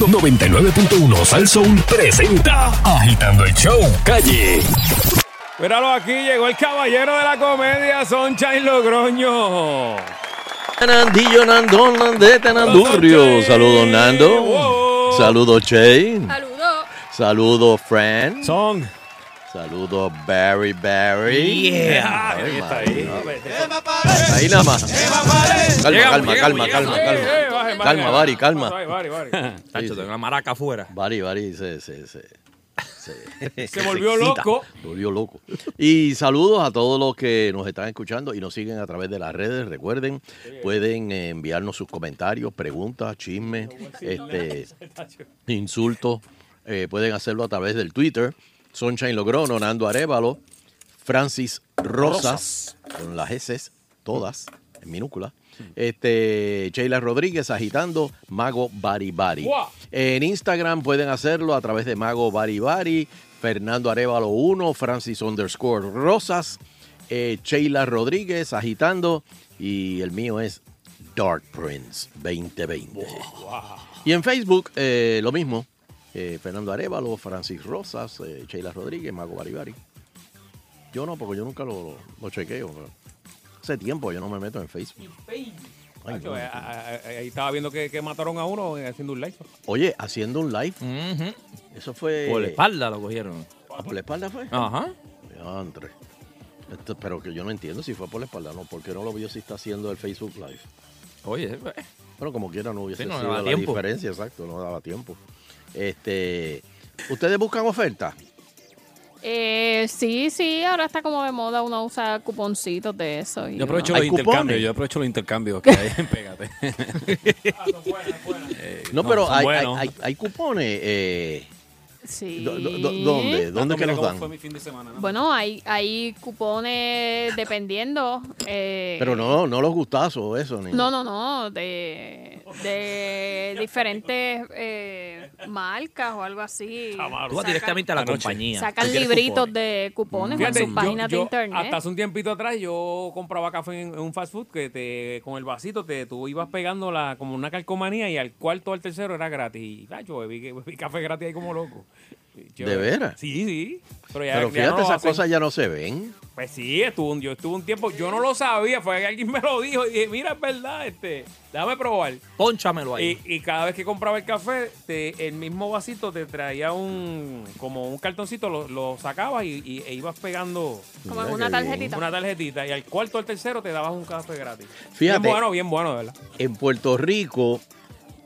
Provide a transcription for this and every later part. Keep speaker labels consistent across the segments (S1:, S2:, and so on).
S1: no, no, 99.1 Sal Soul presenta Agitando el Show Calle.
S2: Míralo aquí, llegó el caballero de la comedia, Sunshine Logroño.
S3: Nandillo, Nandón, Nandete, Nandurrio.
S2: Che.
S3: Saludos, Nando.
S2: Wow.
S3: Saludos, Che.
S4: Saludos.
S3: Saludos, Fran.
S2: Son.
S3: Saludos, Barry, Barry.
S2: Yeah. Ahí está ahí.
S3: Ahí nada más.
S5: Eh,
S6: Llegamos,
S3: Calma, calma,
S6: llegamos,
S3: calma, calma,
S6: llegamos.
S3: calma.
S2: Eh, eh, baje, baje,
S3: Calma,
S2: baje.
S3: Bari, calma.
S2: Baje, baje, baje.
S3: Sí,
S6: Tacho,
S3: sí.
S6: tengo una maraca afuera.
S3: Bari, Bari, se, se, se. Se,
S2: volvió
S3: excita,
S2: loco.
S3: Se volvió loco. Y saludos a todos los que nos están escuchando y nos siguen a través de las redes. Recuerden, pueden eh, enviarnos sus comentarios, preguntas, chismes, este, insultos. eh, pueden hacerlo a través del Twitter. Sunshine Logrono, Nando Arevalo, Francis Rosas, con las S, todas, en minúscula. Este, Sheila Rodríguez agitando Mago Baribari.
S2: Guau.
S3: En Instagram pueden hacerlo a través de Mago Baribari, Fernando Arevalo 1, Francis underscore Rosas, eh, Sheila Rodríguez agitando y el mío es Dark Prince 2020. Y en Facebook, eh, lo mismo. Eh, Fernando Arevalo, Francis Rosas, eh, Sheila Rodríguez, Mago Baribari. Yo no, porque yo nunca lo, lo- lo chequeo. pero Hace tiempo yo no me meto en Facebook. Ay,
S2: Tacho,
S3: no.
S2: eh, eh, eh, Ahí estaba viendo que, que mataron a uno eh, haciendo un live.
S3: Oye, haciendo un live,
S6: Ujú.
S3: eso fue...
S6: Por la espalda lo cogieron.
S3: Eh, Ah, ¿Por la espalda fue?
S6: Ajá.
S3: Diantre. Esto- pero que yo no entiendo si fue por la espalda, no, porque no lo vio si está haciendo el Facebook Live.
S6: Oye, eh,
S3: Bueno, como quiera, no hubiese
S6: Sí, no
S3: sido
S6: daba
S3: la
S6: tiempo.
S3: diferencia, exacto, no daba tiempo. Este, ¿Ustedes buscan ofertas?
S4: Eh, sí, sí, ahora está como de moda uno usa cuponcitos de eso. y
S6: yo aprovecho
S3: Hay
S6: los intercambios.
S3: cupones.
S6: Yo aprovecho los intercambios que hay en Pégate. Eh,
S3: No, pero
S6: son
S3: hay, hay,
S6: buenos.
S3: hay- hay cupones. eh,
S4: uno- Sí.
S3: do- do- do- ¿Dónde? ¿Dónde
S2: Ah,
S3: que
S2: mira
S3: los
S2: cómo
S3: dan?
S2: fue mi fin de semana, ¿no?
S4: Bueno, hay, hay cupones dependiendo. eh,
S3: Pero no, no los gustazos, eso. Ni,
S4: No, no, no, de, de diferentes eh, marcas o algo así.
S2: malo.
S6: Tú vas
S4: Sacan-
S6: directamente a la
S2: Anoche.
S6: compañía.
S4: Sacan
S6: Tú quieres
S4: libritos
S6: cupones.
S4: de cupones
S2: Fíjate,
S4: en sus páginas
S2: yo-
S4: de
S2: yo
S4: internet.
S2: Hasta hace un tiempito atrás yo compraba café en, en un fast food que te, con el vasito te, tú ibas pegando la, como una calcomanía y al cuarto o al tercero era gratis. Y ah, yo bebí, bebí café gratis ahí como loco.
S3: ¿De veras?
S2: Sí, sí. Pero, ya,
S3: Pero
S2: ya
S3: fíjate,
S2: no lo
S3: esas
S2: hacen.
S3: cosas ya no se ven.
S2: Pues sí, estuvo un, yo estuve un tiempo, yo no lo sabía, fue que alguien me lo dijo y dije, mira, es verdad, este, déjame probar.
S6: Pónchamelo ahí.
S2: Y, y cada vez que compraba el café, te- el mismo vasito te traía un, como un cartoncito, lo, lo sacabas y, y- e ibas pegando
S4: como en una
S3: Mira qué bien.
S4: tarjetita.
S2: una tarjetita y al cuarto o al tercero te dabas un café gratis.
S3: Fíjate.
S2: Bien bueno, bien bueno, de verdad.
S3: En Puerto Rico,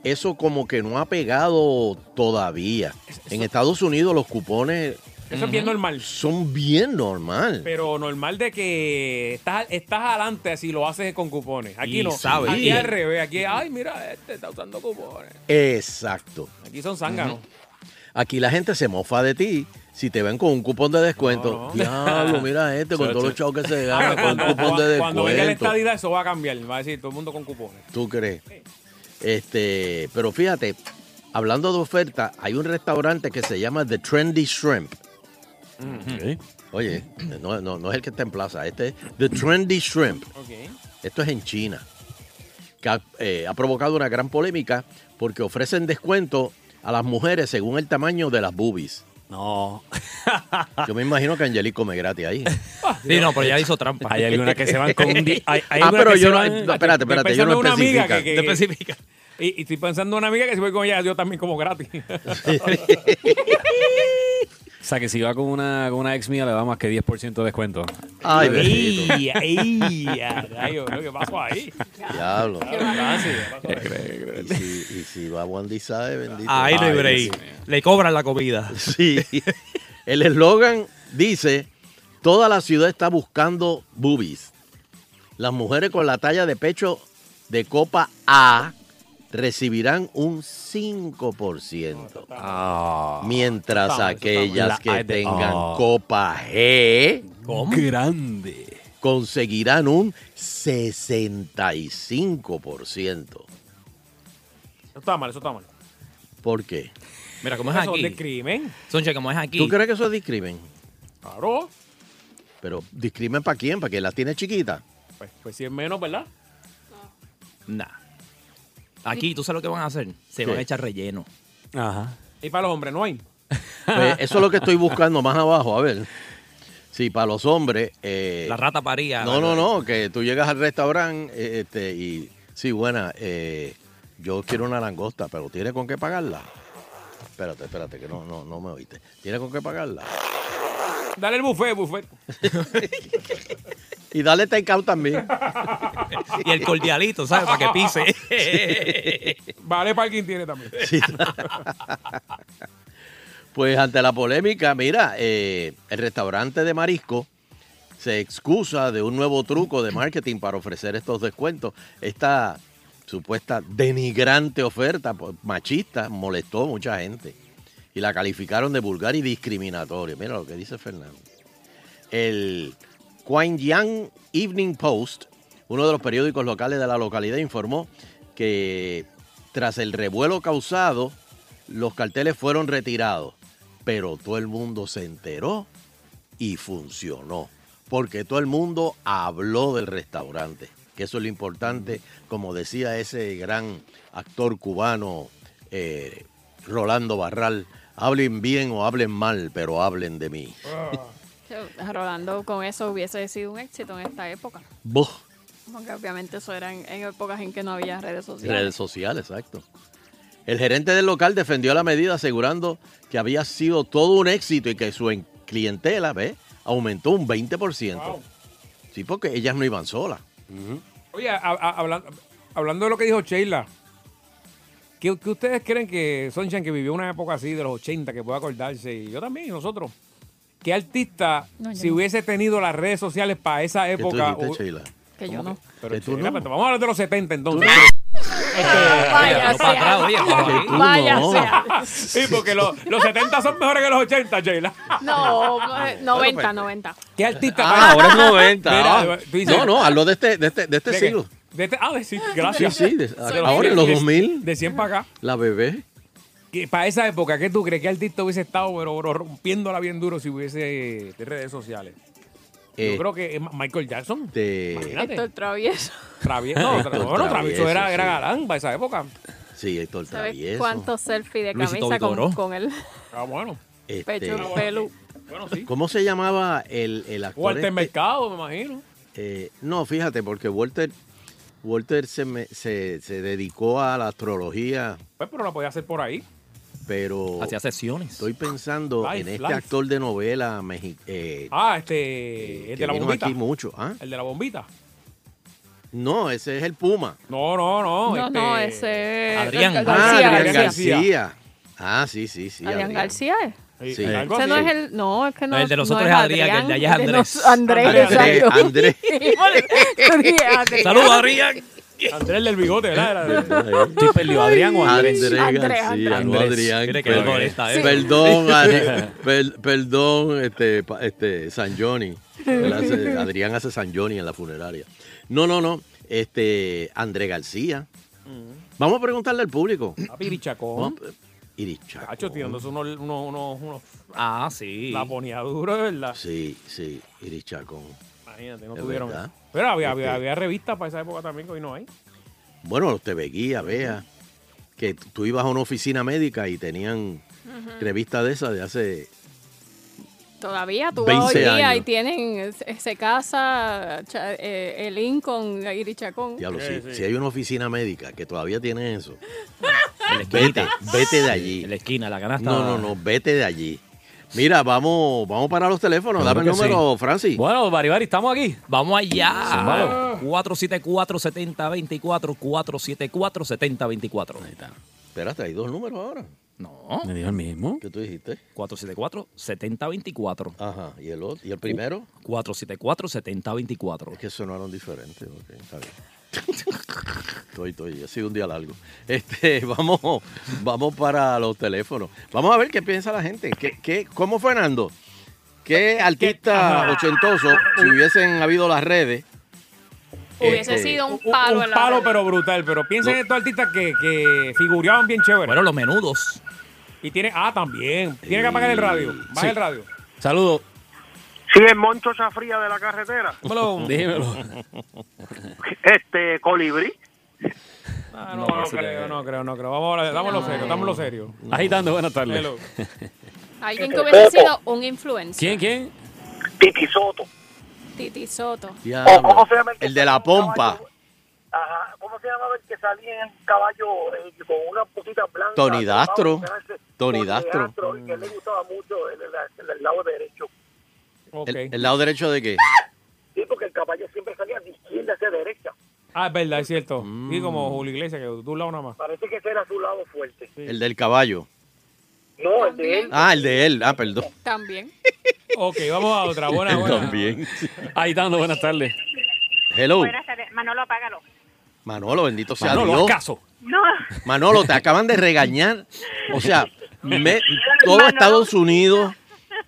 S3: eso como que no ha pegado todavía. En Estados Unidos los cupones
S2: Eso es bien normal.
S3: son bien normal.
S2: Pero normal de que estás, estás adelante si lo haces con cupones. Aquí
S6: Y
S2: no.
S6: sabes.
S2: Aquí
S3: Sí.
S2: al revés. Aquí, ay, mira, este está usando cupones.
S3: Exacto.
S2: Aquí son zánganos.
S3: Aquí la gente se mofa de ti si te ven con un cupón de descuento.
S2: No, no.
S3: Diablo, mira este con todos los chavos que se
S2: Ah,
S3: gana con un cupón de
S2: cuando venga la
S3: descuento.
S2: estadidad, eso va a cambiar. Va a decir todo el mundo con cupones.
S3: ¿Tú crees? Este, pero fíjate, hablando de oferta, hay un restaurante que se llama The Trendy Shrimp. Oye, no, no, no es el que está en plaza, este es The Trendy Shrimp. Esto es en China. Que ha, eh, ha provocado una gran polémica porque ofrecen descuento a las mujeres según el tamaño de las boobies.
S6: No.
S3: Yo me imagino que Angelique come gratis ahí.
S6: Sí, no, pero ya hizo trampa.
S2: Hay algunas que se van con un di- hay- hay
S3: ah,
S2: algunas
S3: pero
S2: que se
S3: yo no,
S2: van-
S3: no, espérate,
S2: Estoy
S3: espérate, yo no
S2: pensando en una amiga que-
S3: especifica.
S6: Te especifica.
S2: Y, y estoy pensando en una amiga que si voy con ella, yo también como gratis.
S6: O sea, que si va con una, con una ex mía, le da más que 10% de descuento.
S3: Ay,
S2: ¡Ey!
S3: bendito.
S2: ¡Ey! rayo, ¿Qué pasó ahí?
S3: Diablo.
S2: Ah, sí, ¿qué pasó ahí?
S3: Y si, y si va Wandy Sae, bendito.
S6: Ahí no hay
S3: Ay,
S6: break. Le cobran la comida.
S3: Sí. El eslogan dice, toda la ciudad está buscando boobies. Las mujeres con la talla de pecho de copa A recibirán un 5%. mientras
S2: Está mal, está mal.
S3: aquellas
S6: La
S3: que
S6: A de-
S3: tengan
S6: Ah.
S3: copa G
S6: Grande.
S3: conseguirán un 65%.
S2: Eso está mal, eso está mal.
S3: ¿Por qué?
S6: Mira, como es
S2: Eso es
S6: aquí.
S2: de crimen.
S6: Sonche, como es aquí.
S3: ¿Tú crees que eso es discrimen?
S2: Claro.
S3: Pero discrimen para quién? ¿Para que las tiene chiquitas?
S2: Pues, pues si es menos, ¿verdad?
S6: Nah.
S5: Aquí, ¿tú sabes lo que van a hacer? Se van
S3: ¿Qué?
S5: a echar relleno.
S6: Ajá.
S2: Y para los hombres no hay.
S3: Pues eso es lo que estoy buscando más abajo, a ver. Sí, para los hombres. eh,
S5: La rata paría.
S3: No, no, no, que tú llegas al restaurante eh, este, y. Sí, buena, eh, yo quiero una langosta, pero ¿tiene con qué pagarla? Espérate, espérate, que no, no, no me oíste. ¿Tiene con qué pagarla?
S2: Dale el buffet, buffet.
S3: Y dale takeout también.
S5: Y el cordialito, ¿sabes? Para que pise.
S2: Vale, para quien tiene también.
S3: Pues ante la polémica, mira, eh, el restaurante de marisco se excusa de un nuevo truco de marketing para ofrecer estos descuentos. Esta supuesta denigrante oferta pues, machista molestó a mucha gente y la calificaron de vulgar y discriminatoria. Mira lo que dice Fernando. El Yang Evening Post, uno de los periódicos locales de la localidad, informó que tras el revuelo causado, los carteles fueron retirados, pero todo el mundo se enteró y funcionó, porque todo el mundo habló del restaurante, que eso es lo importante, como decía ese gran actor cubano, eh, Rolando Barral, hablen bien o hablen mal, pero hablen de mí.
S4: Rolando con eso hubiese sido un éxito en esta época.
S3: Buh.
S4: Porque obviamente eso era en, en épocas en que no había redes
S3: Redes
S4: sociales.
S3: sociales, exacto. El gerente del local defendió la medida asegurando que había sido todo un éxito y que su en- clientela, ¿ves? Aumentó un 20%.
S2: Wow.
S3: Sí, porque ellas no iban solas.
S2: Oye, a- a- habla- hablando de lo que dijo Sheila, ¿qué, qué ustedes creen que Sonchan, que vivió una época así de los 80, que pueda acordarse, y yo también, y nosotros, ¿qué artista,
S4: No, yo
S2: si
S4: no.
S2: hubiese tenido las redes sociales para esa
S3: ¿Qué tú
S2: época...
S3: dijiste,
S2: hu-
S3: Sheila?
S4: Que yo no.
S2: Pero,
S3: Que tú
S2: Sheila,
S3: no.
S2: pero vamos a hablar de los 70 entonces.
S5: no para atrás, oye, para
S3: tú
S5: ahí.
S4: Ah, Vaya
S3: no.
S4: sea.
S2: Sí, porque los, los 70 son mejores que los 80, Sheila.
S4: No,
S3: pues,
S4: eh, 90, 90.
S2: ¿Qué artista?
S3: Ah, ahora es 90.
S2: Mira,
S3: ah.
S2: tú dices-
S3: no, no, hablo de este, de este, de este
S2: ¿De qué?
S3: siglo.
S2: De este- ah, de- sí,
S3: Sí,
S2: gracias.
S3: sí, de-
S4: Soy
S3: ahora en los
S2: De-
S3: 2000,
S2: De 100 para acá.
S3: la bebé.
S2: Que para esa época, ¿qué tú crees que artista hubiese estado pero, pero rompiéndola bien duro si hubiese redes sociales?
S3: eh,
S2: Yo creo que es Ma- Michael Jackson.
S3: este,
S2: Imagínate.
S4: Héctor Travieso.
S2: Travis, no,
S3: Héctor
S2: tra- bueno, Travieso
S3: Travieso,
S2: era,
S3: sí.
S2: era galán para esa época.
S3: sí, Héctor
S4: ¿Sabes
S3: Travieso.
S4: cuántos selfies de
S5: Luisito
S4: cabeza con,
S5: Vigoró.
S4: con el
S2: Ah, bueno.
S3: este,
S4: pecho en pelo?
S2: Bueno, sí.
S3: ¿Cómo se llamaba el, el actor?
S2: O Walter
S3: este?
S2: Mercado, me imagino.
S3: Eh, no, fíjate, porque Walter, Walter se, me- se, se dedicó a la astrología,
S2: Pues, pero la podía hacer por ahí.
S3: pero
S5: Hacía sesiones.
S3: estoy pensando
S2: Life,
S3: en este
S2: life.
S3: actor de novela mexi- eh,
S2: Ah, este.
S3: que
S2: El de la
S3: vino
S2: bombita.
S3: aquí mucho. ¿ah?
S2: El de la bombita.
S3: No, ese es el Puma.
S2: No, no, no.
S4: No,
S2: este,
S4: no, ese.
S5: Adrián.
S4: Gar-
S3: ah,
S4: García.
S3: Adrián
S4: García.
S3: García.
S2: García.
S3: Ah, sí, sí, sí.
S4: Adrián García es.
S2: eh,
S3: Sí.
S2: algo
S4: Ese no
S2: así.
S4: es el. No, es que no.
S5: El de los
S4: no
S5: otros es Adrián, que el de allá es
S4: el de
S5: Andrés.
S4: los- Andrés,
S2: Andrés,
S3: Andrés,
S4: exacto.
S3: Andrés.
S4: Andrés.
S5: Saludos, Adrián.
S2: Andrés del bigote, ¿verdad? Era de-
S6: Estoy perdido, Adrián o Andrés.
S3: Andrés
S4: Andrés,
S3: García, no
S6: Andrés.
S3: Adrián.
S5: Mire que
S3: per-
S5: no molesta, ¿eh?
S3: Perdón, Adri- per- perdón, este, pa- este, San Johnny. Él hace- Adrián hace San Johnny en la funeraria. No, no, no. Este, André García. Vamos a preguntarle al público.
S2: Papi Bichacón.
S3: Vamos a- Irichacón.
S2: Cacho, tirándose unos, unos, unos, unos-
S5: Ah, sí.
S2: La ponía duro, de verdad.
S3: Sí, sí, Irichacón.
S2: Imagínate, no
S3: Es
S2: tuvieron.
S3: verdad.
S2: Pero había, había,
S3: Este-
S2: había revistas para esa época también que hoy no hay.
S3: Bueno, los TV Guía, vea. Que t- tú ibas a una oficina médica y tenían revista de esa de hace
S4: Todavía tú vas hoy
S3: 20
S4: día
S3: años.
S4: y tienen. se- Se casa cha- eh, el Lincoln, Iri Chacón.
S3: Diablo,
S2: Sí,
S3: si,
S2: sí.
S3: si hay una oficina médica que todavía tiene eso, vete, vete de allí.
S5: En la esquina, la canasta.
S3: No, no, no, vete de allí. Mira, vamos, vamos para los teléfonos.
S6: Claro
S3: Dame el
S6: que sí.
S3: número, Francis.
S6: Bueno, Baribari, estamos aquí.
S5: Vamos allá. 474-7024. 474-7024.
S3: Espérate, hay dos números ahora.
S5: No.
S6: Me dijo el mismo.
S3: ¿Qué tú dijiste?
S5: 474-7024.
S3: Ajá. ¿Y el otro? ¿Y el primero?
S5: 474-7024.
S3: Es que sonaron diferentes. ok, está bien. estoy, estoy. Ha sido un día largo. Este, vamos, vamos para los teléfonos. Vamos a ver qué piensa la gente. ¿Qué, qué, ¿Cómo fue, Nando? ¿Qué artista
S2: Ajá.
S3: ochentoso, si hubiesen habido las redes?
S4: Hubiese
S3: este,
S4: sido un palo.
S2: un
S4: en la-
S2: palo, pero brutal. Pero piensen
S3: No.
S2: en estos artistas que, que figuraban bien chévere.
S5: Bueno, los menudos.
S2: y tiene. Ah, también. Tiene que apagar el radio. Baja
S6: Sí.
S2: el radio.
S6: Saludos.
S7: Sí, el Moncho Chafría de la carretera.
S2: Dímelo.
S6: Dímelo.
S7: Este, colibrí.
S2: Ah, no, no, creo, no creo, no creo. Vamos a dámoslo serio, dámoslo serio.
S6: Agitando, buenas tardes.
S2: Hello.
S4: Alguien que hubiese sido un influencer.
S6: ¿Quién, quién?
S7: Titi Soto.
S4: Titi Soto.
S3: Diablo.
S7: ¿Cómo se llama que
S3: El de la
S7: salía en un
S3: pompa.
S7: caballo? Ajá, ¿cómo se llama el que salía en el caballo eh, con una cosita blanca?
S3: Tony
S7: Que
S3: Dastro.
S7: estaba en ese-
S3: Tony Dastro.
S7: y Que le gustaba mucho el, el- el lado derecho.
S2: Ok.
S3: El, el lado derecho de qué?
S7: Sí, porque el caballo siempre salía de izquierda hacia derecha.
S2: Ah, es verdad, es cierto. Y como Julio Iglesias, que tú lado nada más.
S7: Parece que ese era su lado fuerte.
S3: El del caballo.
S7: No, el de él.
S3: Ah, el de él. Ah, perdón.
S4: También.
S2: Ok, vamos a otra. Buena,
S3: Él
S2: buena.
S3: también.
S6: Agitando, buenas tardes.
S3: Hello.
S8: Buenas tardes. Manolo, apágalo.
S3: Manolo, bendito sea
S6: Manolo,
S3: Dios.
S6: haz caso.
S8: No,
S3: Manolo, te acaban de regañar. O sea, me- todo
S8: Manolo.
S3: Estados Unidos,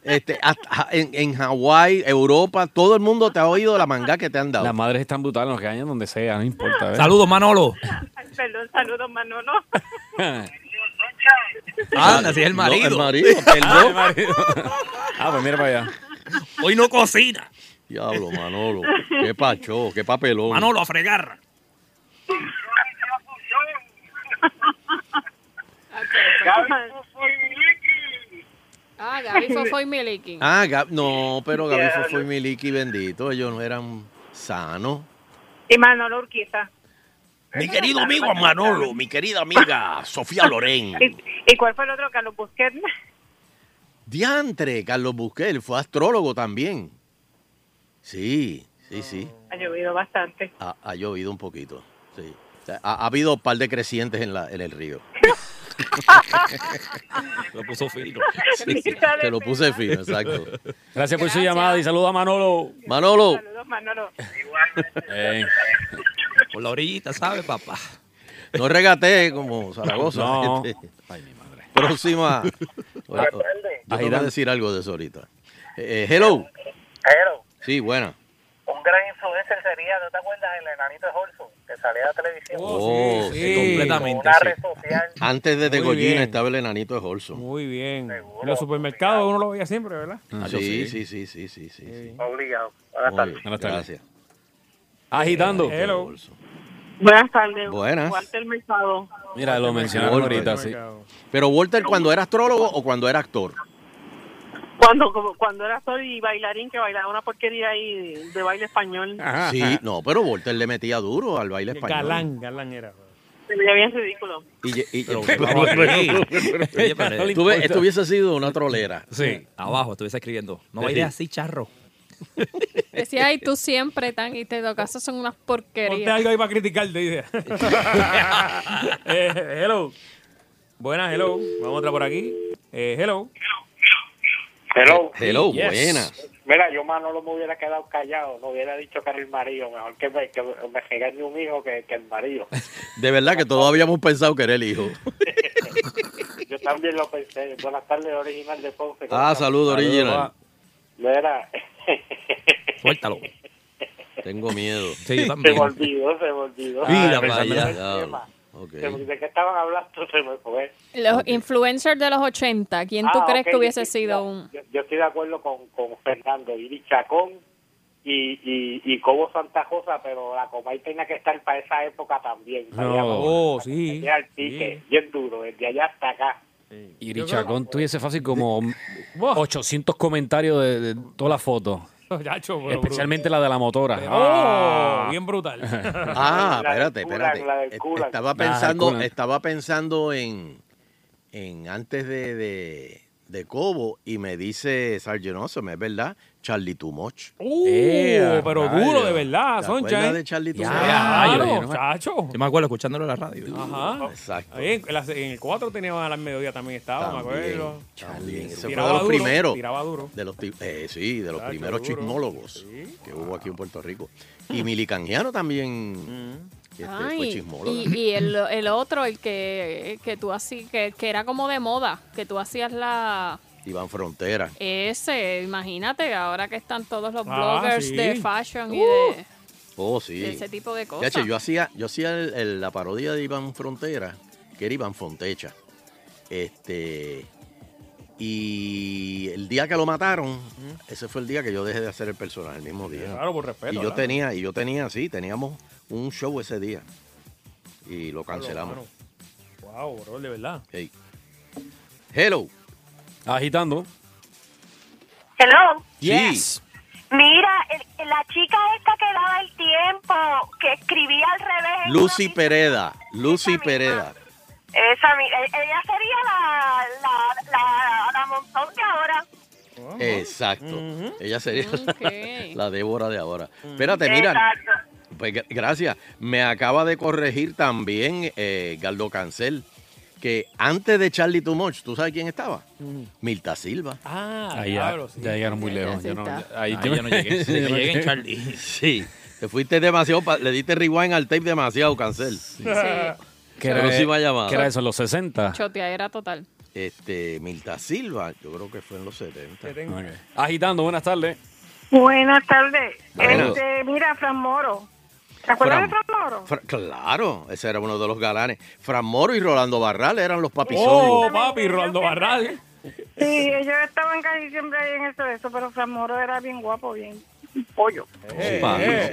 S3: este, hasta- en, en Hawái, Europa, todo el mundo te ha oído la manga que te han dado.
S6: Las madres están brutales, nos regañan donde sea, no importa. ¿eh? ¿ves?
S5: Saludos, Manolo.
S8: ay, perdón, saludos, Manolo.
S5: Anda, si Ah, es el
S3: No,
S5: marido.
S3: Ah, el marido, perdón.
S6: ah, pues mira para allá.
S5: Hoy no cocina.
S3: Diablo, Manolo. Qué pacho, qué papelón.
S5: Manolo, a fregar.
S4: Ah, Gaby Fofo y Miliki.
S3: Ah, Gab- no, pero Gaby Fofo y Miliki, bendito, ellos no eran sanos.
S8: Y Manolo Urquiza.
S3: Mi querido amigo Manolo, mi querida amiga Sofía Loren.
S8: ¿Y, y cuál fue el otro? Carlos Busquets.
S3: Diantre, Carlos Busquel, fue astrólogo también. Sí, sí, sí.
S8: Ha llovido bastante.
S3: Ha, ha llovido un poquito. Sí. O sea, Ha, ha habido un par de crecientes en, la, en el río.
S5: Lo puso fino.
S8: Mitad de
S3: Te lo
S8: fe-
S3: puse fino, exacto.
S6: Gracias por su
S4: Gracias.
S6: llamada y saludos a Manolo.
S3: Manolo,
S8: Saludos, Manolo.
S6: Eh,
S5: Por la orillita, ¿sabes, papá?
S3: no regate como Zaragoza.
S6: No.
S3: Este, Próxima. Bueno, yo te voy a decir algo de eso ahorita. Eh, eh, hello.
S7: Pero
S3: Sí, buena.
S7: un gran influencer sería, ¿no te acuerdas? El enanito de Holson, que salía de la televisión.
S2: Oh,
S3: Oh,
S2: sí,
S3: sí,
S2: sí.
S5: completamente.
S7: Con
S5: sí.
S7: social.
S3: Antes de
S2: Muy bien.
S3: Degollina estaba el enanito de Holson.
S2: Muy bien. En los supermercados uno lo veía siempre, ¿verdad?
S6: Ah, yo
S3: Sí,
S6: sí.
S3: sí, sí, sí, sí, sí. sí.
S7: Obligado.
S3: Muy bien,
S6: Buenas tardes.
S3: Gracias.
S6: Agitando.
S2: Hello.
S3: Holson.
S8: Buenas tardes.
S3: Buenas.
S8: Walter Mercado.
S6: Mira, lo mencionaron
S3: Walter,
S6: ahorita, sí.
S3: Pero Walter, cuando era astrólogo o cuando era actor?
S8: Cuando, como- cuando era sol y bailarín que bailaba una porquería ahí de, de baile español.
S6: Ajá.
S3: Sí, no, pero Walter le metía duro al baile español.
S2: Galán, galán era.
S8: Se veía bien ridículo.
S3: Y, y- y-
S5: Pero,
S3: pero-
S5: vamos aquí. Oye, pero-
S3: tú ves, esto hubiese sido una trolera.
S5: Sí, abajo estuviese escribiendo. No bailes así, charro.
S4: Decía, ay, tú siempre tan, y te lo casas son unas
S2: Ponte
S4: porquerías.
S2: algo ahí para criticarte, dice. Eh, hello. Buenas, hello. Vamos a otra por aquí. Eh, hello.
S7: Hello.
S3: Hello,
S2: Yes.
S3: buenas.
S7: Mira, yo Manolo me hubiera quedado callado, no hubiera dicho que era el marido, mejor que me, que me regañe un hijo que, que el marido.
S3: De verdad que todos habíamos pensado que era el hijo.
S7: Yo también lo pensé. Buenas tardes, original de Ponce.
S3: Ah, saludo original.
S7: Mira,
S5: Suéltalo.
S3: Tengo miedo.
S5: Sí, yo
S7: se
S5: también.
S7: me olvidó, se me olvidó.
S5: Sí, la
S7: Ay,
S5: verdad,
S7: el
S5: ya,
S7: tema.
S3: diablo. Ok.
S7: Se me- ¿De qué estaban hablando? Se me fue.
S4: Los influencers de los 80, ¿quién tú
S7: Ah,
S4: crees
S7: ok,
S4: que hubiese
S7: yo-
S4: sido
S7: yo-
S4: un...?
S7: Yo, yo estoy de acuerdo con, con Fernando, Iri Chacón y, y, y Cobo Santa Rosa, pero la Comay tenía que estar para esa época también. Sabía
S2: Oh,
S7: cómo-
S2: sí.
S7: tenía el pique, bien duro, desde allá hasta acá.
S6: Y Richacón tuviese fácil como 800 comentarios de, de todas las fotos.
S2: Oh, Chacho, pero
S6: Especialmente la de la motora.
S2: brutal.
S6: Ah.
S2: Oh, bien brutal.
S3: Ah,
S7: La del
S3: espérate,
S7: Gulag,
S3: espérate.
S7: la del
S3: Est-
S7: Gulag.
S3: Estaba
S6: del
S3: pensando,
S6: Gulag.
S3: estaba pensando en, en antes de, de, de Cobo y me dice Sargent Awesome, es verdad, Charlie Too Much.
S2: Uh,
S6: Ea,
S2: pero
S3: rayo.
S2: duro, de verdad,
S3: ¿Te
S2: Soncha.
S3: acuerdas
S2: ¿eh?
S3: de Charlie Too
S6: Ya.
S3: Much?
S6: Ah, yo-
S2: Claro,
S6: yo no me-
S2: chacho.
S5: Yo me acuerdo escuchándolo en la radio.
S2: Ajá.
S3: Exacto.
S2: Ahí en, las- en el 4 tenía a las mediodía también estaba, me
S3: También,
S2: acuerdo.
S3: también. Ese fue
S2: Tiraba
S3: de los
S2: duro,
S3: primeros.
S2: Tiraba duro.
S3: De los, ti- eh, sí, de los
S2: Chacho,
S3: primeros
S2: duro. Ah.
S3: chismólogos que hubo aquí en Puerto Rico. Y Milicangiano
S2: Mm.
S3: también que este, fue
S4: Ay,
S3: chismólogo.
S4: y, y el, el otro, el que, que tú hacías, que, que era como de moda, que tú hacías la...
S3: Iván Frontera.
S4: Ese, imagínate, ahora que están todos los
S2: Ah,
S4: bloggers
S2: sí.
S4: de fashion y de,
S3: Oh,
S4: de
S3: sí.
S4: ese tipo de cosas.
S3: Chacho, yo hacía, yo hacía el- el- la parodia de Iván Frontera, que era Iván Fontecha. Este. Y el día que lo mataron, ese fue el día que yo dejé de hacer el personaje, el mismo día.
S2: Claro, por respeto.
S3: y yo
S2: ¿verdad?
S3: tenía, y yo tenía, sí, teníamos un show ese día. y lo cancelamos.
S2: Wow, bro, de verdad.
S3: Hey. Hello.
S6: Agitando.
S1: Hello.
S3: Yes.
S1: Mira, el- la chica esta que daba el tiempo, que escribía al revés. en
S3: Lucy Pereda. Lucy Pereda.
S1: una- Esa, mi- e- ella sería la, la, la, la montón de ahora.
S3: Exacto. Ella sería la-
S1: Ok.
S3: la Débora de ahora. Espérate, mira.
S1: Exacto.
S3: Pues gra- gracias. Me acaba de corregir también eh, Galdo Cancel que antes de Charlie Too Much, ¿tú sabes quién estaba? Milta Silva.
S2: Ah,
S6: Ahí ya,
S2: claro, sí.
S6: ya llegaron muy lejos.
S4: así
S6: Yo no,
S4: está.
S6: ahí
S5: Ah,
S6: yo
S5: ya no llegué.
S6: yo
S5: Ya
S6: no
S5: no llegué en
S6: llegué.
S5: Charlie.
S3: Sí. Te fuiste demasiado, pa- le diste rewind al tape demasiado, Cancel.
S4: Sí,
S6: ¿Qué era,
S3: Próxima llamada.
S6: ¿Qué era eso? ¿Los 60?
S4: choteadera total.
S3: Este, Milta Silva, yo creo que fue en los 70.
S2: Te tengo-
S6: Ok. Agitando, buenas tardes.
S9: Buenas tardes.
S3: Buenas.
S9: Este, mira, Fran Moro. ¿Te
S3: Fran-
S9: acuerdas de Fran Moro?
S3: Fra- claro, ese era uno de los galanes. Fran Moro y Rolando Barral eran los
S2: Oh,
S3: papisonios.
S2: papi, Rolando Barral.
S9: Sí, ellos estaban casi siempre ahí en eso, eso, pero Fran Moro era bien guapo, bien pollo.
S3: Sí,
S2: eh,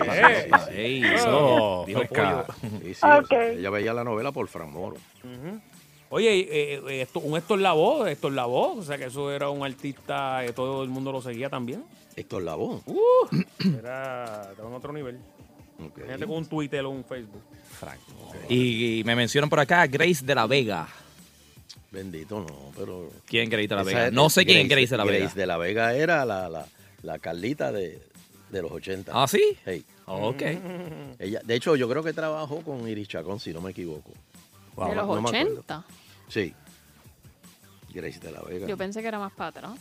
S3: sí,
S2: eh.
S3: sí, sí,
S5: Ey,
S6: Oh,
S5: dijo
S6: pesca.
S5: pollo.
S3: sí, sí, o sea,
S9: Ok.
S3: ella veía la novela por Fran Moro.
S2: Oye, eh, eh, esto- un Héctor Lavoe, Héctor Lavoe, o sea que eso era un artista que todo el mundo lo seguía también. Uh,
S3: Héctor Labón.
S2: Era, estaba en otro nivel.
S3: Ok.
S2: Fíjate con un Twitter o un Facebook.
S5: Y, y me mencionan por acá Grace de la Vega.
S3: Bendito, no, pero...
S5: ¿Quién es Grace de la
S3: esa
S5: Vega?
S3: es-
S5: no sé quién es Grace de la Vega.
S3: Grace de la Vega era la, la, la Carlita de, de los 80.
S5: ¿Ah, sí?
S3: Hey,
S5: Ok.
S3: ella, de hecho, yo creo que trabajó con Iris Chacón, si no me equivoco.
S4: de los
S3: no me acuerdo.
S4: 80.
S3: Sí. Grace de la Vega.
S4: Yo pensé que era más para atrás.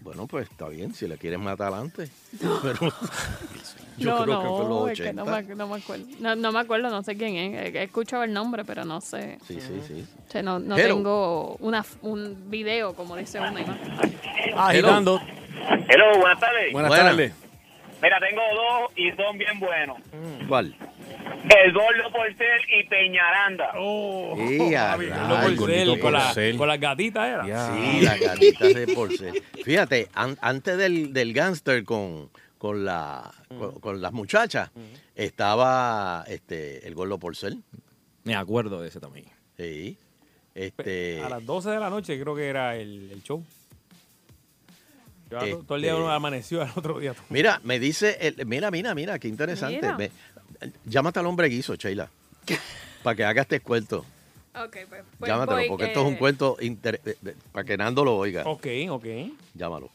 S3: Bueno, pues está bien, si la quieren matar antes. Pero yo
S4: no,
S3: creo
S4: no,
S3: que fue los
S4: es que no,
S3: 80.
S4: me, ac- no me acuerdo. No, no me acuerdo, no sé quién es. He he escuchado el nombre, pero no sé.
S3: Sí, sí, sí.
S4: O sea, no, no
S3: Hello.
S4: tengo una, f- un video, como dice una imagen.
S6: Agitando.
S10: Hello, buenas tardes.
S6: Buenas
S3: Buenas.
S6: tardes.
S10: Mira, tengo dos y son bien buenos.
S3: ¿Cuál?
S10: El Gordo Porcel y Peñaranda.
S2: Oh,
S3: ¡Eh, a
S2: Gordo
S3: rayos!
S2: Porcel,
S6: Gordito
S2: con, la-
S6: Porcel.
S2: con las gatitas era.
S3: Sí, la carita de porcel. Fíjate, an- antes del, del gángster con, con, la,
S2: Mm.
S3: con, con las muchachas, estaba este, el gordo porcel.
S5: Me acuerdo de ese también.
S3: Sí.
S2: Pe-
S3: Este,
S2: A las 12 de la noche creo que era el, el show. Yo to- todo el
S3: Este-
S2: día uno amaneció al otro día.
S3: mira, me dice, el- mira, mira, mira, qué interesante.
S4: Mira.
S3: Me- llámate al hombre guiso, Sheila, para que haga este cuento.
S4: Ok, pues.
S3: Llámatelo, porque esto es un cuento inter- eh, eh, para que Nando lo oiga.
S2: Ok, ok.
S3: Llámalo.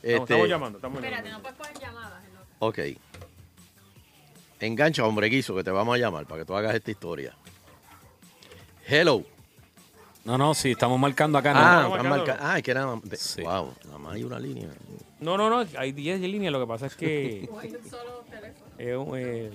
S2: Estamos- estamos
S3: Este,
S2: llamando, estamos
S4: Espérate, no
S2: llamando.
S4: puedes poner llamadas.
S3: Ok. Engancha, hombre guiso, que te vamos a llamar para que tú hagas esta historia. Hello.
S6: No, no, sí, estamos marcando acá.
S3: Ah,
S6: ¿no?
S2: estamos
S3: están
S2: marcando.
S3: marca- ah, es que nada más. de-
S6: Sí.
S3: Wow, nada más hay una línea.
S2: No, no, no, hay 10 líneas, lo que pasa es que es un, eh,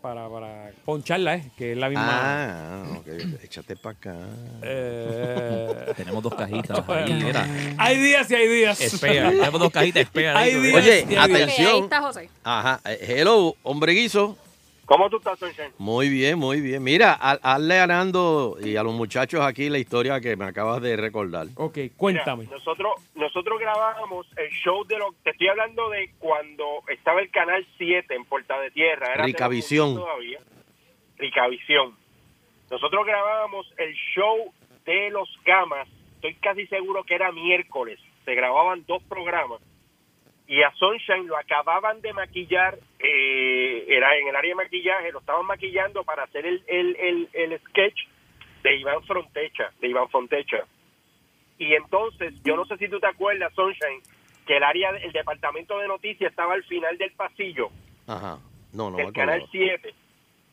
S2: para, para poncharla, eh, que es la misma.
S3: Ah, ok. Échate para acá.
S2: eh,
S5: Tenemos dos cajitas ahí, mira.
S2: hay días y hay días.
S5: Espera, tenemos dos cajitas, espera.
S2: Ay, Dios.
S3: Oye,
S2: Dios.
S4: ahí
S3: atención.
S4: está José.
S3: Ajá. eh, Hello, hombre guiso.
S10: ¿Cómo tú estás, Sunshine?
S3: Muy bien, muy bien. Mira, ha- hazle a Nando y a los muchachos aquí la historia que me acabas de recordar.
S2: Ok,
S10: Mira,
S2: cuéntame.
S10: nosotros, nosotros grabábamos el show de lo te estoy hablando de cuando estaba el canal 7 en Puerta de Tierra, era
S3: Ricavisión.
S10: Televisión todavía. Ricavisión. Nosotros grabábamos el show de los camas, estoy casi seguro que era miércoles, se grababan dos programas y a Sunshine lo acababan de maquillar, eh, era en el área de maquillaje, lo estaban maquillando para hacer el, el, el, el sketch de Iván Frontecha, de Iván Frontecha. Y entonces, yo no sé si tú te acuerdas, Sunshine, que el área, el departamento de noticias estaba al final del pasillo,
S3: Ajá. No, no me
S10: del canal
S3: acuerdo.
S10: 7.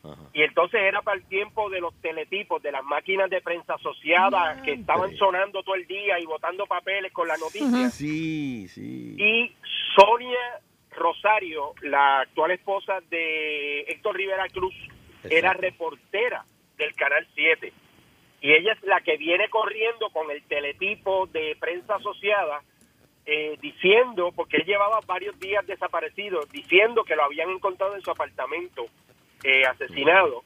S3: Ajá.
S10: Y entonces era para el tiempo de los teletipos, de las máquinas de prensa asociadas que estaban sonando todo el día y botando papeles con las noticias.
S3: Sí, sí.
S10: Y Sonia Rosario, la actual esposa de Héctor Rivera Cruz, era
S3: Exacto.
S10: reportera del Canal 7. Y ella es la que viene corriendo con el teletipo de prensa asociada eh, diciendo, porque él llevaba varios días desaparecido, diciendo que lo habían encontrado en su apartamento eh, asesinado.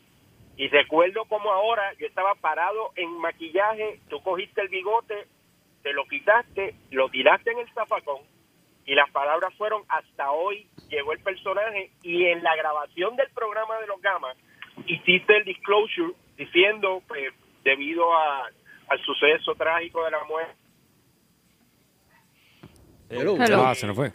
S10: Y recuerdo como ahora yo estaba parado en maquillaje, tú cogiste el bigote, te lo quitaste, lo tiraste en el zafacón y las palabras fueron hasta hoy llegó el personaje y en la grabación del programa de los gamas hiciste el disclosure diciendo, pues, debido a- al suceso trágico de la muerte,
S3: Hello.
S4: Hello.
S2: Ah, se nos fue.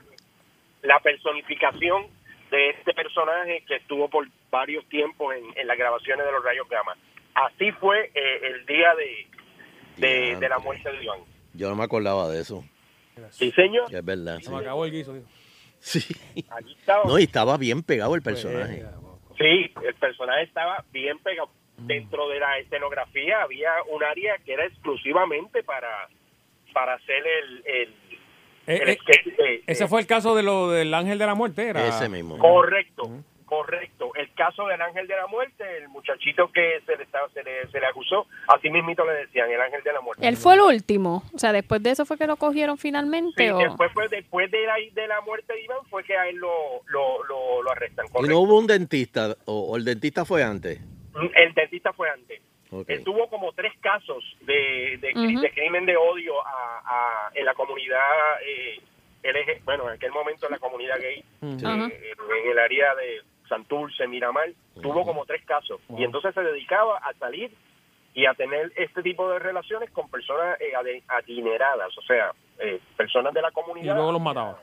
S10: la personificación de este personaje que estuvo por varios tiempos en, en las grabaciones de los Rayos Gamma. Así fue eh, el día de, de, de la muerte de Iván.
S3: Yo no me acordaba de eso.
S10: Sí, señor.
S3: Es verdad. sí.
S2: Se me acabó el guiso. dijo.
S3: Sí.
S10: Allí estaba.
S3: No, y estaba bien pegado el personaje.
S2: Pues,
S10: Sí, el personaje estaba bien pegado.
S2: Mm.
S10: Dentro de la escenografía había un área que era exclusivamente para, para hacer el, el,
S2: Eh,
S10: el
S2: eh,
S10: sketch de-
S2: ese
S10: de-
S2: fue el caso de lo del ángel de la muerte, era.
S3: Ese mismo.
S10: Correcto,
S2: Mm.
S10: correcto. El caso del ángel de la muerte, el muchachito que se le, estaba, se le, se le acusó, así mismito le decían, el ángel de la muerte.
S4: Él fue el último. O sea, después de eso fue que lo cogieron finalmente.
S10: Sí,
S4: o...
S10: después, fue- después de, la, de la muerte de Iván fue que a él lo, lo, lo, lo arrestan.
S3: Y
S10: correcto.
S3: no hubo un dentista, o, o el dentista fue antes.
S10: Mm, El dentista fue antes.
S3: Ok.
S10: Él tuvo como tres casos de, de, cri-
S4: Ujú.
S10: de crimen de odio a, a- en la comunidad, eh, LG bueno, en aquel momento en la comunidad gay, eh,
S4: Ajá.
S10: en el área de Santurce, Miramar, tuvo como tres casos. Y entonces se dedicaba a salir y a tener este tipo de relaciones con personas eh, ade- adineradas, o sea, eh, personas de la
S2: Y
S10: comunidad.
S2: luego los mataba.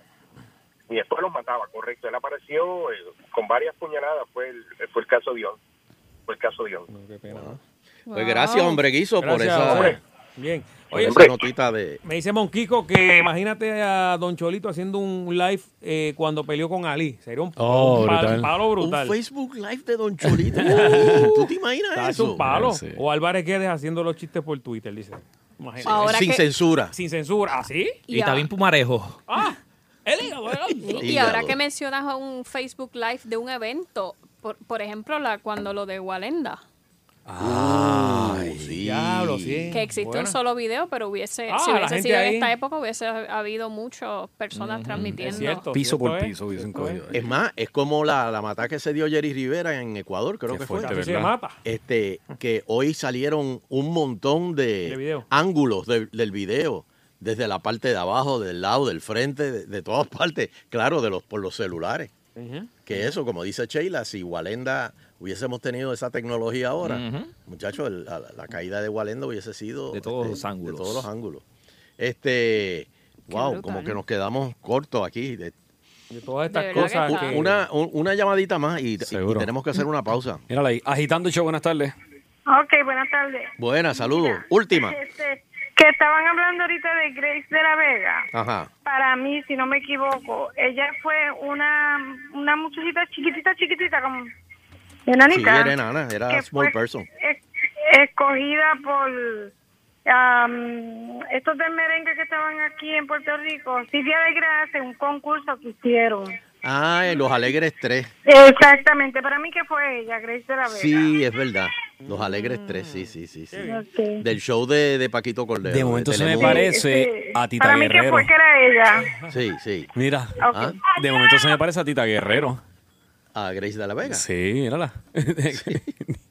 S10: Y después los mataba, correcto. Él apareció eh, con varias puñaladas, fue el, fue el caso de Dion. Fue el caso de Dion.
S2: Qué pena.
S3: Pues
S4: Wow.
S3: gracias, hombre Guiso, por
S2: Gracias,
S3: esa,
S2: hombre. Bien.
S3: por
S2: Oye,
S3: esa notita de.
S2: me dice Monquico que imagínate a Don Cholito haciendo un live eh, cuando peleó con Ali. Sería un,
S6: Oh,
S2: un pa-
S6: brutal.
S2: palo
S3: Un
S2: brutal.
S3: Facebook Live de Don Cholito. Uh, ¿Tú te imaginas
S2: Es
S3: eso?
S2: un palo.
S6: Sí.
S2: O Álvarez Guedes haciendo los chistes por Twitter, dice. Imagínate.
S4: Ahora
S3: Sin
S4: que-
S3: censura.
S2: Sin censura. ¿Ah, ¿Así?
S11: Y está bien pumarejo.
S2: ¡Ah! El hígado,
S4: Y-
S2: bueno.
S4: Y ahora
S3: Hígado.
S4: que mencionas un Facebook Live de un evento, por, por ejemplo, la, cuando lo de Walenda,
S3: Ay, sí.
S2: Diablo, sí.
S4: que existe
S2: Buena.
S4: un solo video, pero hubiese,
S2: Ah,
S4: si
S2: la
S4: hubiese
S2: gente
S4: sido en
S2: ahí.
S4: esta época, hubiese habido muchas personas transmitiendo.
S2: Es cierto.
S6: Piso por
S2: cierto, ¿eh?
S6: piso hubiesen
S2: Cierto, ¿eh?
S6: cogido.
S3: Es más, es como la, la mata que se dio Jerry Rivera en Ecuador, creo
S6: Qué
S3: que
S6: fuerte,
S3: fue.
S2: Así se
S6: ¿verdad?
S2: mata.
S3: Este, que hoy salieron un montón de,
S2: De video.
S3: ángulos de- del video, desde la parte de abajo, del lado, del frente, de, de todas partes, claro, de los por los celulares. Que eso, como dice Sheila, si Walenda hubiésemos tenido esa tecnología ahora, muchachos, el- la, la caída de Walenda hubiese sido este,
S11: De todos los
S3: de
S11: ángulos.
S3: todos los ángulos. Este, wow, como
S4: brutal.
S3: que nos quedamos cortos aquí. de-
S2: De todas
S4: De
S2: estas
S4: verdad que
S2: cosas
S4: está.
S2: que...
S3: una, un- una llamadita más y- y- y
S6: Seguro.
S3: tenemos que hacer una pausa.
S6: Mírala ahí. Agitando el show, buenas tardes.
S9: Ok, buenas tardes.
S3: Buenas, saludos. Última.
S9: Este, que estaban hablando ahorita de Grace de la Vega.
S3: Ajá.
S9: Para mí, si no me equivoco, ella fue una, una muchachita chiquitita, chiquitita, como
S3: Sí,
S9: enanita.
S3: era enana, era
S9: que
S3: small
S9: fue
S3: person.
S9: es- escogida por am, estos de merengue que estaban aquí en Puerto Rico. Silvia de Gracia, un concurso que hicieron.
S3: Ah, en Los Alegres 3.
S9: Exactamente, para mí que fue ella, Grace de la Vega.
S3: Sí, es verdad. Los Alegres 3, sí, sí, sí. sí.
S9: Ok.
S3: Del show de, de Paquito Cordero.
S6: De momento se me
S3: Telemundo.
S6: parece
S9: Sí.
S6: a Tita
S9: Para mí que
S6: Guerrero.
S9: fue que era ella.
S3: Sí, sí.
S6: Mira,
S9: Ok.
S3: Ah,
S6: de momento se me parece a Tita Guerrero.
S3: a Grace de la Vega.
S6: Sí, mírala.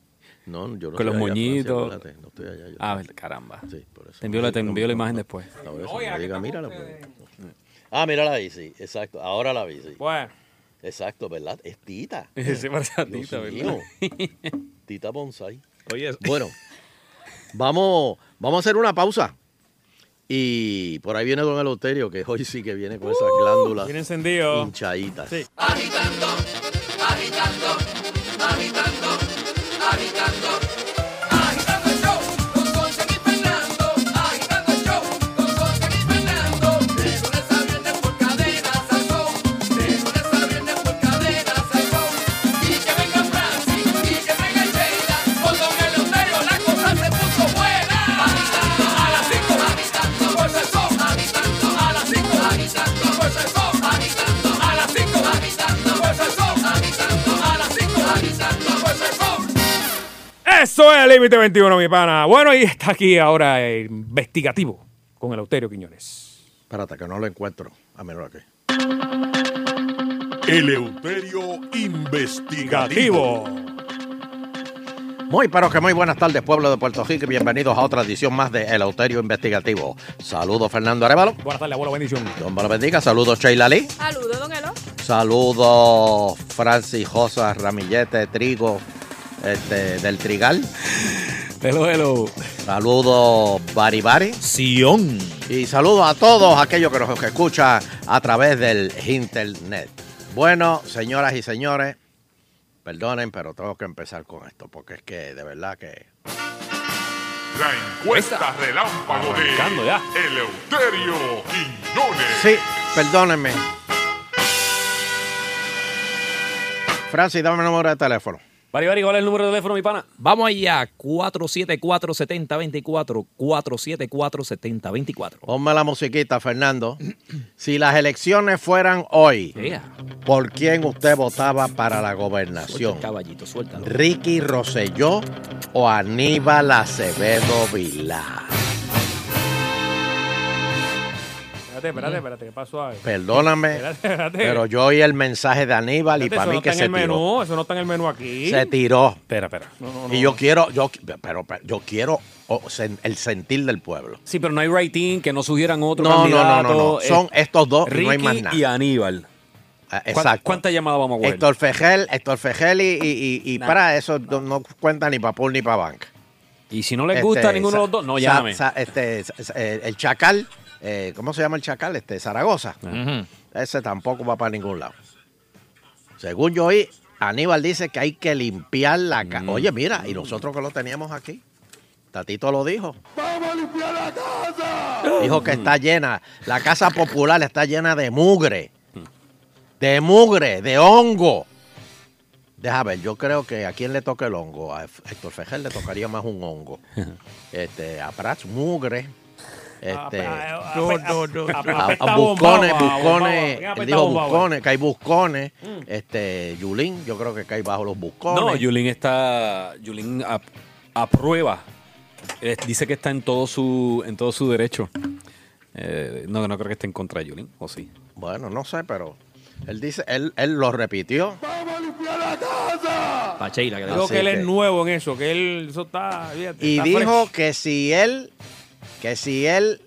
S3: No, yo no
S6: Con los
S3: allá, Francia,
S6: moñitos.
S3: acuérdate, No estoy allá. yo-
S6: A ver, caramba.
S3: Sí, por eso.
S6: Te envío la, te
S3: No,
S6: envío la
S3: no,
S6: imagen
S3: no.
S6: después.
S3: No, por eso, no me diga, mírala, pero- Ah, mírala ahí, sí. Exacto. Ahora la vi, sí.
S2: Bueno,
S3: Exacto, ¿verdad? Es Tita.
S6: Se parece a
S3: Dios
S6: Tita, ¿verdad?
S3: mío. Tita Bonsai.
S11: Oye,
S3: Bueno, vamos, vamos a hacer una pausa. Y por ahí viene Don Eloterio, que hoy sí que viene con esas glándulas
S2: bien encendido.
S3: hinchaditas.
S2: Sí. Eso es Límite 21, mi pana. Bueno, y está aquí ahora el investigativo con el Euterio Quiñones.
S3: Espérate, que no lo encuentro. A menos que.
S12: Eleuterio Investigativo.
S2: Investigativo.
S3: Muy, pero que muy buenas tardes, pueblo de Puerto Rico. y Bienvenidos a otra edición más de Eleuterio Investigativo. Saludos, Fernando Arevalo.
S2: Buenas tardes, abuelo, bendición.
S3: Dios me lo bendiga. Saludos, Sheila Lee.
S4: Saludos, don Elo.
S3: Saludos, Francis Josa, Ramillete, Trigo, este, del Trigal.
S2: Hello, hello.
S3: Saludos, Bari Bari.
S5: Sion.
S3: Y saludos a todos aquellos que nos escuchan a través del internet. Bueno, señoras y señores, perdonen, pero tengo que empezar con esto, porque es que de verdad que.
S13: La encuesta relámpago de
S6: Arrancando ya.
S13: Eleuterio Quiñones.
S3: Sí, perdónenme. Francis, dame el número de teléfono.
S6: Bari, Bari, ¿cuál es el número de teléfono, mi pana?
S5: Vamos allá, 474-7024, 474-7024.
S3: Ponme la musiquita, Fernando. Si las elecciones fueran hoy,
S5: Yeah.
S3: ¿por quién usted votaba para la gobernación?
S5: Suelta el caballito, suéltalo.
S3: ¿Ricky Rosselló o Aníbal Acevedo Vilá?
S2: Espérate, espérate, espérate, que pasó a
S3: Perdóname,
S2: Espérate, espérate.
S3: pero yo oí el mensaje de Aníbal y
S2: Espérate, eso
S3: para mí
S2: no
S3: que
S2: está
S3: se
S2: en el
S3: tiró.
S2: menú, eso no está en el menú aquí.
S3: Se tiró.
S6: Espera, espera.
S3: Y yo quiero, yo, pero, pero yo quiero oh, sen- el sentir del pueblo.
S6: Sí, pero no hay rating, que no sugieran otro
S3: No, no, no,
S6: candidato.
S3: no, no.
S6: Eh,
S3: Son estos dos y no hay
S6: Ricky
S3: más nada.
S6: y Aníbal.
S3: Ah,
S6: ¿Cuán-
S3: Exacto.
S6: ¿Cuántas llamadas vamos a coger?
S3: Héctor Fejel, Héctor Fejel y, y, y- y
S6: Nah.
S3: para eso no, no cuenta ni para pool ni para banca.
S6: Y si no les gusta
S3: Este,
S6: ninguno de los
S3: Sa-
S6: dos, no
S3: Sa-
S6: llame.
S3: Sa- este, Sa- Sa- eh, el Chacal, eh, ¿cómo se llama el Chacal? Este, Zaragoza.
S5: Ujú.
S3: Ese tampoco va para ningún lado. Según yo oí, Aníbal dice que hay que limpiar la casa.
S6: Mm.
S3: Oye, mira, y nosotros que lo teníamos aquí. Tatito lo dijo. Dijo que
S2: Mm.
S3: está llena, la casa popular está llena de mugre. De mugre, de hongo. Deja ver, yo creo que a quién le toca el hongo. A Héctor Fejel le tocaría más un hongo. Este, a Prats, mugre.
S2: Ah,
S3: Este,
S2: eh, No, no, no.
S3: a, a buscones, buscones, él dijo buscones, que hay buscones,
S2: Mm.
S3: este, Yulín, yo creo que cae bajo los buscones.
S6: No, Yulín está. Yulín ap- aprueba. Eh, Dice que está en todo su, en todo su derecho. Eh, no, no creo que esté en contra de Yulín, o sí.
S3: Bueno, no sé, pero él dice, él, él lo repitió.
S5: Pa' Sheila, que le-
S2: Digo
S3: Así
S2: que él
S3: que-
S2: es nuevo en eso, que él eso está, fíjate,
S3: Y
S2: está
S3: dijo
S2: fresh.
S3: que si él, que si él,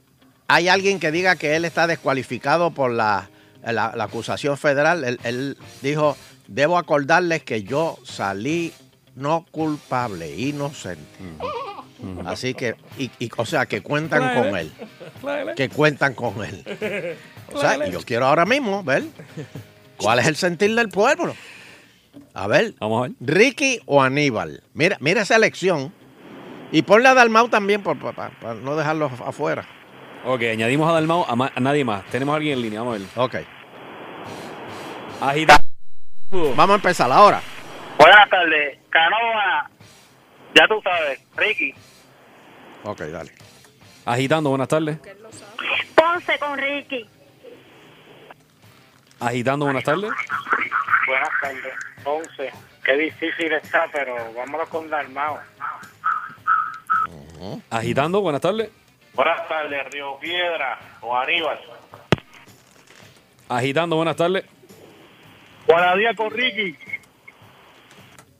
S3: hay alguien que diga que él está descualificado por la, la- la acusación federal, él, él dijo, debo acordarles que yo salí no culpable, inocente. Así que, y- y, o sea, que cuentan
S2: Claro.
S3: con él.
S2: Claro.
S3: que cuentan con él. O sea, yo quiero ahora mismo ver cuál es el sentir del pueblo. A ver,
S6: Vamos a ver.
S3: Ricky o Aníbal. Mira, mira esa elección. Y ponle a Dalmau también por- pa- pa- para no dejarlo afuera.
S6: Ok, añadimos a Dalmao, a, ma- a nadie más. Tenemos a alguien en línea, vamos a ver.
S3: Ok.
S6: Agita.
S3: Vamos a empezar ahora.
S7: Buenas tardes, Canoa. Ya tú sabes, Ricky.
S3: Ok, dale.
S6: Agitando, buenas tardes.
S9: Ponce con Ricky.
S6: Agitando, buenas tardes.
S7: Buenas tardes. Once. Qué difícil está, pero vámonos con Dalmao.
S6: Agitando, buenas tardes.
S7: Buenas tardes, Río Piedra o Aníbal.
S6: Agitando, buenas tardes.
S7: Guaradía con Ricky.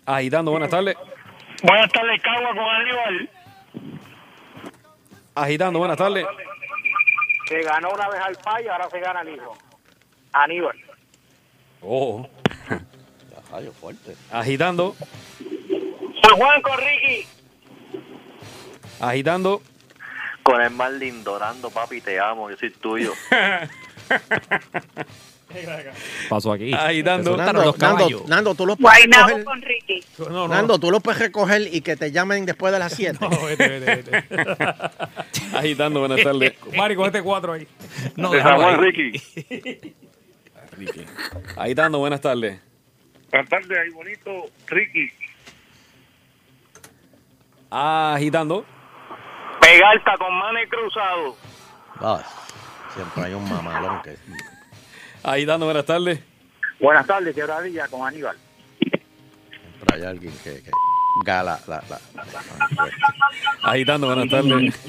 S6: Agitando, buenas tardes.
S7: Buenas tardes, Cagua con Aníbal.
S6: Agitando, buenas tardes.
S7: Se ganó una vez al país, ahora se gana Aníbal. Aníbal.
S6: Oh.
S3: Rayo fuerte.
S6: Agitando,
S7: San Juan con Ricky.
S6: agitando.
S14: Con el mal lindorando, papi, te amo, yo soy tuyo.
S5: Pasó aquí.
S6: Agitando.
S5: Soltaron los
S3: Nando,
S5: caballos.
S3: Nando, tú los puedes
S9: Guaynabo
S3: recoger.
S9: con Ricky.
S2: No, no, no.
S3: Nando, tú los puedes recoger y que te llamen después de las 7.
S2: No, vete, vete, vete.
S6: Agitando, buenas tardes.
S2: Mari, cogete cuatro ahí.
S5: No, déjalo ahí.
S14: Ricky.
S6: Agitando, buenas tardes.
S7: Buenas tardes, ahí bonito, Ricky.
S6: Agitando.
S7: Pegalta con Mane Cruzado.
S3: Ah, siempre hay un mamalón que.
S6: Agitando, buenas tardes.
S7: Buenas tardes, Quebradilla con Aníbal.
S3: Siempre hay alguien que. que gala. La, la-
S6: Agitando, buenas tardes.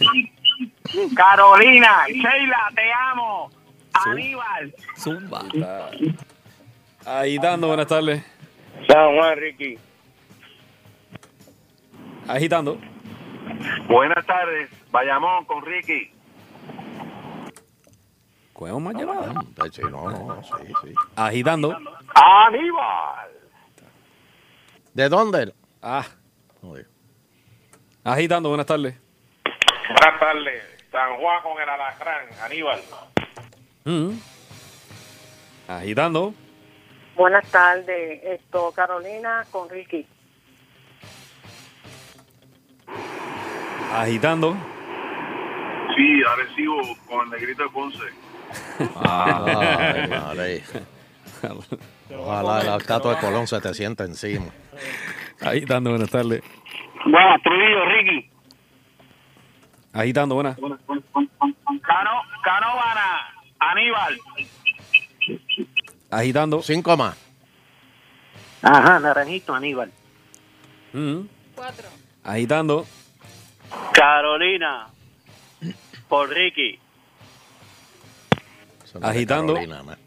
S7: Carolina, Sheila, te amo. Aníbal.
S5: Zumba.
S6: Agitando, buenas tardes.
S7: San Juan, Ricky.
S6: Agitando.
S7: Buenas tardes, Bayamón con Ricky.
S6: Cogemos más llamadas.
S3: Sí, no, no, sí, sí.
S6: Agitando.
S7: Aníbal.
S3: ¿De dónde?
S6: Ah,
S3: Joder.
S6: Agitando, buenas tardes.
S7: Buenas tardes. San Juan con el alacrán, Aníbal.
S3: Mm.
S6: Agitando.
S8: Buenas tardes, esto Carolina con Ricky.
S6: Agitando.
S13: Sí, agresivo con el negrito de Ponce.
S3: Ay, madre. Ojalá la estatua de Colón se te sienta encima.
S6: Agitando, buenas tardes.
S7: Bueno, Trujillo, Ricky.
S6: Agitando, buenas.
S7: Cano, Canovana, Aníbal.
S6: Agitando.
S3: Cinco más.
S8: Ajá, Naranjito Aníbal.
S4: Cuatro.
S6: Mm. Agitando.
S14: Carolina, por Ricky.
S6: Agitando.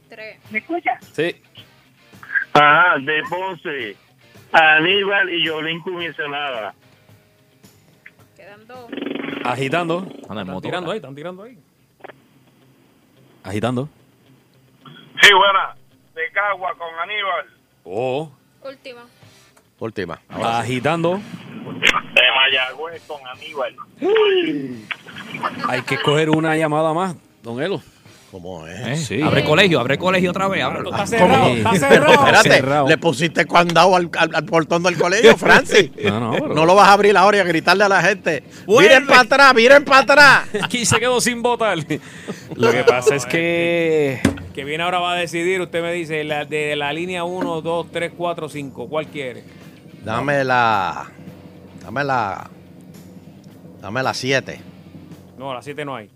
S4: Tres.
S9: ¿Me escuchas?
S6: Sí.
S15: Ah,
S16: Ajá, de Ponce, Aníbal y Yolín Cumisionada.
S6: Agitando.
S2: Están tirando ahí, están tirando ahí.
S6: Agitando.
S13: Sí, buena. De Cagua con Aníbal.
S6: Oh.
S4: Última.
S3: Última.
S6: Agitando.
S7: De Mayagüez con Aníbal.
S6: Hay que escoger una llamada más, don Elo.
S3: ¿Cómo es?
S6: Eh, sí.
S5: Abre colegio, abre colegio otra vez. ábrelo.
S3: Ah, ¿cómo? Pero espérate, le pusiste cuandao al, al- al portón del colegio, Francis.
S6: No, no, pero-
S3: lo vas a abrir ahora y a gritarle a la gente.
S6: Vuelve.
S3: Miren para atrás, miren para atrás.
S6: Aquí se quedó sin votar. Lo que pasa es
S5: Eh,
S6: que.
S2: Que viene ahora va a decidir, usted me dice, la, de la línea 1, 2, 3, 4, 5, ¿cuál quiere?
S3: Dame la. Dame la. Dame la 7.
S2: No, la 7 no hay.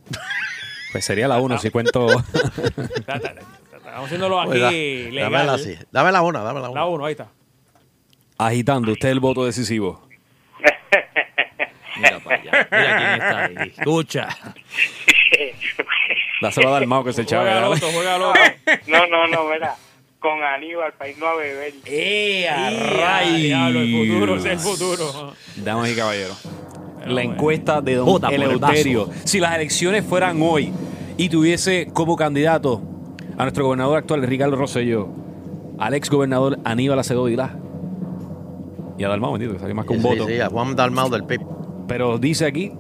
S6: Pues sería la 1 si cuento.
S2: Ta- ta- ta- ta- Estamos haciéndolo aquí legal.
S3: Pues
S2: ¿eh?
S3: dame la 7. Dame la 1, dame la 1.
S2: La 1, ahí está.
S6: Agitando, usted es el voto decisivo. Mira para allá.
S5: Mira quién está ahí. Escucha.
S6: Dáselo a Dalmao que se echaba.
S2: Juega
S6: dale.
S2: loto, juega loto.
S7: No, no, no, mira. Con Aníbal, país no a beber.
S6: ¡Eh,
S2: ¡Ay! Diablo, el futuro es el futuro.
S6: Damas y caballeros, la encuesta de Don
S5: Vota por el
S6: Eleuterio. Si las elecciones fueran hoy y tuviese como candidato a nuestro gobernador actual, Ricardo Rosselló, al ex gobernador Aníbal Acevedo Vilá y a Dalmau, bendito, que salió más que un
S3: Sí,
S6: voto.
S3: sí, a Juan Dalmau del PIB.
S6: Pero dice aquí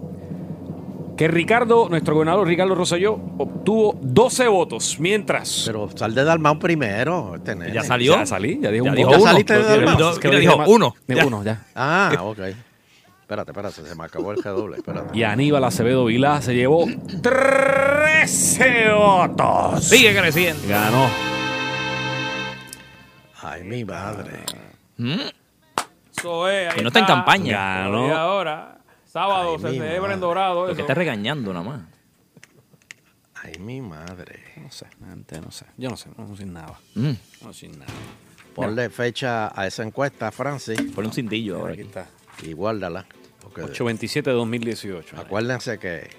S6: que Ricardo, nuestro gobernador Ricardo Rosselló, obtuvo 12 votos, mientras...
S3: Pero sal de Dalmau primero. este nene.
S5: Ya salió.
S6: Ya salí, ya dijo
S5: Ya
S6: un
S5: dijo
S6: voto.
S3: uno.
S6: Ya
S3: saliste de
S6: lo-
S3: Dalmau.
S6: lo- es que lo
S5: Mira,
S6: dije
S5: dijo
S6: más-
S5: uno.
S6: de
S5: Ya.
S6: uno, ya.
S3: Ah, ok. Espérate, espérate, se me acabó el G-doble. Espérate.
S6: Y Aníbal Acevedo Vilá se llevó 13 votos.
S5: Sigue creciendo.
S6: Ganó.
S3: Ay, mi madre.
S2: Eso es, ahí
S5: Mm, Que no está en campaña.
S2: Y
S6: Ganó.
S2: ahora, sábado,
S3: Ay,
S2: se
S3: mi
S2: celebra en
S3: madre.
S2: dorado.
S5: Lo que
S2: eso.
S5: está regañando nada más.
S3: Ay, mi madre.
S6: No sé, gente, no sé. Yo no sé, no sé nada.
S5: Mm,
S6: No sé nada.
S3: Ponle fecha a esa encuesta, Francis,
S5: Ponle un cintillo ahora.
S6: Aquí está.
S3: y guárdala. porque
S6: 827 de 2018.
S3: Acuérdense que.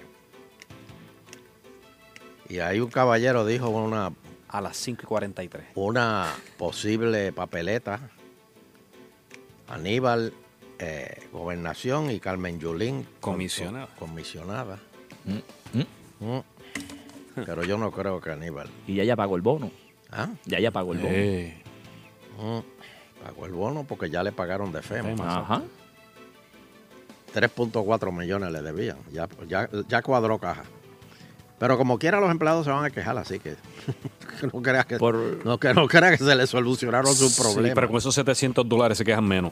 S3: Y ahí un caballero dijo una,
S6: A las 5 y 43.
S3: una posible papeleta. Aníbal, eh, gobernación y Carmen Yulín.
S6: Comisionada.
S3: con- Comisionada.
S5: Mm, mm.
S3: Mm. Pero yo no creo que Aníbal.
S5: Y ya ya pagó el bono.
S3: ¿Ah?
S5: Ya ya pagó el bono.
S6: Eh,
S3: Mm. Pagó el bono porque ya le pagaron de FEMA.
S5: Ajá.
S3: 3.4 millones le debían. Ya, ya, ya cuadró caja. Pero como quiera los empleados se van a quejar, así que no creas que,
S6: Por-
S3: no, que, no creas que se les solucionaron sus
S6: Sí,
S3: problemas.
S6: pero con esos 700 dólares se quejan menos.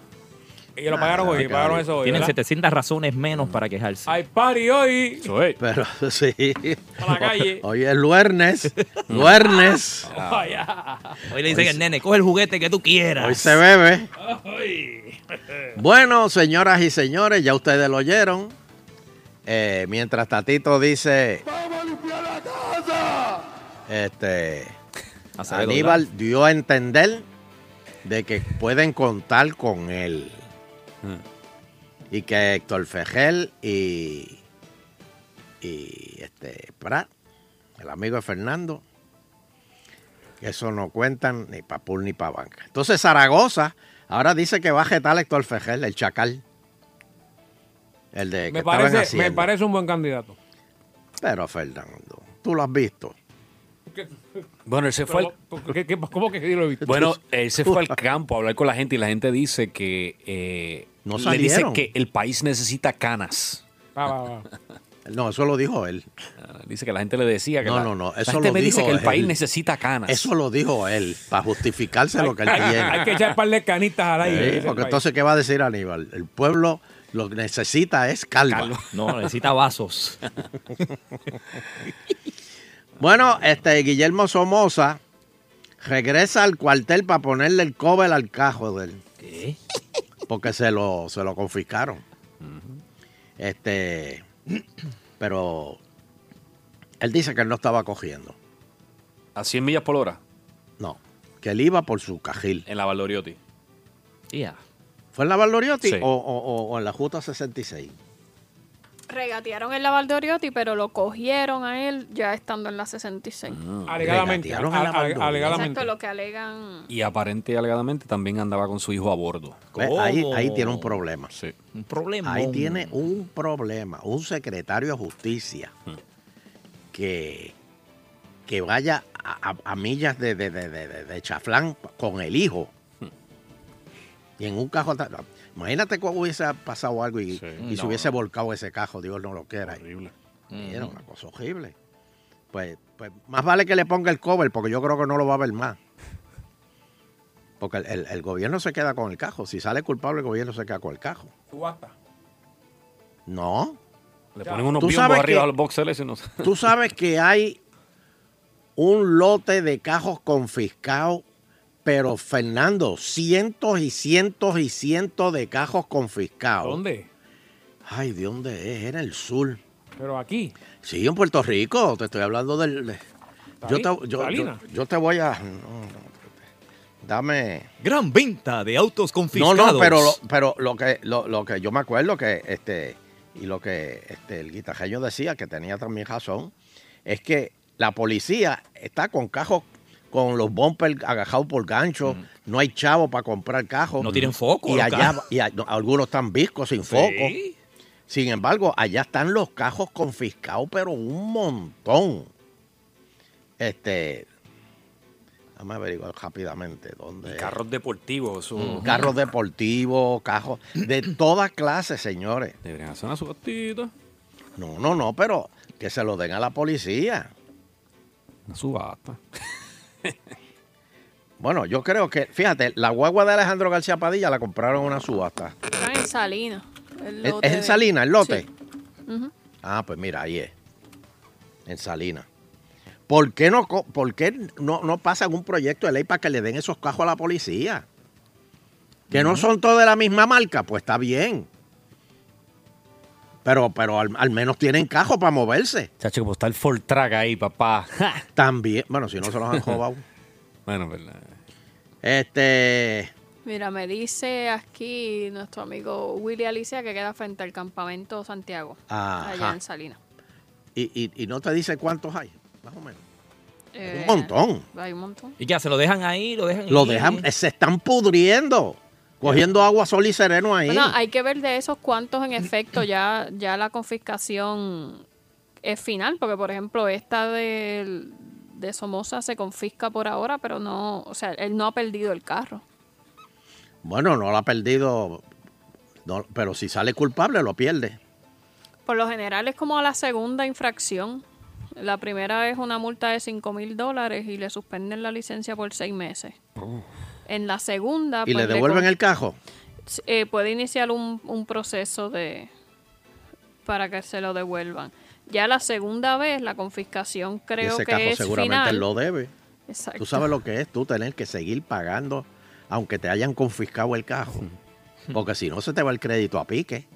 S2: Ellos lo pagaron hoy,
S3: Ah,
S2: pagaron
S3: cabrón.
S2: eso hoy.
S5: Tienen
S2: ¿verdad?
S5: 700 razones menos para quejarse.
S2: Hay party hoy.
S6: Eso es.
S3: pero, sí.
S2: A la calle.
S3: Hoy es luernes. luernes.
S2: Vaya.
S5: Hoy le dicen al nene, coge el juguete que tú quieras.
S3: Ah. Hoy se bebe. Bueno, señoras y señores, ya ustedes lo oyeron. Eh, mientras Tatito dice. Este.
S5: Acevedo,
S3: Aníbal dio a entender de que pueden contar con él. Y que Héctor Fejel y, y este Prat, el amigo de Fernando, que eso no cuentan ni para pool ni para banca. Entonces Zaragoza ahora dice que va a jetar a Héctor Fejel, el chacal. El de que
S2: Me
S3: estaban
S2: parece, me
S3: haciendo.
S2: parece un buen candidato.
S3: Pero Fernando, tú lo has visto.
S6: Bueno, él se fue al-
S2: Pero, ¿qué- qué- ¿Cómo que lo he visto?
S6: Bueno, él se fue al campo a hablar con la gente y la gente dice que eh,
S3: No
S6: le dice
S3: salieron.
S6: que el país necesita canas.
S2: Ah,
S3: Este
S6: Ah,
S3: No, eso lo dijo él.
S6: Dice que la gente le decía que
S3: No,
S6: la-
S3: no, no.
S6: la
S3: Eso
S6: gente
S3: lo
S6: me dice
S3: dijo
S6: que el
S3: él.
S6: país necesita canas.
S3: Eso lo dijo él, para justificarse lo que él tiene.
S2: Hay que echar un par de canitas al
S3: Sí,
S2: aire.
S3: porque entonces, ¿qué va a decir Aníbal? El pueblo lo que necesita es calma.
S5: No, necesita vasos.
S3: Bueno, este Guillermo Somoza regresa al cuartel para ponerle el cover al cajo de él.
S5: ¿Qué?
S3: Porque se lo, se lo confiscaron. Este, pero él dice que él no estaba cogiendo,
S6: A 100 millas por hora
S3: que él iba por su cajil.
S6: en la Valoriotti.
S3: ¿Fue en la Valoriotti
S6: Sí.
S3: o, o- o- o en la Juta 66?
S4: Regatearon el Laval de Oriotti, pero lo cogieron a él ya estando en la 66.
S2: Ah, Alegadamente.
S6: Regatearon a
S2: a-
S6: la
S2: a-
S6: Valdoria.
S2: Alegadamente.
S4: Exacto, lo que alegan.
S6: Y aparente y alegadamente también andaba con su hijo a bordo.
S3: Ve, Ahí, ahí tiene un problema.
S6: Sí.
S5: Un problema.
S3: Ahí tiene un problema. Un secretario de justicia
S6: Hmm.
S3: que, que vaya a, a- a millas de, de- de- de- de- de chaflán con el hijo.
S6: Hmm.
S3: Y en un cajón. ta- Imagínate cómo hubiese pasado algo y, y se
S6: No,
S3: hubiese volcado ese cajo. Dios no lo quiera.
S6: Horrible. Hmm.
S3: Era una cosa horrible. Pues, pues más vale que le ponga el cover porque yo creo que no lo va a ver más. Porque el, el- el gobierno se queda con el cajo. Si sale culpable, el gobierno se queda con el cajo.
S2: Guata.
S3: No.
S6: Le ponen unos
S3: Tú
S6: biombos
S3: sabes
S6: arriba
S3: que-
S6: al boxer ese. No... sé.
S3: Tú sabes que hay un lote de cajos confiscados, pero Fernando, cientos y cientos y cientos de cajos confiscados.
S2: ¿Dónde?
S3: Ay, ¿de dónde es? Era el sur.
S2: Pero aquí.
S3: Sí, en Puerto Rico. Te estoy hablando del. de- Yo
S2: Sali-
S3: te, yo, yo,
S2: Salinas.
S3: yo te voy a. no, no, dame.
S5: Gran venta Ah, de autos
S3: No,
S5: confiscados.
S3: no, pero, lo- pero lo, que, lo, lo que yo me acuerdo que este y lo que este, el guitarreño decía, que tenía también razón, es que la policía está con cajos, con los bumpers agajados por gancho, no hay chavo para comprar cajos.
S5: No tienen foco
S3: Y
S5: los
S3: allá,
S5: cajos.
S3: y a- no, algunos están viscos sin foco. Sin embargo, allá están los cajos confiscados, pero un montón. Este. Déjame averiguar rápidamente dónde. es.
S6: Carros deportivos. eso-
S3: Mm, Carros deportivos, cajos de todas clases, señores.
S6: Deberían hacer una subastita.
S3: No, no, no, pero que se lo den a la policía.
S6: Una subasta.
S3: Bueno, yo creo que, fíjate, la guagua de Alejandro García Padilla la compraron en una subasta.
S4: Están en Salinas. el
S3: ¿Es,
S4: lote
S3: es
S4: de-
S3: en Salinas, el lote?
S4: Ujú.
S3: Ah, pues mira, ahí es. En Salinas. ¿Por qué, no, co- por qué no, no pasan un proyecto de ley para que le den esos cajos a la policía? Que no son todos de la misma marca, pues está bien. Pero, pero al, al menos tienen cajos para moverse.
S6: Chacho, como está el Fortrack ahí, papá. Ja.
S3: También, bueno, si no se los han robado.
S6: bueno, pues, verdad.
S3: Este,
S4: Mira, me dice aquí nuestro amigo Willy Alicia que queda frente al campamento Santiago, allá
S3: Ajá.
S4: en Salinas.
S3: y, y- y no te dice cuántos hay, más o menos.
S4: Eh,
S3: montón.
S4: Hay un montón.
S5: Y ya, se lo dejan ahí, lo dejan
S3: Lo
S5: ahí.
S3: dejan, eh, se están pudriendo, cogiendo agua, sol y sereno ahí.
S4: Bueno, hay que ver de esos cuántos en efecto ya, ya la confiscación es final, porque por ejemplo esta del- de Somoza se confisca por ahora, pero no, o sea, él no ha perdido el carro.
S3: Bueno, no lo ha perdido, no, pero si sale culpable lo pierde.
S4: Por lo general es como la segunda infracción. La primera es una multa de 5 mil dólares y le suspenden la licencia por seis meses. En la segunda...
S3: y
S4: Ah, pues,
S3: le devuelven
S4: con-
S3: el cajo.
S4: eh, puede iniciar un, un proceso de para que se lo devuelvan. Ya la segunda vez, la confiscación
S3: y
S4: creo
S3: ese
S4: que
S3: cajo
S4: es
S3: seguramente
S4: final.
S3: lo debe.
S4: Exacto.
S3: Tú sabes lo que es tú tener que seguir pagando, aunque te hayan confiscado el cajo. Porque si no, se te va el crédito a pique.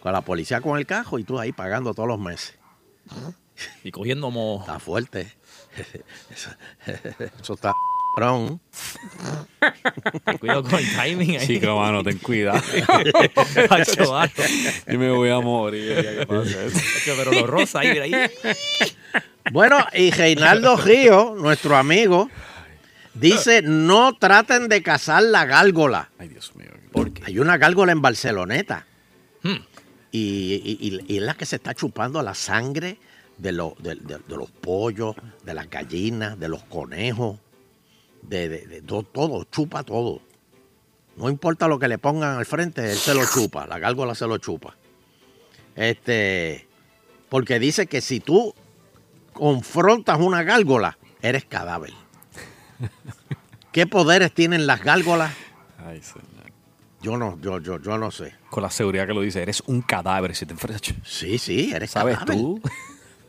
S3: Con la policía con el cajo y tú ahí pagando todos los meses.
S5: Y cogiendo mojo.
S3: Está fuerte. Eso, eso está cabrón.
S5: Cuidado con el timing ahí.
S6: Chico, mano, ten cuidado.
S5: Hacho, mano.
S6: Yo me voy a morir. el día que pase eso.
S5: Hacho, Pero lo rosa ahí, mira ahí.
S3: Bueno, y Reinaldo Río, nuestro amigo, dice: no traten de cazar la gárgola.
S6: Ay, Dios mío.
S3: Hay una gárgola en Barceloneta. Y, y- y- y es la que se está chupando la sangre de, lo- de- de- de los pollos, de las gallinas, de los conejos, de, de- de to- todo, chupa todo. No importa lo que le pongan al frente, él se lo chupa, la gárgola se lo chupa. Este, porque dice que si tú confrontas una gárgola, eres cadáver. ¿Qué poderes tienen las gárgolas?
S6: Ay, señor.
S3: Yo no, yo, yo, yo no sé.
S6: Con la seguridad que lo dice, eres un cadáver si te enfrentas.
S3: Sí, sí, eres
S6: ¿Sabes
S3: cadáver.
S6: tú?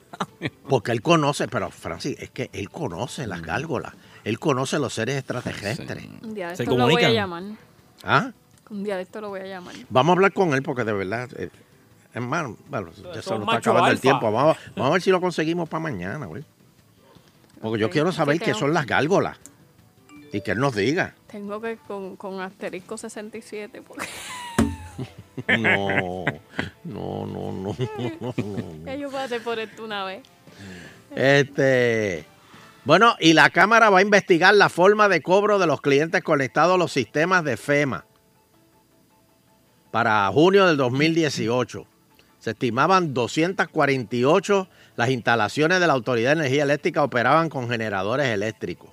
S3: Porque él conoce, pero Francis, es que él conoce
S6: Mm.
S3: las gárgolas. Él conoce los seres extraterrestres.
S4: Un día de esto lo voy a llamar.
S3: ¿Ah?
S4: Un día de esto lo voy a llamar.
S3: Vamos a hablar con él porque de verdad, eh, hermano, bueno, ya se
S4: son
S3: nos está
S4: macho
S3: acabando el
S4: alfa.
S3: tiempo. Vamos, a- vamos a ver si lo conseguimos para mañana, güey. Porque yo
S4: Ok,
S3: quiero
S4: es que
S3: saber qué
S4: tengo-
S3: son las gárgolas. Y que él nos diga.
S4: Tengo que con, con asterisco 67 porque
S3: No, no, no, no, no, no.
S4: ya yo pasé por esto una vez.
S3: Este. Bueno, y la Cámara va a investigar la forma de cobro de los clientes conectados a los sistemas de FEMA para junio del 2018. Se estimaban 248 las instalaciones de la Autoridad de Energía Eléctrica operaban con generadores eléctricos.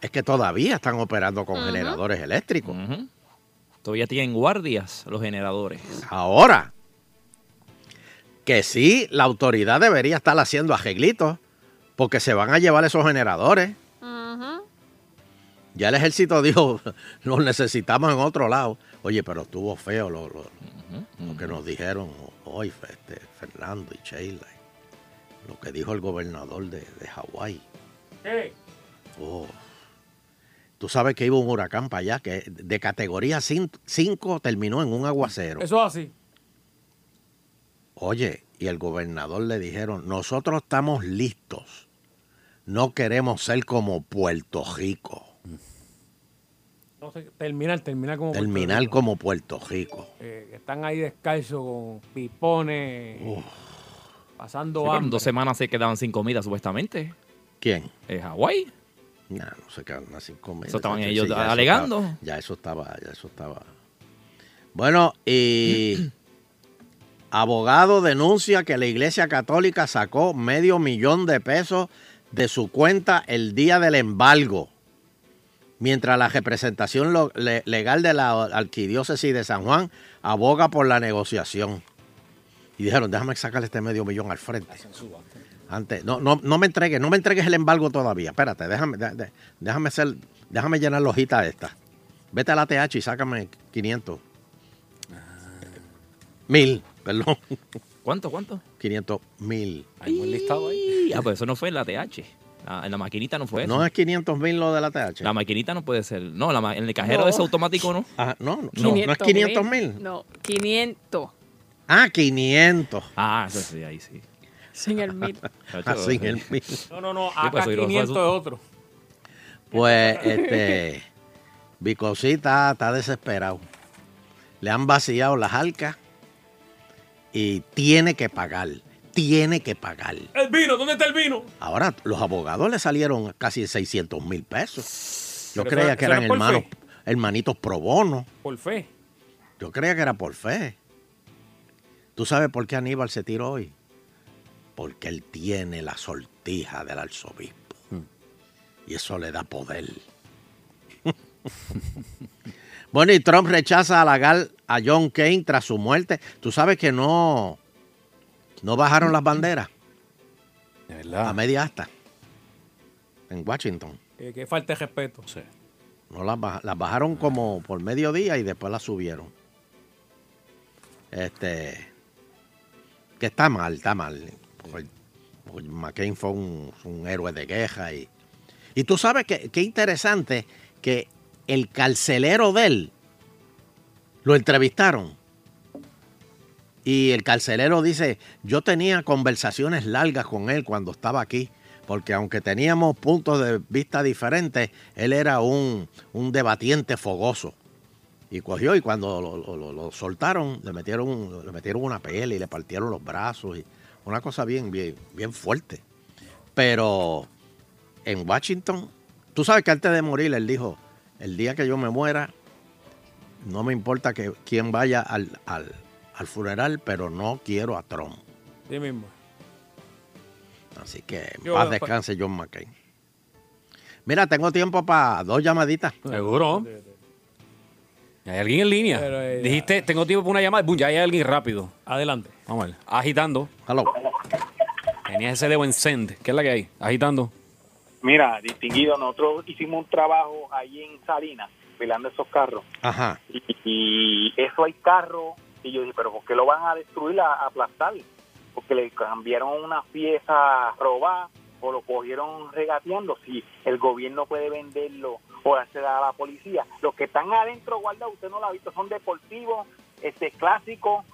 S3: Es que todavía están operando con generadores eléctricos.
S5: Todavía tienen guardias los generadores.
S3: Ahora, que sí, la autoridad debería estar haciendo arreglitos, porque se van a llevar esos generadores. Ya el ejército dijo, los necesitamos en otro lado. Oye, pero estuvo feo lo, lo- lo que nos dijeron hoy, este, Fernando y Sheila. Lo que dijo el gobernador de, de Hawái. Oh. Tú sabes que iba un huracán para allá que de categoría 5 terminó en un aguacero.
S2: Eso es así.
S3: Oye, y el gobernador le dijeron, nosotros estamos listos. No queremos ser como Puerto Rico.
S2: No sé, terminar, terminar como.
S3: Terminar como Puerto Rico.
S2: Eh, que están ahí descalzos con pipones. Pasando
S5: en
S2: hambre.
S5: dos semanas se quedaban sin comida, supuestamente.
S3: ¿Quién?
S5: Eh, Hawái.
S3: No, no se quedaron así comer.
S5: Eso estaban
S3: Sí,
S5: ellos
S3: ya eso
S5: alegando.
S3: estaba- ya eso estaba, ya eso estaba. Bueno, y abogado denuncia que la Iglesia Católica sacó medio millón de pesos de su cuenta el día del embargo, mientras la representación lo- le- legal de la arquidiócesis de San Juan aboga por la negociación. Y dijeron, déjame sacarle este medio millón al frente. Antes, no, no, no me entregues, no me entregues el embargo todavía. Espérate, déjame, de- de- déjame ser, déjame llenar la hojita esta. Vete a la TH y sácame 500. Mil, perdón.
S5: ¿Cuánto, cuánto?
S3: 500 mil.
S5: Hay un listado ahí. Ah, pues eso no fue en la TH. La, en la maquinita no fue eso.
S3: No es 500 mil lo de la TH.
S5: La maquinita no puede ser. No, la ma- en el cajero
S4: No.
S5: es automático, ¿no?
S3: Ah, no, no,
S5: no es
S3: 500 mil.
S4: No, 500
S3: Ah, 500.
S5: Ah, eso sí, ahí sí.
S4: sin el mil.
S3: Ah, sin el mil.
S2: No, no, no.
S5: Sí, pues,
S2: Acá
S5: soy
S2: 500 es
S5: grosso.
S2: otro.
S3: Pues, este, Vicosita está desesperado. Le han vaciado las arcas y tiene que pagar. Tiene que pagar.
S2: El vino, ¿dónde está el vino?
S3: Ahora, los abogados le salieron casi 600 mil pesos. Yo
S2: Pero
S3: creía
S2: eso-
S3: que
S2: eso no
S3: eran
S2: es por
S3: hermanos,
S2: fe.
S3: hermanitos pro bono.
S2: Por fe.
S3: Yo creía que era por fe. ¿Tú sabes por qué Aníbal se tiró hoy? Porque él tiene la sortija del arzobispo. Y eso le da poder. bueno, y Trump rechaza halagar a John Kane tras su muerte. ¿Tú sabes que no, no bajaron las banderas? A media asta. En Washington.
S2: Eh, que falta de respeto.
S3: No las, baja- las bajaron como por mediodía y después las subieron. Este. Que está mal, está mal. Porque- porque McCain fue un, un héroe de guerra. Y, y tú sabes que, qué interesante que el carcelero de él lo entrevistaron. Y el carcelero dice, yo tenía conversaciones largas con él cuando estaba aquí, porque aunque teníamos puntos de vista diferentes, él era un, un debatiente fogoso. Y cogió y cuando lo, lo- lo- lo soltaron, le metieron, un- le metieron una pelea y le partieron los brazos. Y una cosa bien, bien, bien fuerte. Pero en Washington, tú sabes que antes de morir, él dijo, el día que yo me muera, no me importa que quién vaya al, al- al funeral, pero no quiero a Trump.
S2: Sí mismo.
S3: Así que en
S2: Yo
S3: paz
S2: voy a-
S3: descanse John McCain. Mira, tengo tiempo para dos llamaditas.
S2: Seguro.
S6: Hay alguien en línea.
S2: Pero, eh,
S6: Dijiste, tengo tiempo para una llamada. Boom, ya hay alguien rápido.
S2: Adelante.
S6: Vamos a ver. Agitando.
S3: Hello.
S6: Tenías ese dedo en send. ¿Qué es la que hay? Agitando.
S10: Mira, distinguido, nosotros hicimos un trabajo ahí en Salinas, pelando esos carros.
S3: Ajá.
S10: Y eso hay carros. Y yo dije, pero ¿por qué lo van a destruir, a, a aplastar? Porque le cambiaron una pieza robada o lo cogieron regateando. Si el gobierno puede venderlo o hacer a la policía. Los que están adentro guardados, usted no lo ha visto, son deportivos, este clásicos,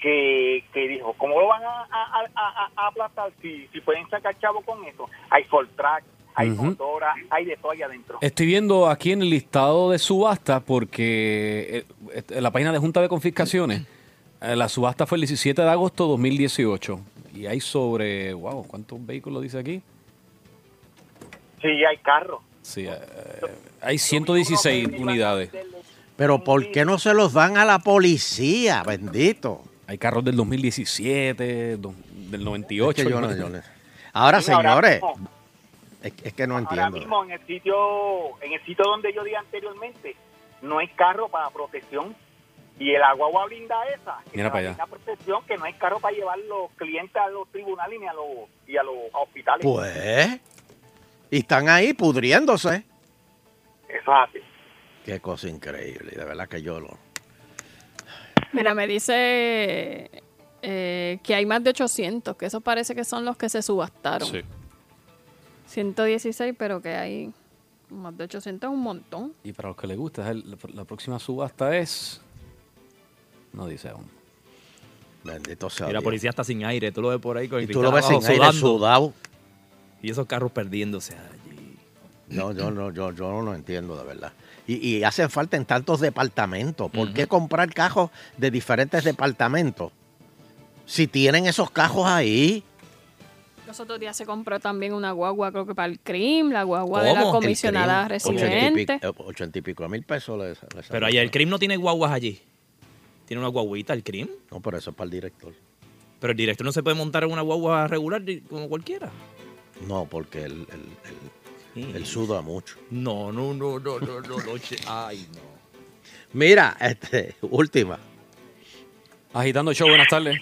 S10: que, que dijo, ¿cómo lo van a, a- a- a- a aplastar si, si pueden sacar chavo con eso? Hay full track, hay
S6: Ujú.
S10: motora, hay de todo allá adentro.
S6: Estoy viendo aquí en el listado de subasta porque eh, en la página de Junta de Confiscaciones, eh, la subasta fue el 17 de agosto de 2018. Y hay sobre, wow, ¿cuántos vehículos dice aquí?
S10: Sí, hay carros.
S6: Sí, eh, hay 116 unidades.
S3: Pero ¿por qué no se los dan a la policía? Bendito.
S6: Hay carros del 2017, do- del 98.
S3: Es que yo no- yo no- Ahora,
S10: Sí, ahora
S3: señores,
S10: mismo.
S3: es, es que no
S10: Ahora
S3: entiendo.
S10: mismo en el sitio, en el sitio donde yo di anteriormente, no hay carro para protección y el agua blinda esa, que
S6: Mira
S3: Ah,
S10: la
S6: para allá.
S10: blinda protección que no hay carro para llevar los clientes a los tribunales ni a los y a los hospitales.
S3: Pues, y están ahí pudriéndose.
S10: Eso hace.
S3: Qué cosa increíble, de verdad que yo lo...
S4: Mira, me dice eh, que hay más de 800, que esos parece que son los que se subastaron. 116, pero que hay más de 800, un montón.
S6: Y para los que les gusta, el- la- la próxima subasta es... No dice aún.
S3: Bendito sea
S5: Y la
S3: Dios.
S5: policía está sin aire, tú lo ves por ahí con el
S3: Y tú
S5: cristal
S3: lo ves
S5: abajo
S3: sin aire
S5: sudando.
S3: sudado.
S5: Y esos carros perdiéndose.
S3: No, yo no, yo, yo no lo entiendo, de verdad. Y, y hacen falta en tantos departamentos. ¿Por qué comprar cajos de diferentes departamentos? Si tienen esos cajos ahí.
S4: Los otros días se compró también una guagua, creo que para el CRIM, la guagua de la
S3: ¿Cómo? El
S4: comisionada
S3: crimen, ochenta y
S4: residente.
S3: pico- eh, Ochenta y pico mil pesos. le- le
S5: Pero
S3: salió.
S5: allá el crimen no tiene guaguas allí. Tiene una guaguita el crimen.
S3: No, pero eso es para el director.
S5: Pero el director no se puede montar en una guagua regular de- como cualquiera.
S3: No, porque él, él- él- él suda mucho.
S5: No, no, no, no, no, no, no, che- Ay, no.
S3: Mira, este, última.
S6: Agitando el show, buenas tardes.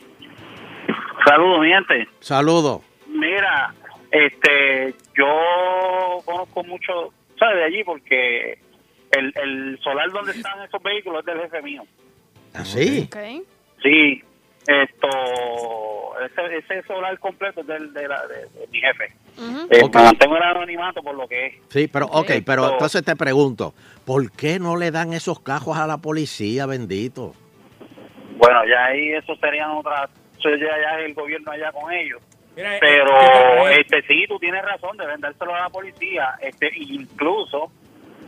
S1: Saludos, mi gente.
S3: Saludos.
S1: Mira, este, yo conozco mucho, ¿sabes? De allí porque el, el solar donde están esos vehículos es del jefe mío.
S3: ¿Así?
S1: Sí, esto, ese, ese solar completo es del, de, la- de- de mi jefe. Eh,
S3: Ok.
S1: Me mantengo el anonimato por lo que es.
S3: Sí, pero ok, pero
S1: Esto-
S3: entonces te pregunto, ¿por qué no le dan esos cajos a la policía, bendito?
S1: Bueno, ya ahí eso serían otras, eso ya, ya es el gobierno allá con ellos.
S2: Mira, eh,
S1: Pero
S2: eh,
S1: este sí, tú tienes razón, deben dárselo a la policía. Este incluso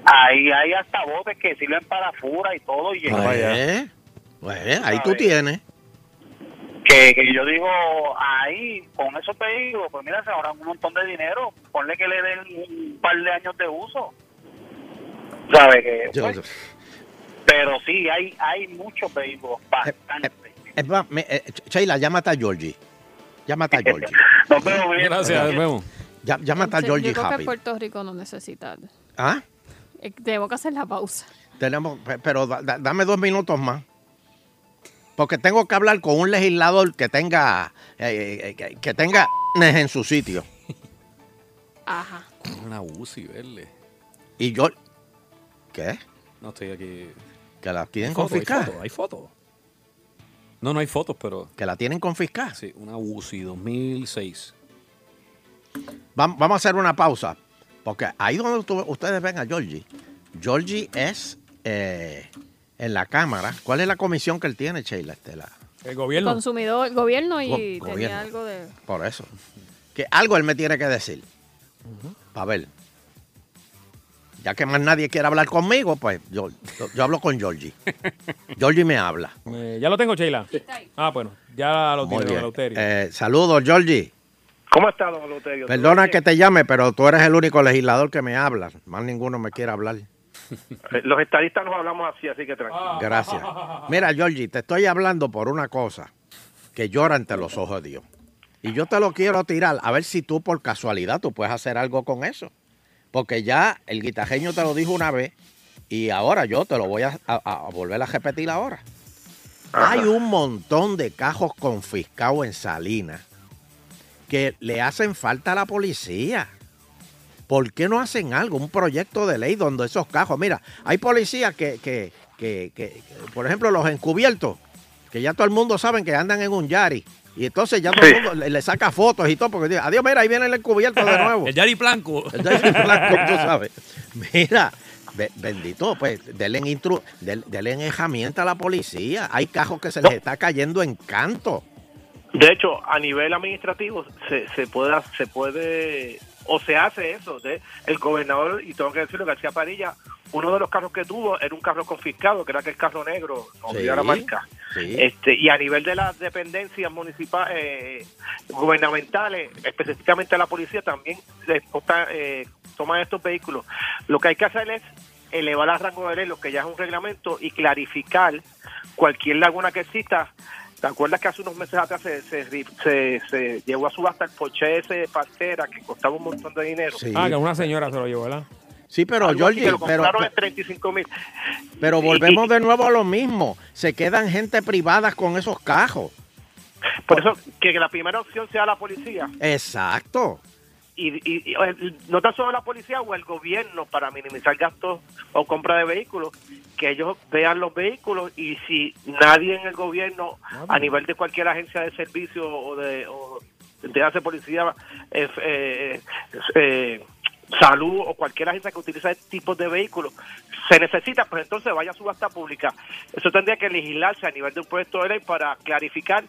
S1: ahí hay hasta botes que sirven para fura y todo y
S3: Pues, pues, ahí tú tienes.
S1: que, que yo digo ahí con esos pedidos, pues mira, se ahorran un montón de dinero, ponle que le den un par de años de uso. ¿Sabe que,
S3: Yo-
S1: pues, pero sí hay hay muchos vehículos bastante.
S3: Es más, me- eh, Ch- Sheila, llámate a Georgie. Llámate a Georgie.
S1: Nos vemos, bien.
S6: Gracias, nos vemos.
S3: Ya, llámate a
S4: Sí,
S3: Georgie
S4: yo creo que
S3: Happy.
S4: Puerto Rico no necesita.
S3: ¿Ah?
S4: Eh, Tengo que hacer la pausa.
S3: Tenemos, pe- pero da- da- dame dos minutos más. Porque tengo que hablar con un legislador que tenga eh, eh, que- que tenga en su sitio.
S4: Ajá.
S6: Una UCI, verle.
S3: Y yo ¿Qué?
S6: No estoy aquí.
S3: Que la quieren
S6: Hay foto, hay
S3: confiscar.
S6: foto, Hay fotos. No, no hay fotos, pero.
S3: Que la tienen confiscada.
S6: Sí, una UCI 2006.
S3: Vam- Vamos a hacer una pausa. Porque ahí donde tú- ustedes ven a Georgie. Georgie es eh, en la Cámara. ¿Cuál es la comisión que él tiene, Sheila Estela?
S2: El gobierno.
S4: Consumidor, gobierno y
S3: Go-
S4: tenía
S3: gobierno.
S4: algo de.
S3: Por eso. Que algo él me tiene que decir. A ver. Ya que más nadie quiere hablar conmigo, pues yo, yo, yo hablo con Georgie. Georgie me habla.
S2: eh, ya lo tengo, Sheila. Ah, bueno, ya lo
S3: Muy
S2: tiene,
S3: bien.
S2: don Eleuterio.
S3: Eh, saludos, Georgie.
S2: ¿Cómo está, don Eleuterio?
S3: Perdona que te llame, pero tú eres el único legislador que me habla. Más ninguno me quiere hablar.
S17: Eh, Los estadistas nos hablamos así, así que tranquilo.
S3: Gracias. Mira, Georgie, te estoy hablando por una cosa que llora ante los ojos de Dios. Y yo te lo quiero tirar a ver si tú por casualidad tú puedes hacer algo con eso. Porque ya el guitajeño te lo dijo una vez Y ahora yo te lo voy a, a- a volver a repetir ahora. Hay un montón de cajos confiscados en Salinas que le hacen falta a la policía. ¿Por qué no hacen algo? Un proyecto de ley donde esos cajos. Mira, hay policías que, que- que- que- que, por ejemplo, los encubiertos, que ya todo el mundo saben que andan en un Yari. Y entonces ya todo el mundo le, le saca fotos y todo, porque dice, adiós, mira, ahí viene el encubierto de nuevo.
S5: El Yari Blanco.
S3: El Yari Blanco, tú sabes. Mira, be- bendito, pues, denle, intru- del- denle herramienta a la policía. Hay cajos que se les está cayendo en canto.
S10: De hecho, a nivel administrativo se, se puede se puede o se hace eso. De, el gobernador y tengo que decirlo García Padilla, uno de los carros que tuvo era un carro confiscado, que era aquel carro negro, no olvidé la marca. Este, y a nivel de las dependencias municipales, eh, gubernamentales, específicamente la policía, también les posta- eh, toman estos vehículos. Lo que hay que hacer es elevar al rango de ley, lo que ya es un reglamento, y clarificar cualquier laguna que exista. ¿Te acuerdas que hace unos meses atrás se, se, ri- se- se llevó a subasta el Porsche ese de Pastera que costaba un montón de dinero?
S2: Ah, que una señora se lo llevó, ¿verdad?
S3: Sí, pero
S10: Algo así,
S3: Georgie,
S10: que lo
S3: pero,
S10: compraron este- en 35 mil.
S3: pero
S10: Y-
S3: volvemos
S10: y-
S3: de nuevo a lo mismo. Se quedan gente privada con esos cajos.
S10: Por eso, que la primera opción sea la policía.
S3: Exacto.
S10: y, y- y- el- no tan solo la policía o el gobierno para minimizar gastos o compra de vehículos, que ellos vean los vehículos y si nadie en el gobierno, a nivel de cualquier agencia de servicio o de o entidad de policía, eh, eh, eh, salud o cualquier agencia que utiliza este tipo de vehículos, se necesita, pues entonces vaya a subasta pública. Eso tendría que legislarse a nivel de un proyecto de ley para clarificar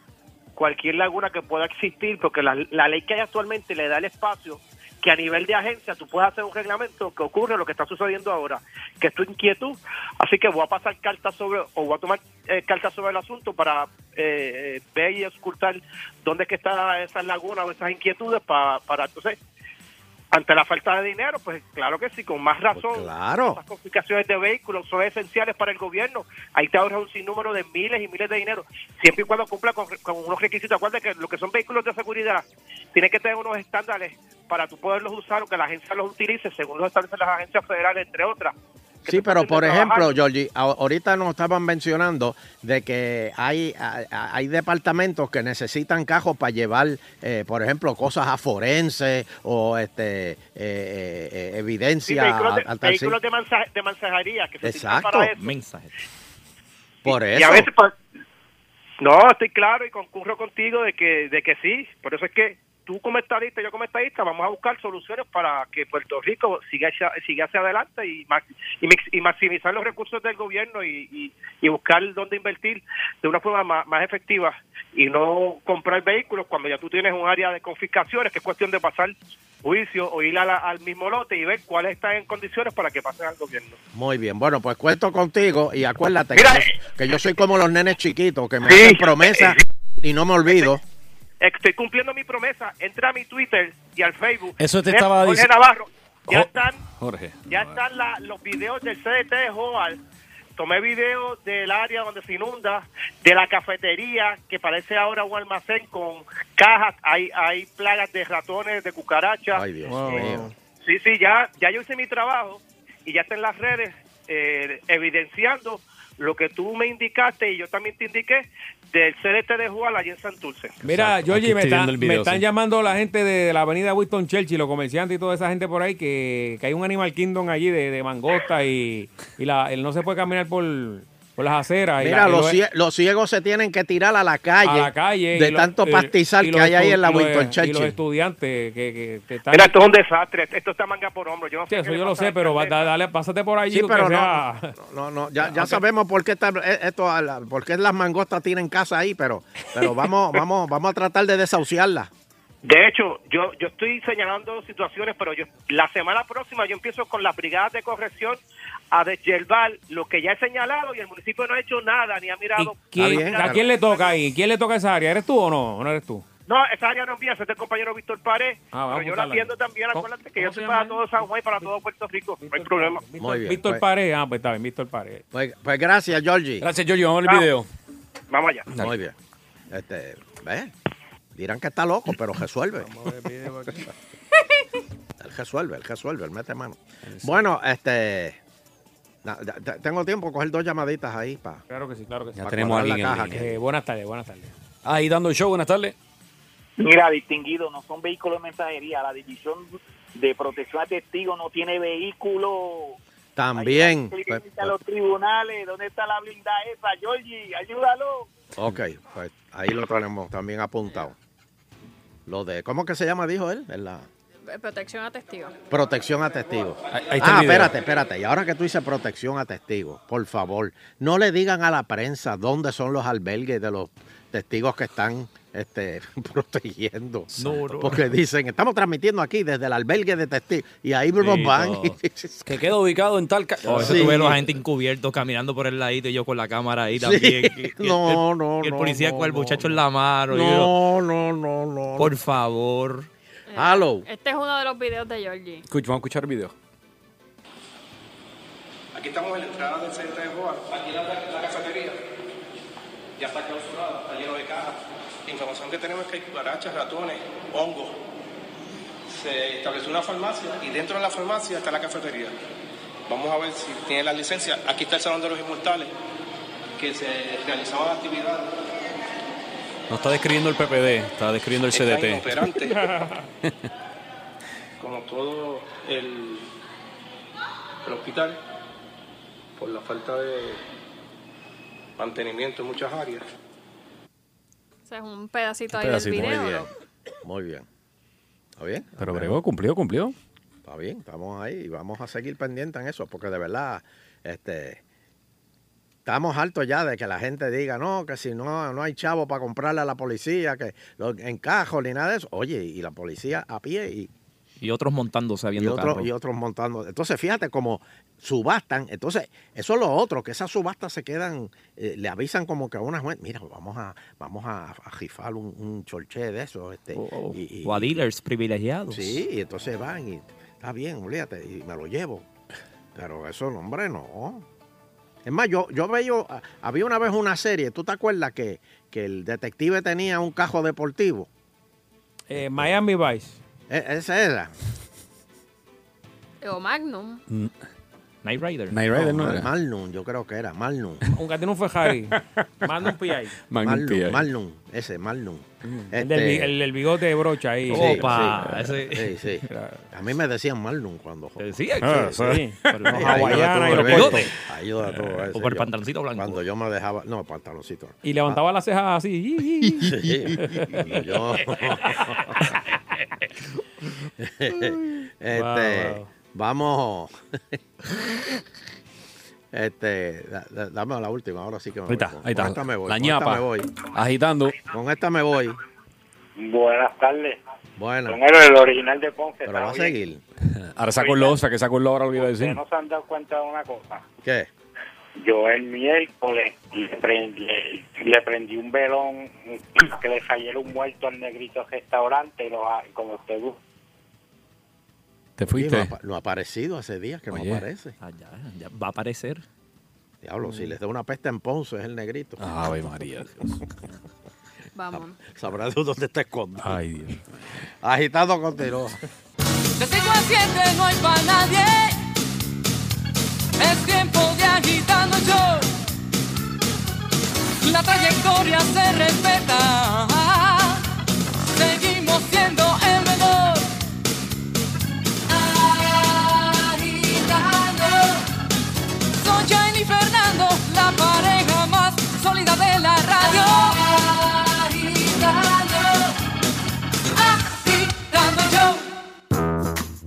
S10: cualquier laguna que pueda existir, porque la, la ley que hay actualmente le da el espacio que a nivel de agencia tú puedes hacer un reglamento que ocurre lo que está sucediendo ahora, que es tu inquietud, así que voy a pasar cartas sobre, o voy a tomar eh, cartas sobre el asunto para eh, eh, ver y escultar dónde es que está esas lagunas o esas inquietudes para, para entonces, ante la falta de dinero, pues claro que sí, con más razón,
S3: Pues claro.
S10: las confiscaciones de vehículos son esenciales para el gobierno, ahí te ahorras un sinnúmero de miles y miles de dinero, siempre y cuando cumpla con, con unos requisitos, acuérdate que lo que son vehículos de seguridad, tiene que tener unos estándares para tú poderlos usar o que la agencia los utilice según lo establecen las agencias federales, entre otras.
S3: Sí, pero por
S10: trabajar.
S3: ejemplo, Georgie, a- ahorita nos estaban mencionando de que hay, a- a- hay departamentos que necesitan cajos para llevar, eh, por ejemplo, cosas a forense o este eh, eh, eh,
S10: Sí,
S3: evidencia
S10: vehículos de,
S3: a- a tal
S10: vehículos de, mansa- de mensajería que se utilizan
S3: Exacto.
S10: para eso.
S3: Por eso.
S10: Y a veces, oh, pues, no, estoy claro y concurro contigo de que, de que sí. Por eso es que tú como estadista, yo como estadista, vamos a buscar soluciones para que Puerto Rico siga hacia, siga hacia adelante y, ma- y, mix- y maximizar los recursos del gobierno y, y- y buscar dónde invertir de una forma ma- más, efectiva y no comprar vehículos cuando ya tú tienes un área de confiscaciones que es cuestión de pasar juicio o ir a la- al mismo lote y ver cuáles están en condiciones para que pasen al gobierno.
S3: Muy bien, bueno, pues cuento contigo y acuérdate que, yo, que yo soy como los nenes chiquitos que me
S10: Sí. Eh,
S3: hacen promesas y no me olvido.
S10: Estoy cumpliendo mi promesa. Entra a mi Twitter y al Facebook.
S3: Eso te
S10: Net
S3: estaba
S10: Jorge
S3: dic- Oh.
S10: Navarro. Ya
S6: Jo-
S10: están,
S6: Jorge.
S10: ya están la- los videos del CDT de Joal. Tomé videos del área donde se inunda, de la cafetería, que parece ahora un almacén con cajas. Hay, hay plagas de ratones, de cucarachas.
S3: Ay, Dios
S10: Eh,
S3: mío.
S10: Sí, sí, ya, ya yo hice mi trabajo y ya está en las redes eh, evidenciando lo que tú me indicaste y yo también te indiqué del CDT de Juan allí en Santurce.
S2: Mira,
S6: Exacto,
S2: Georgie,
S6: aquí
S2: me,
S6: estoy
S2: está-
S6: viendo el
S2: me
S6: video,
S2: están
S6: sí.
S2: llamando la gente de la avenida Winston Churchill, los comerciantes y toda esa gente por ahí, que, que hay un Animal Kingdom allí de, de mangosta y, y la, el no se puede caminar por, por las aceras. y
S3: Mira,
S2: la- y
S3: los,
S2: los-
S3: cie- los ciegos se tienen que tirar a la calle,
S2: a la calle.
S3: de
S2: y los-
S3: tanto
S2: y-
S3: pastizal
S2: y
S3: que
S2: los
S3: hay ahí
S2: estu- e,
S3: en la
S2: y los-
S3: Winston
S2: Y los
S3: Churchill.
S2: estudiantes que, que, que están...
S10: Mira, esto es un desastre. Esto está manga por hombro. Yo no
S2: Sí,
S10: sé qué
S2: eso
S10: le
S2: yo lo
S10: pasa a
S2: sé,
S10: la
S2: pero va-
S10: gente.
S2: da- dale, pásate por allí.
S3: Sí,
S2: aunque
S3: pero no,
S2: sea-
S3: no, no, ya, ya
S2: Ok.
S3: sabemos por qué, está, eh, esto, a la- por qué las mangostas tienen casa ahí, pero, pero vamos, vamos, vamos a tratar de desahuciarlas.
S10: De hecho, yo, yo estoy señalando situaciones, pero yo la semana próxima yo empiezo con las brigadas de corrección a desyerbar lo que ya he señalado y el municipio no ha hecho nada ni ha mirado.
S2: ¿Quién-
S10: Está bien,
S2: ¿A quién le toca ahí? ¿Quién le toca esa área? ¿Eres tú o no? ¿O no eres tú?
S10: No, esa área no es mía, ese es el compañero Víctor Pared.
S2: Ah, vamos a
S10: pero yo la
S2: buscarla.
S10: atiendo también, acuérdate que yo soy para todo San Juan y para todo Puerto Rico. No hay problema.
S3: Muy bien,
S2: Víctor
S3: pues.
S2: Pared. Ah, pues está bien, Víctor Pared.
S3: Pues, pues gracias, Georgie.
S6: Gracias, Giorgio. Vamos al
S3: Ah.
S6: video.
S10: Vamos allá.
S3: Muy bien. Este, ¿ves? Dirán que está loco, pero resuelve. él resuelve, él resuelve, él mete mano. Bueno, este. Na- ya- ya- tengo tiempo de coger dos llamaditas ahí para.
S2: Claro que sí, claro que sí.
S3: Ya
S2: Para
S3: tenemos a
S2: cuadrar
S3: alguien
S2: la
S3: en
S2: caja.
S3: línea.
S2: Eh, buenas tardes, buenas tardes.
S6: Ahí dando el show, buenas tardes.
S18: Mira, distinguido, no son vehículos de mensajería. La división de protección a testigos no tiene vehículo.
S3: También.
S18: Cliente
S3: Pues-
S18: a
S3: pues-
S18: los tribunales. ¿Dónde está la blinda esa, Georgie? Ayúdalo.
S3: ok, pues ahí lo tenemos también apuntado. Lo de, ¿cómo que se llama? Dijo él, en la
S4: Eh, Protección a testigos.
S3: protección a testigos.
S6: ahí está
S3: ah,
S6: el video.
S3: espérate, espérate. Y ahora que tú dices protección a testigos, por favor, no le digan a la prensa dónde son los albergues de los testigos que están este, protegiendo.
S6: No, no.
S3: Porque dicen, estamos transmitiendo aquí desde el albergue de testigos. Y ahí nos
S5: Sí,
S3: van.
S5: no.
S6: Que queda ubicado en tal. ca-
S2: Oh,
S5: O Oh, eso
S3: Sí.
S5: tuve los agentes encubiertos caminando por el ladito y yo con la cámara ahí
S3: Sí.
S5: también.
S3: No,
S5: el,
S3: no,
S5: y el
S3: no,
S5: policía
S3: no,
S5: con el
S3: no,
S5: muchacho en la mano. y yo,
S3: No, no, no, no.
S5: por favor.
S3: Hello.
S4: Este es uno de los videos de Georgie.
S6: Escucha, vamos a escuchar el video.
S19: Aquí estamos en la entrada del centro de Boa. Aquí la, la cafetería. Ya está clausurada, está lleno de cajas. La información que tenemos es que hay cucarachas, ratones, hongos. Se estableció una farmacia y dentro de la farmacia está la cafetería. Vamos a ver si tienen la licencia. Aquí está el Salón de los Inmortales, que se realizaban actividades.
S6: No está describiendo el PPD, está describiendo el
S19: Está
S6: CDT.
S19: inoperante. como todo el, el hospital, por la falta de mantenimiento en muchas áreas.
S4: O sea, es un pedacito ahí
S3: Pedacito.
S4: del
S3: Muy
S4: video.
S3: bien.
S4: ¿no?
S3: Muy bien. ¿Está bien?
S6: Pero bregó, cumplió, cumplió.
S3: Está bien, estamos ahí y vamos a seguir pendientes en eso, porque de verdad, este, estamos hartos ya de que la gente diga, no, que si no, no hay chavo para comprarle a la policía, que lo encajo ni nada de eso. Oye, y la policía a pie y,
S5: Y otros montándose
S3: y,
S5: habiendo
S3: otros,
S5: carros.
S3: y otros montando. Entonces, fíjate como subastan. Entonces, eso es lo otro, que esas subastas se quedan, eh, le avisan como que a una juez, mira, vamos a, vamos a, a rifar un, un chorché de eso. Este, y- y-
S5: O a dealers privilegiados.
S3: Sí, y entonces van y está bien, olvídate, y me lo llevo. Pero eso, no, hombre, no. Es más, yo, yo veo, ah, había una vez una serie, ¿tú te acuerdas que, que el detective tenía un cajo deportivo? E,
S2: Eh, Miami Vice.
S3: esa era.
S4: O Magnum.
S5: Night Rider.
S6: Knight Rider no era.
S3: Malnum, yo creo que era, Malnum.
S2: Aunque tiene un Ferrari. Manda un PI.
S6: Magnum P.I..
S3: Malnum, Malnum, ese, Malnum.
S2: Mm. El, del, bi- el del bigote de brocha ahí.
S3: Este- Sí, sí, sí. A mí me decían Malnum cuando
S5: Sí,
S2: Ah,
S5: sí.
S2: sí.
S5: Por los
S3: Ay,
S2: hawaianos y los
S3: ayuda todo
S2: cortos. Eh,
S3: eso. Ayuda todo eso.
S5: O por el
S3: Yo-
S5: pantaloncito blanco.
S3: Cuando yo me dejaba, no, el pantaloncito. Ah,
S2: Y levantaba las cejas así.
S3: Sí. Yo- este,
S2: Wow, wow.
S3: vamos. este, da- da- dame la última, ahora sí que me
S6: Ahí
S3: voy.
S6: está,
S3: Con-
S6: ahí
S3: con
S6: está.
S3: esta me voy.
S6: La
S3: con esta
S6: ñapa.
S3: me voy.
S6: Agitando.
S3: Con esta me voy.
S13: Buenas tardes.
S3: Bueno.
S13: Con él, el original de Ponce.
S3: Pero va a
S13: está bien.
S3: seguir.
S6: Ahora sacó el losa, que sacó el ahora lo que iba a decir.
S13: Ustedes no se han dado cuenta de una cosa.
S3: ¿Qué?
S13: Yo el miércoles le prendí, le prendí un velón que le cayera un muerto al negrito restaurante y lo, como usted gusta.
S6: Te
S3: fuiste. No ha, pa- no ha aparecido hace días que
S5: Oye.
S3: no aparece.
S5: Ah, va a aparecer.
S3: Diablo, si les da una peste en Ponce es el negrito.
S6: Ave María.
S4: Vamos.
S3: Sabrá Dios dónde está escondido.
S6: Ay, Dios.
S3: Agitado continuo.
S12: Te sigo haciendo y no hay para nadie. Es tiempo de agitando yo. La trayectoria se respeta. Seguimos siendo el mejor. Agitando. Son Jenny y Fernando, la pareja más sólida de la radio. Agitando.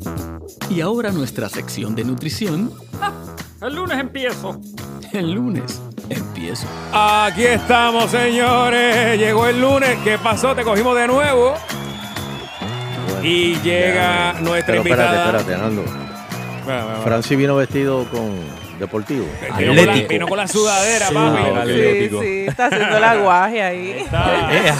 S12: Agitando yo.
S20: Y ahora nuestra sección de nutrición.
S2: El lunes empiezo.
S20: El lunes empiezo.
S2: Aquí estamos, señores. Llegó el lunes. ¿Qué pasó? Te cogimos de nuevo. y llega nuestra
S3: Pero espérate,
S2: invitada. Ah,
S3: espérate, Nando.
S2: Bueno, bueno, bueno.
S3: Franci vino vestido con deportivo.
S2: Vino con, la, vino con la sudadera,
S3: Sí,
S2: papi.
S3: ah, ok.
S21: Sí, está haciendo el aguaje ahí.
S6: Eh.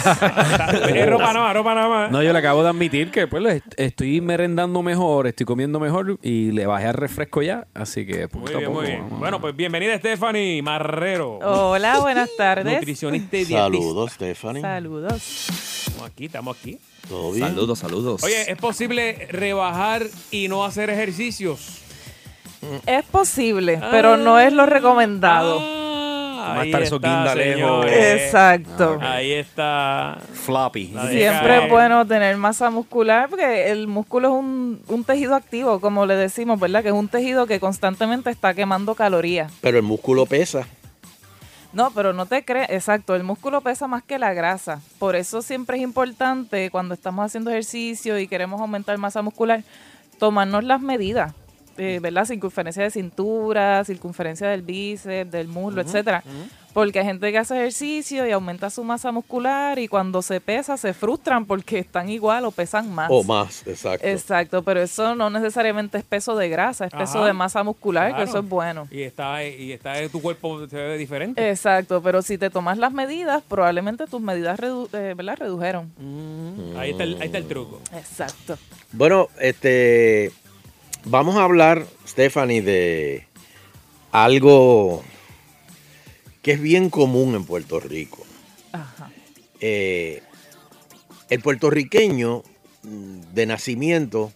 S2: Es ropa nada más, ropa nada más.
S6: No, yo le acabo de admitir que pues est- estoy merendando mejor, estoy comiendo mejor y le bajé al refresco ya, así que poquito
S2: Muy bien,
S6: a poco
S2: muy bien.
S6: vamos.
S2: Bueno, pues bienvenida, Stephanie Marrero.
S21: Hola, buenas tardes.
S2: Nutricionista y dietista.
S3: Saludos, Stephanie.
S21: Saludos.
S2: Estamos aquí, estamos aquí.
S3: ¿Todo bien?
S5: Saludos, saludos.
S2: Oye, ¿es posible rebajar y no hacer ejercicios? Ah,
S21: Es posible, pero no es lo recomendado.
S6: Va a estar esos guindalejos.
S21: señores. Exacto.
S6: Ahí está. Floppy.
S21: Siempre es bueno tener masa muscular porque el músculo es un, un tejido activo, como le decimos, ¿verdad? Que es un tejido que constantemente está quemando calorías.
S3: Pero el músculo pesa.
S21: No, pero no te crees, exacto, el músculo pesa más que la grasa. Por eso siempre es importante cuando estamos haciendo ejercicio y queremos aumentar masa muscular, tomarnos las medidas, eh, ¿verdad? Circunferencia de cintura, circunferencia del bíceps, del muslo,
S15: Ujú,
S21: etcétera. Porque hay gente que hace ejercicio y aumenta su masa muscular y cuando se pesa se frustran porque están igual o pesan más.
S3: O más, exacto.
S21: Exacto, pero eso no necesariamente es peso de grasa, es peso
S2: Ajá,
S21: de masa muscular,
S2: claro.
S21: que eso es bueno.
S2: Y está, y está tu cuerpo se ve diferente.
S21: Exacto, pero si te tomas las medidas, probablemente tus medidas redu- eh, ¿verdad? redujeron.
S2: Ahí está el, ahí está el truco.
S21: Exacto.
S3: Bueno, este, vamos a hablar, Stephanie, de algo que es bien común en Puerto Rico. Eh, el puertorriqueño mm, de nacimiento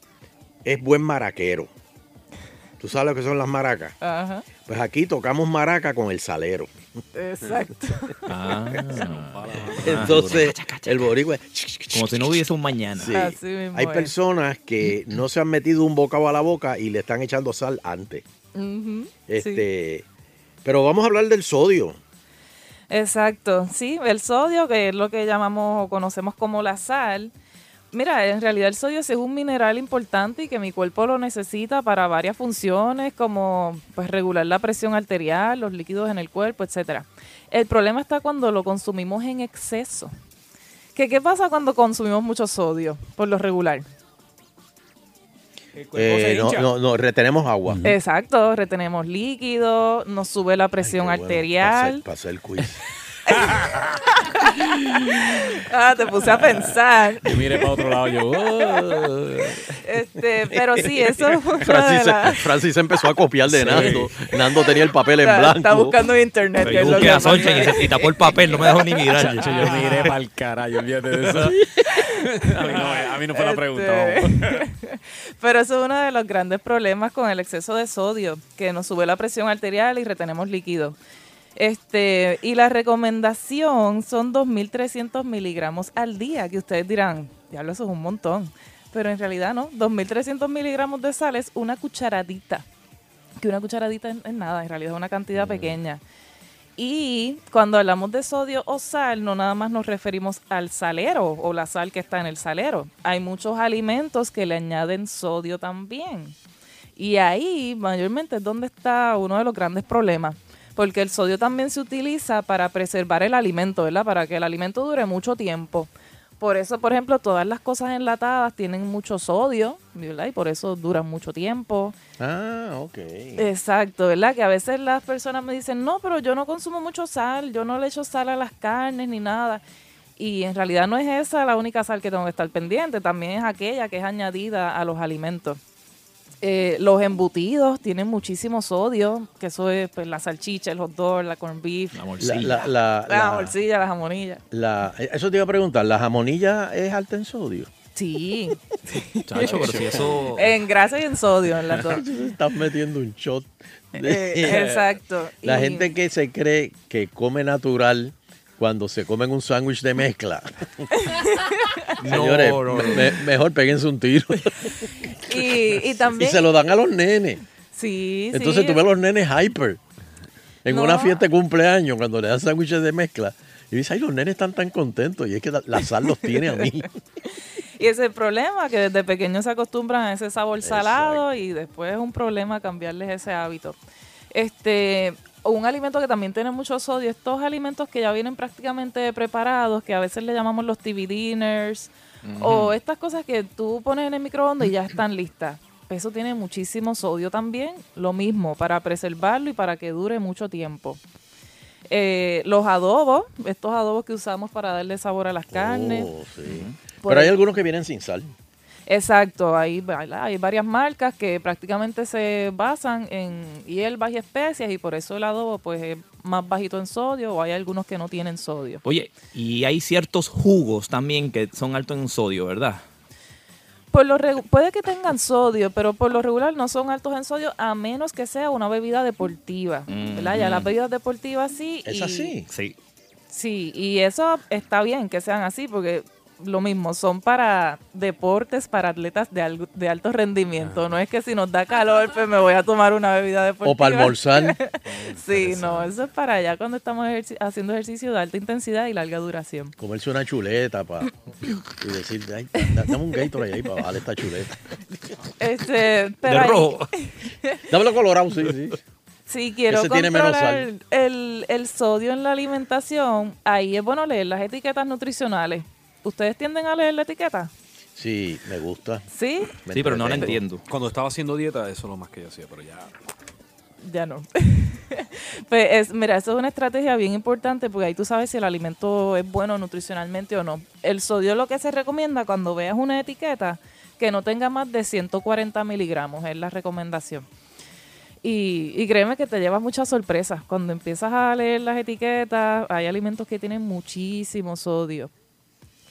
S3: es buen maraquero. ¿Tú sabes lo que son las maracas?
S21: Ajá.
S3: Pues aquí tocamos maraca con el salero.
S21: Exacto.
S22: Ah.
S3: Entonces, el boricua es-
S22: Como si no hubiese un mañana.
S3: Sí.
S22: Así mismo
S3: Hay
S22: es.
S3: personas que no se han metido un bocado a la boca y le están echando sal antes.
S21: Ujú, sí.
S3: Este, Pero vamos a hablar del sodio.
S21: Exacto, sí, el sodio, que es lo que llamamos o conocemos como la sal. Mira, en realidad el sodio sí es un mineral importante y que mi cuerpo lo necesita para varias funciones, como pues regular la presión arterial, los líquidos en el cuerpo, etcétera. El problema está cuando lo consumimos en exceso. ¿Qué, qué pasa cuando consumimos mucho sodio, por lo regular?
S3: Eh,
S2: se
S3: no,
S2: hincha.
S3: no, no, retenemos agua.
S21: Exacto, retenemos líquido, nos sube la presión arterial.
S3: Pasé el quiz.
S21: Ah, te puse a pensar.
S6: Y mire para otro lado yo. oh.
S21: Este, pero sí, eso es una de
S3: Francis, se-
S21: las-
S3: Francis se empezó a copiar de
S6: Sí.
S3: Nando. Nando tenía el papel en
S21: Está-
S3: blanco.
S21: está buscando en internet, que
S3: Yo
S21: es lo
S3: busqué
S21: que
S3: a
S21: más
S3: Soncha
S21: me-
S3: y se- y tapó el papel, no me dejó ni mirar.
S6: Chacho, yo miré para el carajo, olvídate de eso. A mí no, a mí no fue la pregunta. vamos.
S21: Este, Pero eso es uno de los grandes problemas con el exceso de sodio, que nos sube la presión arterial y retenemos líquido. Este, y la recomendación son 2.300 miligramos al día, que ustedes dirán, diablo, eso es un montón. Pero en realidad no, 2.300 miligramos de sal es una cucharadita, que una cucharadita es es nada, en realidad es una cantidad
S6: Mm.
S21: pequeña. Y cuando hablamos de sodio o sal, no nada más nos referimos al salero o la sal que está en el salero. Hay muchos alimentos que le añaden sodio también. Y ahí mayormente es donde está uno de los grandes problemas. Porque el sodio también se utiliza para preservar el alimento, ¿verdad? Para que el alimento dure mucho tiempo. Por eso, por ejemplo, todas las cosas enlatadas tienen mucho sodio, ¿verdad? Y por eso duran mucho tiempo.
S3: Ah, ok.
S21: Exacto, ¿verdad? Que a veces las personas me dicen, no, pero yo no consumo mucho sal, yo no le echo sal a las carnes ni nada. Y en realidad no es esa la única sal que tengo que estar pendiente, también es aquella que es añadida a los alimentos. Eh, los embutidos tienen muchísimo sodio, que eso es pues, la salchicha, el hot dog, la corned beef. La
S3: morcilla.
S21: La,
S3: La- la- la- la-
S21: morcilla, la jamonilla.
S3: La- eso te iba a preguntar, ¿la jamonilla es alta en sodio?
S21: Sí,
S3: Chacho, pero si eso-
S21: en grasa y en sodio, en las dos.
S3: Estás metiendo un shot.
S21: Eh, exacto.
S3: La
S21: Y-
S3: gente que se cree que come natural cuando se comen un sándwich de mezcla. Señores,
S22: no, no.
S3: me- mejor péguense un tiro.
S21: Y, y también...
S3: Y se lo dan a los nenes.
S21: Sí, sí.
S3: Entonces tú ves a los nenes hyper. En
S21: No.
S3: una fiesta de cumpleaños, cuando le dan sándwiches de mezcla. Y dices, ay, los nenes están tan contentos. Y es que la, la sal los tiene a mí.
S21: Y ese es el problema, que desde pequeños se acostumbran a ese sabor salado y después es un problema cambiarles ese hábito. Este, un alimento que también tiene mucho sodio, estos alimentos que ya vienen prácticamente preparados, que a veces le llamamos los TV dinners, o
S15: Ujú.
S21: estas cosas que tú pones en el microondas y ya están listas. Eso tiene muchísimo sodio también, lo mismo, para preservarlo y para que dure mucho tiempo. Eh, los adobos, estos adobos que usamos para darle sabor a las carnes.
S3: Oh, sí.
S21: Por
S3: Pero hay
S21: el-
S3: algunos que vienen sin sal.
S21: Exacto, hay, ¿verdad? hay varias marcas que prácticamente se basan en hierbas y especias y por eso el adobo pues es más bajito en sodio o hay algunos que no tienen sodio.
S22: Oye, y hay ciertos jugos también que son altos en sodio, ¿verdad?
S21: por lo regu- puede que tengan sodio, pero por lo regular no son altos en sodio a menos que sea una bebida deportiva. ¿verdad? Ya
S6: Ujú.
S21: las bebidas deportivas sí. y-
S6: Sí.
S21: Sí, y eso está bien que sean así porque lo mismo, son para deportes, para atletas de, algo- de alto rendimiento. No es que si nos da calor, pues me voy a tomar una bebida deportiva.
S3: O para almorzar.
S21: sí, no, eso es para allá cuando estamos ejerci- haciendo ejercicio de alta intensidad y larga duración.
S3: Comerse una chuleta para y decir, "Ay, da- dame un Gatorade ahí para bajarle esta chuleta.
S21: Este, pero ahí-
S3: Dámelo colorado, sí, sí.
S21: Si quiero
S3: Ese tiene menos
S21: controlar
S3: sal.
S21: El, el sodio en la alimentación, ahí es bueno leer las etiquetas nutricionales. ¿Ustedes tienden a leer la etiqueta?
S3: Sí, me gusta.
S21: ¿Sí?
S3: Me
S6: Sí, pero no la
S3: entretengo.
S6: entiendo. Cuando estaba haciendo dieta, eso es lo más que yo hacía, pero ya.
S21: Ya no. pues es, mira, eso es una estrategia bien importante porque ahí tú sabes si el alimento es bueno nutricionalmente o no. El sodio lo que se recomienda cuando veas una etiqueta que no tenga más de 140 miligramos, es la recomendación. Y, y créeme que te llevas muchas sorpresas. Cuando empiezas a leer las etiquetas, hay alimentos que tienen muchísimo sodio.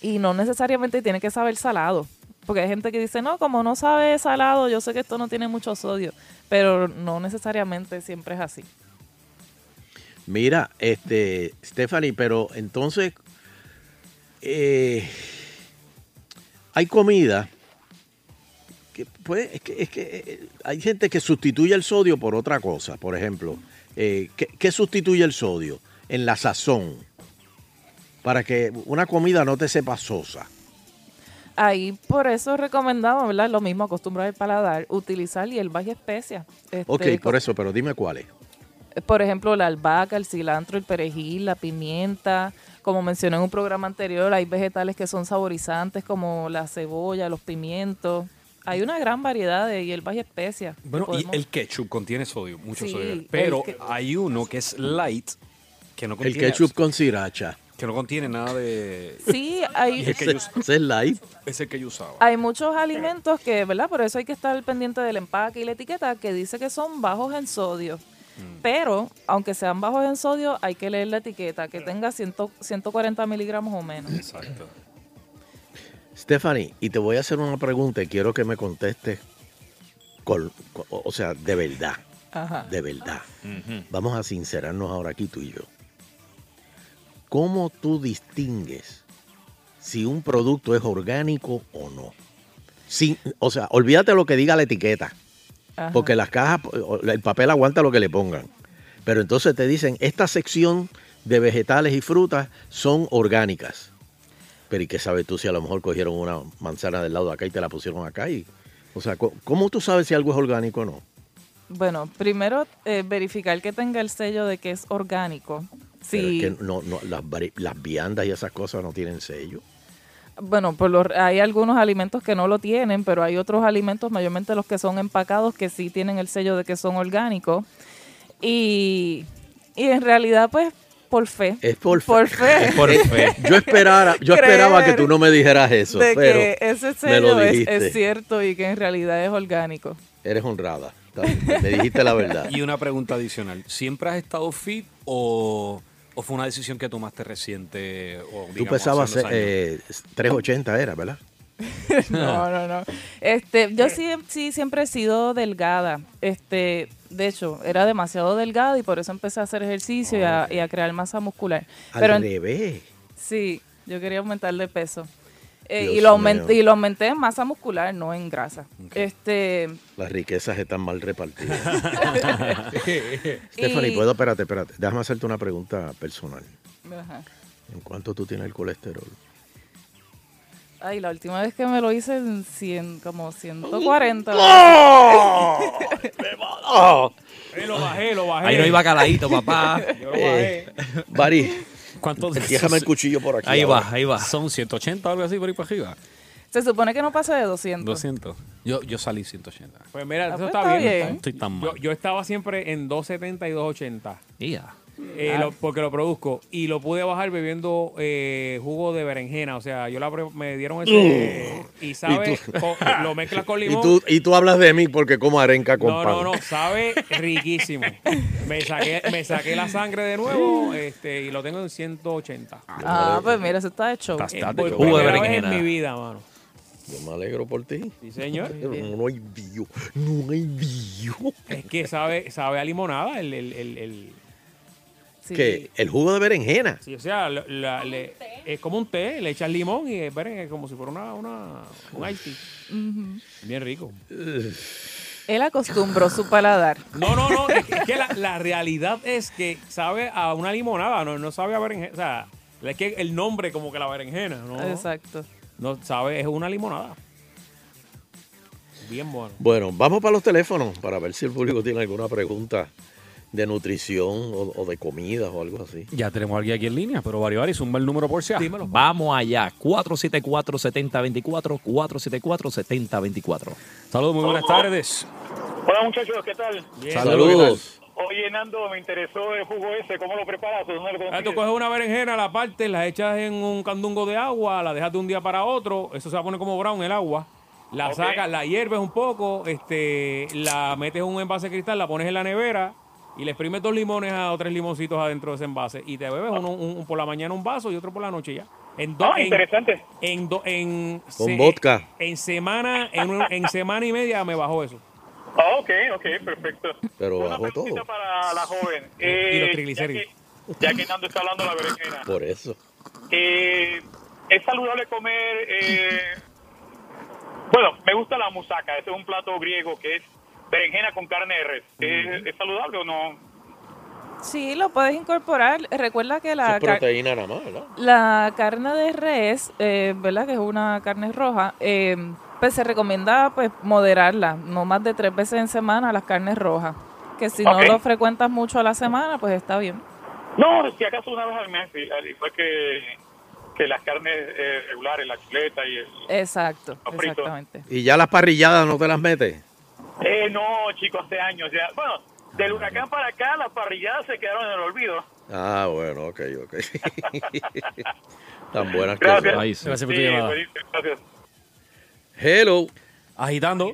S21: Y no necesariamente tiene que saber salado. Porque hay gente que dice, no, como no sabe salado, yo sé que esto no tiene mucho sodio. Pero no necesariamente siempre es así.
S3: Mira, este, Stephanie, pero entonces eh, hay comida que puede, es que, es que, eh, hay gente que sustituye el sodio por otra cosa. Por ejemplo, eh, ¿qué, qué sustituye el sodio? En la sazón. Para que una comida no te sepa sosa.
S21: Ahí por eso recomendamos, ¿verdad? Lo mismo, acostumbrar el paladar, utilizar hierbas y especias. Este,
S3: Ok,
S21: co-
S3: por eso, pero dime cuáles.
S21: por ejemplo, la albahaca, el cilantro, el perejil, la pimienta. Como mencioné en un programa anterior, hay vegetales que son saborizantes como la cebolla, los pimientos. Hay una gran variedad de hierbas y especias. que
S6: Bueno, y
S21: podemos-
S6: el ketchup contiene sodio, mucho
S21: Sí,
S6: Pues sodio.
S21: el
S6: Pero
S21: que-
S6: hay uno que es light, que no
S3: El
S6: contiene.
S3: ketchup con sriracha.
S6: Que no contiene nada de.
S21: Sí, hay-
S6: Y el que yo-
S3: Ese- ese es light.
S6: Es el que yo usaba.
S21: Hay muchos alimentos que, ¿verdad? Por eso hay que estar pendiente del empaque y la etiqueta que dice que son bajos en sodio. Pero, aunque sean bajos en sodio, hay que leer la etiqueta, que tenga 100 140 miligramos o menos.
S6: Exacto.
S3: Stephanie, y te voy a hacer una pregunta y quiero que me contestes, con- con- o sea, de verdad,
S21: Ajá.
S3: de verdad. Vamos a sincerarnos ahora aquí tú y yo. ¿Cómo tú distingues si un producto es orgánico o no? Sin, o sea, olvídate lo que diga la etiqueta,
S21: Ajá.
S3: porque las cajas, o- el papel aguanta lo que le pongan. Pero entonces te dicen, esta sección de vegetales y frutas son orgánicas. Pero ¿y qué sabes tú si a lo mejor cogieron una manzana del lado de acá y te la pusieron acá? Y, o sea, co- ¿cómo tú sabes si algo es orgánico o no?
S21: Bueno, primero eh, verificar que tenga el sello de que es orgánico.
S3: Pero
S21: Sí,
S3: es que no, no, las, vari- las viandas y esas cosas no tienen sello.
S21: bueno, por lo- hay algunos alimentos que no lo tienen, pero hay otros alimentos, mayormente los que son empacados, que sí tienen el sello de que son orgánicos. Y, y en realidad, pues, por fe.
S3: Es por fe.
S21: Por fe.
S3: Eh, Yo, esperara, yo esperaba que
S21: Creer
S3: tú no me dijeras eso,
S21: de
S3: pero
S21: que ese
S3: me lo
S21: sello es,
S3: dijiste.
S21: es cierto y que en realidad es orgánico.
S3: Eres honrada. Está bien, Me dijiste la verdad.
S6: Y una pregunta adicional. ¿Siempre has estado fit o, o fue una decisión que tomaste reciente? O,
S3: Tú
S6: digamos,
S3: pesabas
S6: hace unos años?
S3: eh, 380 era, ¿verdad?
S21: No, no, no. Este,
S3: Eh.
S21: yo sí, sí siempre he sido delgada. Este, de hecho, era demasiado delgada y por eso empecé a hacer ejercicio y, a, y a crear masa muscular.
S3: Al
S21: Pero en-
S3: revés.
S21: sí, yo quería aumentar de peso. Eh,
S3: Dios
S21: y, lo aumenté,
S3: mío.
S21: y lo aumenté en masa muscular, no en grasa. Este,
S3: Las riquezas están mal repartidas.
S21: Y-
S2: Eh,
S3: Stephanie, puedo, espérate, espérate. Déjame hacerte una pregunta personal.
S21: ajá.
S3: ¿En cuánto tú tienes el colesterol?
S21: Ay, la última vez que me lo hice en 100, como 140.
S2: ¡Oh!
S3: ¡Oh!
S2: Eh, lo bajé, lo bajé.
S5: Ahí no iba caladito, papá.
S2: Yo lo bajé.
S3: eh, Bari,
S6: ¿Cuántos
S3: déjame el cuchillo por aquí.
S6: Ahí
S3: ahora.
S6: va, ahí va. Son 180 o algo así por ahí para arriba.
S21: Se supone que no pasa de 200.
S6: 200. Yo, yo salí 180.
S2: Pues mira, eso
S21: pues
S2: está,
S21: está
S2: bien.
S21: bien.
S6: Estoy tan mal.
S2: Yo, yo estaba siempre en 270 y 280.
S6: Ya.
S2: Eh, lo- porque lo produzco. Y lo pude bajar bebiendo eh, jugo de berenjena. O sea, yo la pre- me dieron ese. y sabe,
S3: tú-
S2: co- lo mezclas con
S3: Y
S2: limón.
S3: tú, y tú hablas de mí porque como arenca con
S2: no,
S3: pan.
S2: no, no, sabe riquísimo. Me saqué, me saqué la sangre de nuevo este, y lo tengo en 180.
S21: Ah, pues mira, eso está hecho.
S2: Eh, por
S6: Jugo
S2: primera
S6: de
S2: vez en
S6: berenjena.
S2: mi vida, mano.
S3: Yo me alegro por ti.
S2: Sí, señor.
S3: No hay Dios. No hay Dios.
S2: Es que sabe, sabe a limonada el... el, el, el-
S3: ¿Qué? El jugo de berenjena.
S2: Sí, o sea, la- la- le- es como un té, le echas limón y eh, esperen, es como si fuera una, una, un ice tea.
S21: Ujú.
S2: Bien rico.
S21: Él acostumbró su paladar.
S2: No, no, no, es que, es que la, la realidad es que sabe a una limonada, no, no sabe a berenjena. O sea, es que el nombre como que la berenjena, ¿no?
S21: Exacto.
S2: No sabe, es una limonada. Bien bueno.
S3: Bueno, vamos para los teléfonos para ver si el público tiene alguna pregunta de nutrición o, o de comida o algo así.
S6: Ya tenemos a alguien aquí en línea, pero Bari Bari, zumba el número por si acaso.
S5: Vamos allá. 474-7024, 474-7024.
S6: Saludos, muy buenas tardes.
S15: Hola muchachos, ¿qué tal?
S6: Saludos.
S15: Oye, Nando, me interesó el jugo ese. ¿Cómo lo preparas? ¿Dónde lo
S2: Ah,
S15: consigues?
S2: tú coges una berenjena, la partes, la echas en un candungo de agua, la dejas de un día para otro, eso se va a poner como brown el agua. La
S15: Ok.
S2: sacas, la hierves un poco, este, la metes en un envase de cristal, la pones en la nevera y le exprimes dos limones a, o tres limoncitos adentro de ese envase y te bebes uno un- un- por la mañana un vaso y otro por la noche ya. En dos,
S15: Ah, interesante.
S2: En, do- en
S3: Con vodka.
S2: En semana, en, un- en semana y media me bajó eso.
S15: Ah, ok, ok, perfecto.
S3: Pero bajo todo.
S15: Para la joven.
S2: y los
S15: eh,
S2: triglicéridos.
S15: Ya que Nando está hablando de la berenjena.
S3: Por eso.
S15: Eh, es saludable comer. eh, bueno, me gusta la musaca. Ese es un plato griego que es berenjena con carne de res. ¿Es, es saludable o no?
S21: Sí, lo puedes incorporar. Recuerda que
S3: Eso
S21: la,
S3: es
S21: car-
S3: proteína nada más, ¿verdad?
S21: la carne de res, eh, ¿verdad? Que es una carne roja, eh, pues se recomienda pues moderarla, no más de tres veces en semana las carnes rojas. Que si
S15: Ok.
S21: no lo frecuentas mucho a la semana, pues está bien.
S15: No, si acaso una vez al mes, sí, al igual que, que las carnes eh, regulares, la chuleta y el.
S21: Exacto,
S15: Frito.
S21: exactamente.
S3: Y ya las parrilladas no te las metes.
S15: Eh, no, chicos, hace años ya. Bueno, del huracán para acá, las parrilladas se quedaron en el olvido.
S3: Ah, bueno, ok, ok. Tan buenas que
S15: Gracias.
S3: son.
S6: Gracias por tu llamada.
S3: Hello.
S6: Agitando.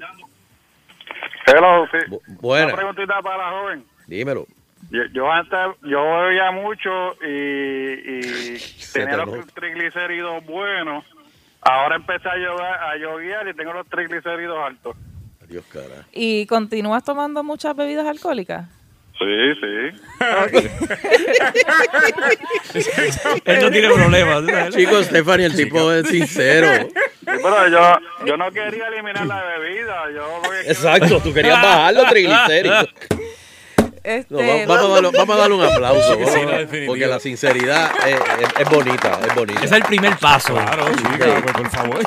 S15: Hello, sí.
S3: buena.
S15: Una preguntita para la joven.
S3: Dímelo.
S15: Yo, yo antes yo bebía mucho y, y tenía
S3: te
S15: los
S3: nota.
S15: triglicéridos buenos. Ahora empecé a yoga- a yoguear y tengo los triglicéridos altos.
S3: Dios cara.
S21: ¿Y continúas tomando muchas bebidas alcohólicas?
S15: Sí, sí.
S5: Él no tiene problemas. ¿sabes?
S3: Chicos, Stephanie, el tipo es sincero.
S15: Pero Ah, yo, yo no quería eliminar la bebida. Yo lo que
S3: Exacto, tú querías bajar los triglicéridos. No, va-
S21: Este,
S3: vamos, a darle, vamos a darle un aplauso,
S5: Sí, sí,
S3: vamos a-
S5: definitivo.
S3: porque la sinceridad es, es- es bonita, es bonita.
S5: Es el primer paso.
S6: Claro, chica, pues, por favor.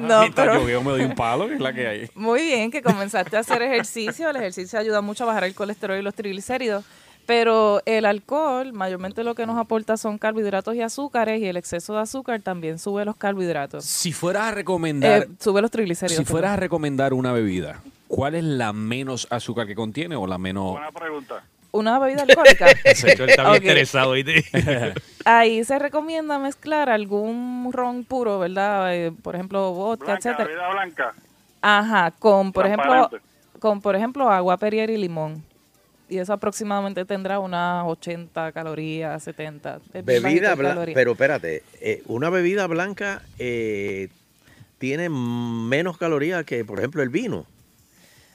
S21: No,
S6: Mientras
S21: pero-
S6: yo veo, me doy un palo, que es la que hay.
S21: Muy bien, que comenzaste a hacer ejercicio. El ejercicio ayuda mucho a bajar el colesterol y los triglicéridos. Pero el alcohol, mayormente lo que nos aporta son carbohidratos y azúcares, y el exceso de azúcar también sube los carbohidratos.
S6: Si fueras a recomendar.
S21: Eh, sube los triglicéridos.
S6: Si fueras a
S21: perdón.
S6: recomendar una bebida, ¿cuál es la menos azúcar que contiene o la menos.
S21: Una bebida alcohólica. Ok.
S6: ¿viste?
S21: Ahí se recomienda mezclar algún ron puro, ¿verdad? Eh, por ejemplo, vodka, etcétera.
S15: bebida blanca.
S21: Ajá, con por ejemplo,
S15: Transparente.
S21: con por ejemplo agua Perrier y limón. Y eso aproximadamente tendrá unas 80 calorías, 70. es bien bajito
S3: Bebida
S21: en
S3: blanca,
S21: calorías.
S3: pero espérate, eh, una bebida blanca eh, tiene menos calorías que, por ejemplo, el vino.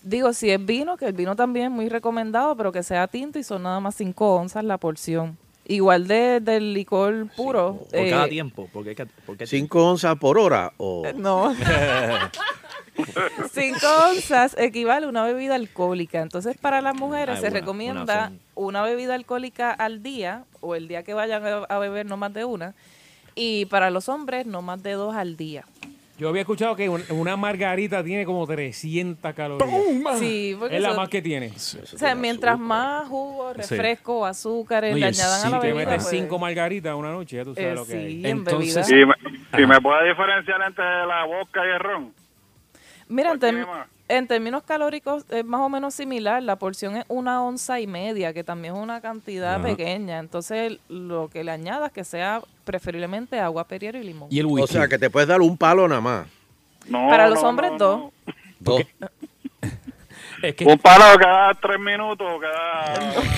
S21: Digo, si es vino, que el vino también es muy recomendado, pero que sea tinto y son nada más 5 onzas la porción. Igual de, del licor puro.
S5: Por
S21: eh,
S5: cada tiempo. Porque hay que- porque
S3: ¿Cinco onzas por hora o...?
S21: No. Cinco onzas equivale a una bebida alcohólica. Entonces, para las mujeres
S5: Ay,
S21: se
S5: una-
S21: recomienda
S5: una
S21: una, bebida alcohólica al día o el día que vayan a a beber no más de una. Y para los hombres no más de dos al día.
S2: Yo había escuchado que un- una margarita tiene como 300 calorías.
S21: Sí, porque
S2: es la
S21: eso-
S2: más que tiene.
S21: O sea, mientras más jugo, refresco, azúcares
S2: No, y
S21: le
S2: el
S21: añadan a
S2: sí,
S21: la
S2: te
S21: bebida.
S2: metes
S21: pues,
S2: cinco margaritas una noche, ya tú sabes
S21: Eh,
S2: lo que
S21: sí,
S2: hay.
S21: en Entonces-
S15: Si me,
S21: bebida.
S15: si me puede diferenciar entre la vodka y el ron.
S21: Mira, en,
S15: ¿Cuál
S21: term-
S15: tiene más?
S21: en términos calóricos es más o menos similar. La porción es una onza y media, que también es una cantidad
S6: Ajá.
S21: pequeña. Entonces, lo que le añadas que sea preferiblemente agua periero y limón.
S6: Y el
S3: O sea, que te puedes dar un palo nada más.
S21: Para los hombres, dos.
S3: Dos.
S6: Es que-
S15: Un palo cada tres minutos, cada...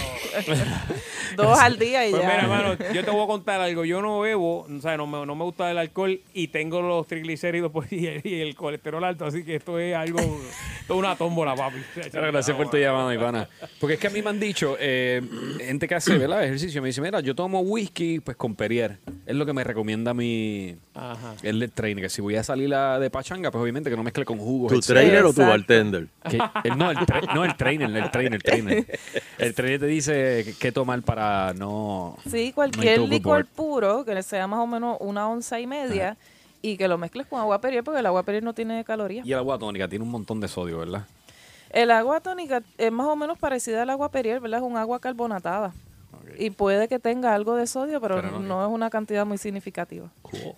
S21: Dos al día y
S2: Pues
S21: ya.
S2: mira, mano, yo te voy a contar algo. Yo no bebo, o sea, no me, no me gusta el alcohol y tengo los triglicéridos pues, y, el, y el colesterol alto, así que esto es algo, esto es una tómbola, papi.
S6: Claro, gracias por tu llamada, mi pana. Porque es que a mí me han dicho, eh, gente que hace ¿verdad? ejercicio, me dice, mira, yo tomo whisky pues con Perrier. Es lo que me recomienda mi...
S2: Ajá.
S6: El del trainer, que si voy a salir a- de pachanga, pues obviamente que no mezcle con jugos.
S3: ¿Tu
S6: etcétera.
S3: trainer o tu bartender?
S6: Pues, Que- el- no, el tra- no, el trainer, el trainer, el trainer. El trainer te dice que- qué tomar para no...
S21: Sí,
S6: no ir
S21: cualquier
S6: overboard.
S21: licor puro que sea más o menos una onza y media y que lo mezcles con agua perrier porque el agua perrier no tiene calorías.
S6: Y el agua tónica tiene un montón de sodio, ¿verdad?
S21: El agua tónica es más o menos parecida al agua perrier, ¿verdad? Es un agua carbonatada. Y puede que tenga algo de sodio, pero,
S3: Pero no-
S21: no, es una cantidad muy significativa.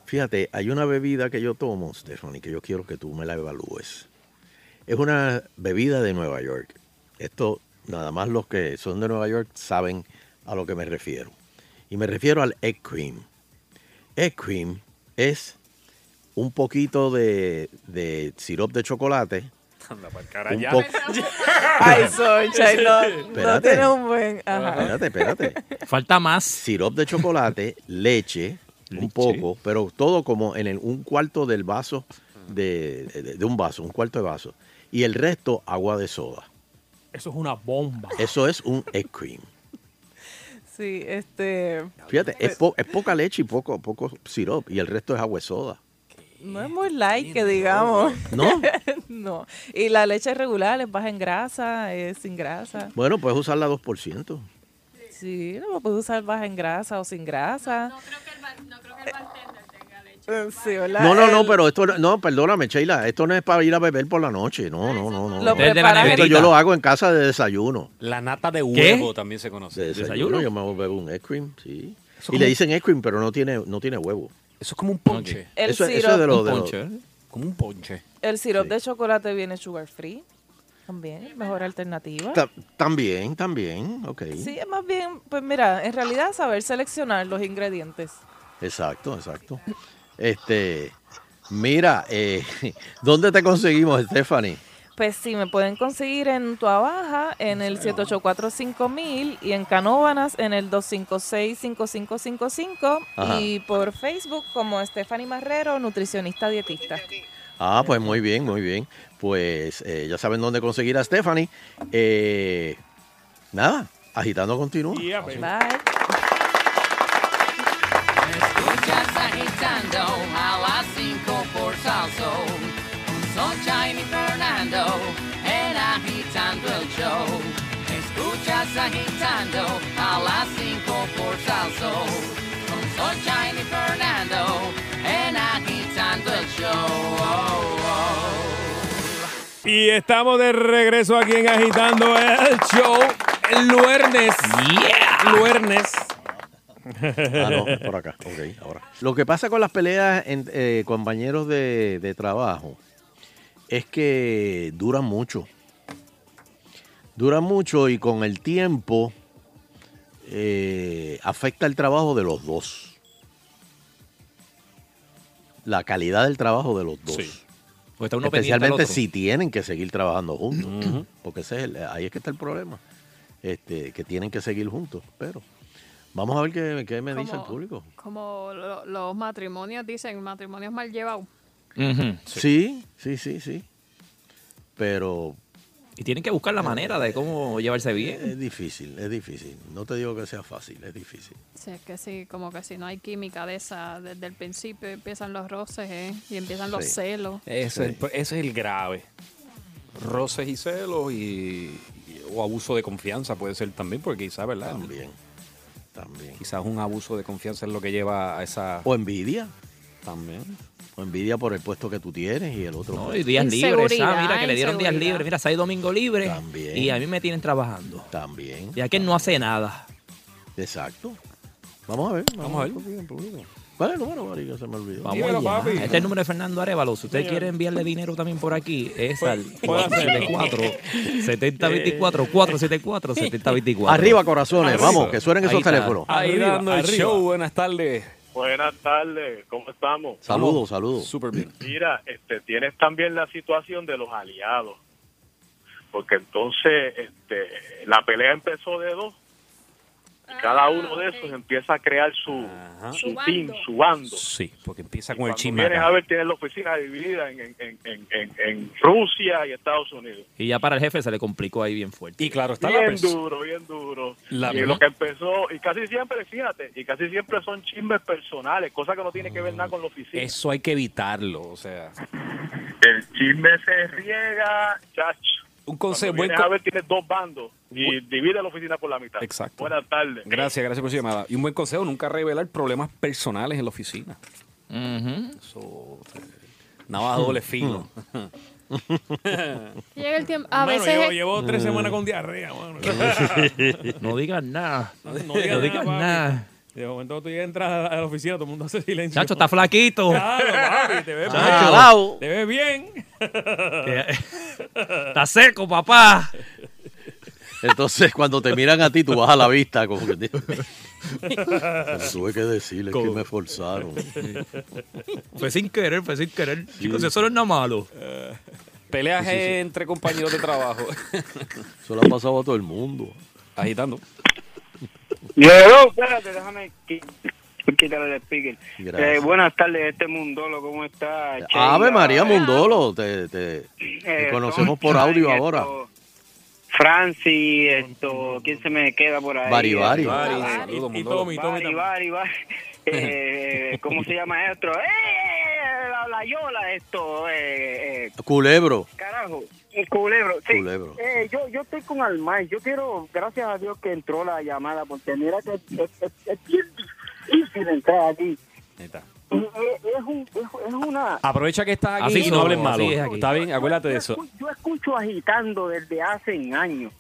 S3: Fíjate, hay una bebida que yo tomo, Stephanie, que yo quiero que tú me la evalúes. Es una bebida de Nueva York. Esto, nada más los que son de Nueva York saben a lo que me refiero. Y me refiero al egg cream. Egg cream es un poquito de, de sirope de chocolate.
S6: Anda
S3: un
S6: ya.
S3: poco-
S21: Ay, Sunshine, no, no
S3: Espérate.
S21: tiene un buen... ajá.
S3: Espérate, espérate. Falta más. Sirope de chocolate, leche, un poco, pero todo como en el- un cuarto del vaso, de, de- de un vaso, un cuarto de vaso. Y el resto, agua de soda.
S2: Eso es una bomba.
S3: Eso es un egg cream.
S21: Sí, este...
S3: Fíjate, es, po- es poca leche y poco, poco sirope, y el resto es agua de soda.
S21: No es muy light, que digamos.
S3: ¿No?
S21: no. Y la leche es regular, es baja en grasa, es sin grasa.
S3: Bueno, puedes usar la 2%.
S21: Sí, no puedes usar baja en grasa o sin grasa. No, creo que el, tenga leche. Sí, ¿verdad?
S3: No, no, no,
S21: El-
S3: pero esto, no- no, perdóname, Sheila, esto no es para ir a beber por la noche, no, no, no. no.
S21: Lo Desde la preparas-
S3: esto
S6: neverita.
S3: yo lo hago en casa de desayuno.
S6: La nata de
S3: ¿Qué?
S6: huevo también se conoce.
S3: De desayuno, yo me bebo un egg cream, sí.
S6: Eso
S3: Y
S6: como-
S3: le dicen egg cream, pero no tiene, no tiene huevo.
S6: Eso es como un ponche.
S21: El
S3: Eso, eso
S21: sirope.
S3: es de los...
S21: Un
S3: de los-
S21: ponche,
S6: Como un ponche.
S21: El sirope de chocolate viene sugar free. También, mejor alternativa.
S3: Ta- también, también, ok.
S21: Sí, es más bien, pues mira, en realidad saber seleccionar los ingredientes.
S3: Exacto, exacto. Este, mira, eh, ¿dónde te conseguimos, Stephanie?
S21: Pues sí, me pueden conseguir en Tuabaja en el 784-5000 y en Canóvanas en el 256-5555
S3: Ajá.
S21: y por Facebook como Stephanie Marrero, nutricionista dietista.
S3: Ah, pues muy bien, muy bien. Pues eh, ya saben dónde conseguir a Stephanie. Eh, nada, agitando continúa.
S21: Bye.
S12: Escuchas agitando a las 5 por Salso. Sunshine y Fernando en agitando el show. Escuchas agitando a las 5 por Salso. Sunshine y Fernando en agitando el show. oh,
S2: Y estamos de regreso aquí en Agitando el Show. El luernes.
S3: Yeah.
S2: Luernes.
S3: Ah, no, es por acá. Ok, ahora. Lo que pasa con las peleas en- eh, compañeros de, de trabajo es que duran mucho. Duran mucho y con el tiempo eh, afecta el trabajo de los dos. La calidad del trabajo de los dos.
S5: Porque está uno pendiente al
S3: Especialmente
S5: otro.
S3: si tienen que seguir trabajando juntos. Porque ese es el- ahí es que está el problema. Este, que tienen que seguir juntos. Pero vamos a ver qué, qué me dice el
S4: Como-
S3: público.
S4: Como lo- los matrimonios dicen, matrimonios mal llevados.
S3: Sí, sí, sí, sí. Pero
S5: Y tienen que buscar la manera de cómo llevarse bien.
S3: es difícil, es difícil. No te digo que sea fácil, es difícil.
S4: Sí, es que sí, como que si no hay química de esa, desde el principio empiezan los roces, ¿eh? Y empiezan los
S6: Sí.
S4: celos.
S3: Eh.
S6: Ese, es el- ese es el grave. Roces y celos y, y- o abuso de confianza puede ser también, porque quizás, ¿verdad?
S3: También. También.
S6: Quizás un abuso de confianza es lo que lleva a esa...
S3: O envidia.
S6: También.
S3: O envidia por el puesto que tú tienes y el otro.
S5: No,
S3: pues.
S5: y días libres, ah, mira que le dieron días libres, mira, seis domingo libre
S3: También.
S5: y a mí me tienen trabajando.
S3: También.
S5: Y aquel no hace nada.
S3: Exacto. Vamos a ver.
S5: Vamos a ver.
S3: ¿Cuál es el número, Mari? Que se me olvidó.
S5: Vamos
S3: Dímelo,
S5: allá.
S3: papi.
S5: Este es el número de Fernando Arevalo. Si usted
S3: Señor.
S5: quiere enviarle dinero también por aquí, es
S2: Pues,
S5: al
S3: puede hacerlo.
S5: 474 7024 474 7024
S3: Eh, Arriba, corazones, vamos, que suenen esos teléfonos.
S6: Ahí
S5: Arriba,
S6: dando el
S5: arriba.
S6: show, buenas tardes.
S22: Buenas tardes, ¿cómo estamos?
S3: Saludos, saludos.
S6: Súper bien.
S22: Mira, este, tienes también la situación de los aliados, porque entonces este, la pelea empezó de dos Y cada uno de esos empieza a crear su, su team, su bando.
S6: Sí, porque empieza con el
S22: Cuando
S6: chisme.
S22: vienes
S6: acá.
S22: a ver, tienes la oficina dividida en, en- en- en- en- en Rusia y Estados Unidos.
S5: Y ya para el jefe se le complicó ahí bien fuerte.
S6: Y claro, está
S22: Bien duro, bien duro.
S5: La
S22: y
S5: misma-
S22: lo que empezó, y casi siempre, fíjate, y casi siempre son chismes personales, cosas que no tienen que ver nada con la oficina.
S6: Eso hay que evitarlo, o sea.
S22: El chisme se riega, chacho.
S6: Un consejo,
S22: Cuando
S6: buen
S22: vienes
S6: co-
S22: a ver, tienes dos bandos y divide la oficina por la mitad.
S6: Exacto.
S22: Buenas tardes.
S6: Gracias, gracias por su llamada. Y un buen consejo, nunca revelar problemas personales en la oficina. Eso, navaja doble filo.
S4: Llega el tiempo. A
S2: Mano,
S4: veces.
S2: llevo,
S4: es-
S2: llevo tres
S5: Mm.
S2: semanas con diarrea, mano.
S5: No digas nada.
S2: No,
S5: No
S2: digas nada,
S5: digas
S2: papi.
S5: nada.
S2: De momento tú ya entras a la- a la oficina, todo el mundo hace silencio.
S5: Chacho, está flaquito.
S2: Claro, papi, te ves
S5: Chacho.
S2: bien.
S5: Chalao.
S2: Te ves bien.
S5: Está seco, papá.
S3: Entonces, cuando te miran a ti, tú bajas la vista. Como que, Pero tuve que decirle que me forzaron.
S5: Fue sin querer, fue sin querer. Chicos, eso no es nada malo.
S2: Eh.
S6: Peleas
S3: Sí, sí, sí.
S6: entre compañeros de trabajo.
S3: Eso le ha pasado a todo el mundo.
S6: Agitando.
S1: Llegó, espérate, déjame qui- quitar el speaker.
S3: Gracias.
S1: Eh, buenas tardes, este mundolo, ¿cómo está?
S3: Ave
S1: Sheila?
S3: María Mundolo, te, te- te
S1: Eh,
S3: conocemos
S1: son-
S3: por audio
S1: esto,
S3: ahora.
S1: Franci, esto, ¿quién se me queda por ahí?
S3: Bari, Bari.
S1: Esto, eh,
S3: Bari,
S1: Bari,
S3: saludos,
S1: Bari,
S3: Mundolo.
S1: Bari, Bari, Bari. Eh, ¿Cómo se llama esto? ¡Eh! La, la Yola, esto. Eh, eh,
S3: Culebro.
S1: Carajo, el culebro. Sí.
S3: Culebro.
S1: Eh, yo, yo estoy con Almay. Yo quiero, gracias a Dios que entró la llamada, porque mira que es, es- es- es bien difícil entrar aquí. Y Es, es un- es- es una.
S6: Aprovecha que estás aquí
S1: Así
S6: y no
S1: somos,
S6: hables
S1: así
S6: malo.
S1: es aquí.
S6: Está bien, acuérdate de eso.
S1: Yo escucho agitando desde hace años.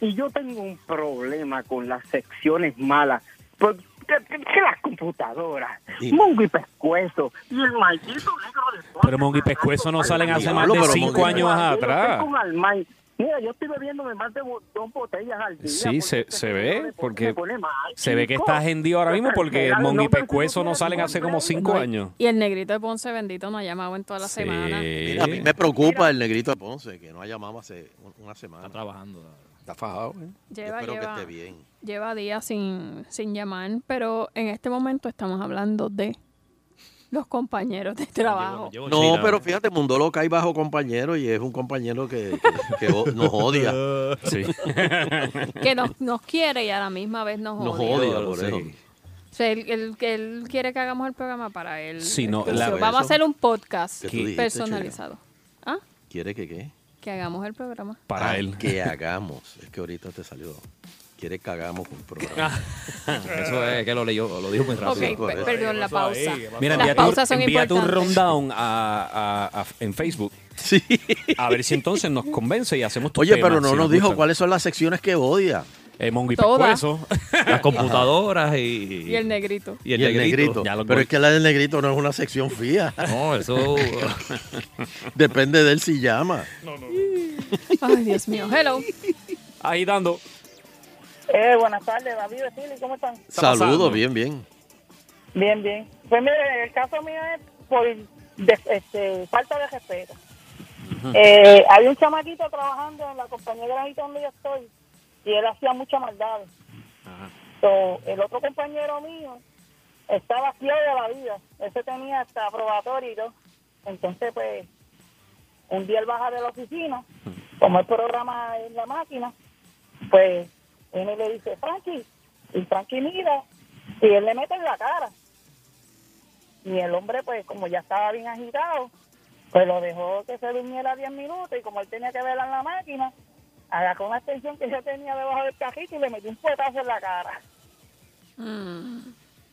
S1: Y yo tengo un problema con las secciones malas. Porque que las computadoras,
S6: Dime.
S1: Mungo y Pescuezo, y el maldito negro de
S6: Pero Mongi Pescuezo no salen hace más
S1: Diablo,
S6: de
S1: pero
S6: cinco
S1: Mongi-
S6: años
S1: Yo
S6: atrás.
S1: estoy con Almay. Mira, yo estoy bebiéndome más de bo- dos botellas al día.
S6: Sí, se, se ve, porque
S1: pone mal,
S6: se ve que
S1: chico.
S6: estás hendido ahora mismo porque
S1: Real,
S6: Mongi
S1: no, pero
S6: Pescuezo no salen hace como cinco años.
S4: Y el negrito de Ponce bendito no ha llamado en toda la semana.
S3: Mira, a mí me preocupa el negrito de Ponce, que no ha llamado hace un- una semana. Está
S5: trabajando.
S3: Está fajado. ¿eh? Yo
S4: Lleva-
S3: espero
S4: lleva-
S3: que esté bien.
S4: Lleva días sin, sin llamar, pero en este momento estamos hablando de los compañeros
S3: Ah,
S4: de trabajo.
S3: No, pero fíjate, Mundolo cae bajo compañero y es un compañero que, que- que o- nos odia.
S6: Sí.
S4: Que nos, nos quiere y a la misma vez nos
S3: Nos
S4: odia.
S3: odia por
S6: Sí.
S3: eso.
S4: O sea, él, él- que él quiere que hagamos el programa para él.
S6: Sí, no,
S4: Entonces,
S6: la-
S4: Vamos a hacer un podcast
S3: ¿Qué tú dijiste,
S4: personalizado. ¿Ah?
S3: ¿Quiere que qué?
S4: Que hagamos el programa.
S6: Para
S3: Ah,
S6: él.
S3: Que hagamos. Es que ahorita te salió. Quiere que hagamos un programa.
S5: Ah. Eso es que lo leyó, lo dijo muy rápido.
S4: Ok, pe- perdón la pausa.
S6: Mira,
S4: Las
S6: envíate, un-
S4: pausas son
S6: envíate un
S4: importantes.
S6: rundown a- a- a- en Facebook. A ver si entonces nos convence y hacemos tu
S3: Oye, pero no nos dijo cuáles son las secciones que odia.
S6: Eh, Mongo y
S3: pues
S4: Todas.
S5: Las computadoras y...
S4: Y el negrito.
S3: Y el, negrito.
S5: Ya lo
S3: Pero
S5: voy.
S3: es que la del negrito no es una sección fija.
S5: No, eso-
S3: Depende de él si llama.
S4: Ay, Dios mío. Hello.
S6: Agitando.
S23: Eh, buenas tardes, David, Philly, ¿cómo están?
S3: Saludos, bien, bien.
S23: Bien, bien. Pues mire, el caso mío es por de- este, falta de respeto. Eh, había un chamaquito trabajando en la compañía de granito donde yo estoy y él hacía mucha maldad. So, el otro compañero mío estaba fiel de la vida. Ese tenía hasta probatorio y todo. Entonces, pues, un día él baja de la oficina, como él programa en la máquina, pues, él le dice, Frankie, y Frankie mira, y él le mete en la cara. Y el hombre, pues, como ya estaba bien agitado, pues lo dejó que se durmiera 10 minutos y como él tenía que velar la máquina, agarró una extensión que yo tenía debajo del cajito y le metió un puetazo en la cara.
S4: Mm.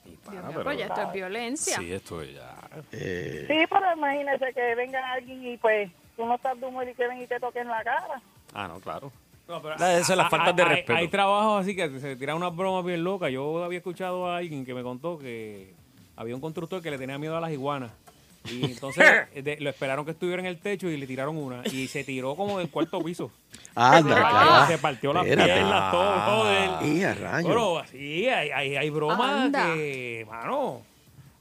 S4: Dios mío,
S23: pero-
S4: pero ya esto es violencia.
S6: esto ya.
S3: Eh,
S23: Sí, pero imagínese que venga alguien y pues tú no estás de humor y que ven y te toquen la cara.
S6: Ah, no, claro.
S2: No, pero
S6: La- esas son las
S2: hay-
S6: faltas de
S2: hay-
S6: respeto.
S2: Hay trabajos así que se tiran unas bromas bien locas. Yo había escuchado a alguien que me contó que había un constructor que le tenía miedo a las iguanas. Y entonces de- lo esperaron que estuviera en el techo y le tiraron una. Y se tiró como del cuarto piso.
S3: Ah, Anda,
S2: se,
S3: carajo.
S2: se partió las
S3: Espérate. Ah,
S2: piernas, todo, joder.
S3: Y a rayos.
S2: Pero así hay, hay, hay bromas
S4: Anda.
S2: que, mano,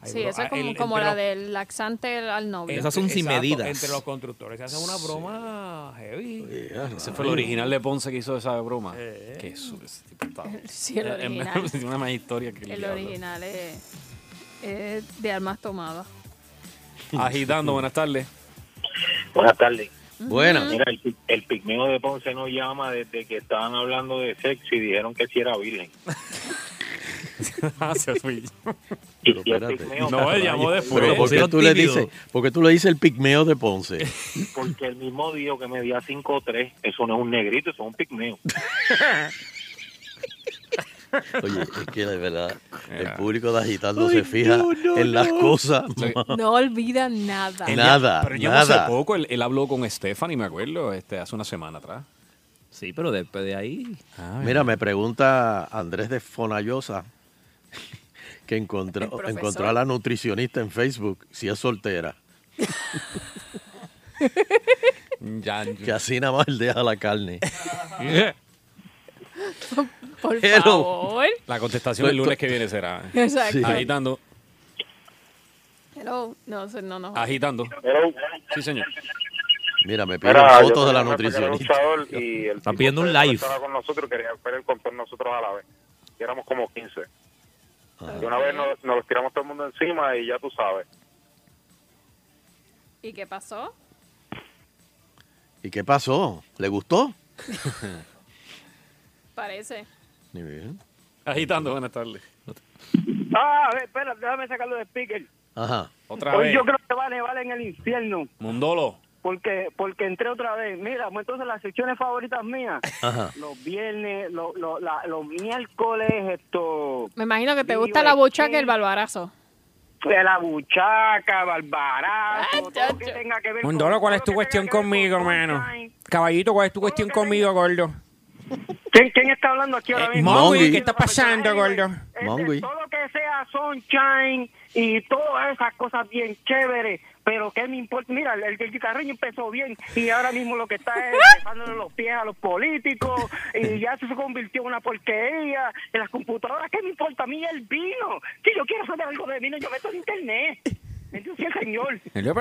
S2: ah,
S4: Sí, eso
S6: Ah,
S4: es como,
S2: El-
S4: como
S2: entre
S4: la
S2: los-
S4: del laxante al novio.
S2: Entre- exacto, Entre los
S4: Eso
S2: constructores. Se hace una broma heavy.
S6: Ese fue el original de Ponce que hizo esa broma.
S2: Eh.
S6: Que eso, ese tipo estaba.
S4: Sí, el
S6: En- en-
S4: original.
S6: Tiene una más historia que el,
S4: El
S6: diablo.
S4: original es, es de armas tomadas.
S6: Agitando, buenas tardes.
S8: Buenas tardes.
S6: Buenas.
S8: Mira, el, el pigmeo de Ponce no llama desde que estaban hablando de sexo y dijeron que si era virgen.
S6: Gracias, Luis.
S8: Pero espérate.
S6: No, él llamó después.
S3: Pero ¿por qué
S6: Pusieron
S3: tú le
S6: tímido.
S3: dices, por qué tú le dices el pigmeo de Ponce?
S8: Porque el mismo dijo que medía 5'3". Eso no es un negrito, eso es un pigmeo.
S3: Oye, es que de verdad, el público de agitando se fija en las cosas.
S4: No olvida nada.
S6: Él
S3: Nada,
S6: ya- Pero llamó hace
S3: nada.
S6: poco, él, él habló con Stephanie, me acuerdo, este, hace una semana atrás. Ah,
S5: Sí, pero después de ahí.
S3: Mira, me pregunta Andrés de Fonallosa que
S5: El
S3: encontró,
S5: profesor.
S3: encontró a la nutricionista en Facebook si es soltera. Que así nada más él deja la carne.
S4: Por
S3: Hello.
S4: favor.
S6: La contestación el
S3: Tú- tú-
S6: lunes que viene será. eh.
S4: Exacto. Sí.
S6: Agitando,
S4: Hello. No, se- no, no.
S6: agitando. Sí, señor.
S3: Mira, me
S6: piden
S3: Mira,
S6: fotos de la
S3: nutricionista.
S14: Y el
S6: Está
S14: tipo
S6: pidiendo
S14: que
S6: un live.
S14: estaba con nosotros quería ver el con nosotros a la vez. Y éramos como 15.
S6: Ah.
S14: Y una vez nos, nos los tiramos todo el mundo encima y ya tú sabes.
S4: ¿Y qué pasó?
S3: ¿Y qué pasó? ¿Le gustó?
S4: Parece.
S3: Ni bien.
S6: Agitando, buenas tardes.
S1: Ah, a ver, espera, déjame sacarlo de speaker.
S3: Ajá.
S6: Otra
S1: Hoy
S6: vez.
S1: yo creo que va a nevar en el infierno.
S6: Mundolo.
S1: Porque, porque entré otra vez. Mira, pues entonces las secciones favoritas mías.
S6: Ajá.
S1: Los viernes, lo- lo- la- los miércoles, esto...
S4: Me imagino que te
S1: Digo,
S4: gusta la
S1: es
S4: bocha
S1: que-
S4: que el balbarazo.
S1: De la buchaca, barbarazo, todo lo que tenga que ver con...
S2: Mondoro, ¿cuál es tu cuestión conmigo, hermano? Caballito, ¿cuál es tu cuestión conmigo, gordo?
S1: ¿Quién, quién está hablando aquí ahora mismo?
S2: Mongui, ¿qué está pasando, gordo?
S3: Mongui.
S1: Todo lo que sea sunshine y todas esas cosas bien chéveres, pero ¿qué me importa? Mira, el, el guitarreño empezó bien y ahora mismo lo que está es dejándole los pies a los políticos y ya eso se convirtió en una porquería en las computadoras. ¿Qué me importa a mí el vino? Si yo quiero saber algo de vino, yo meto en internet. Entonces, señor.
S2: Pero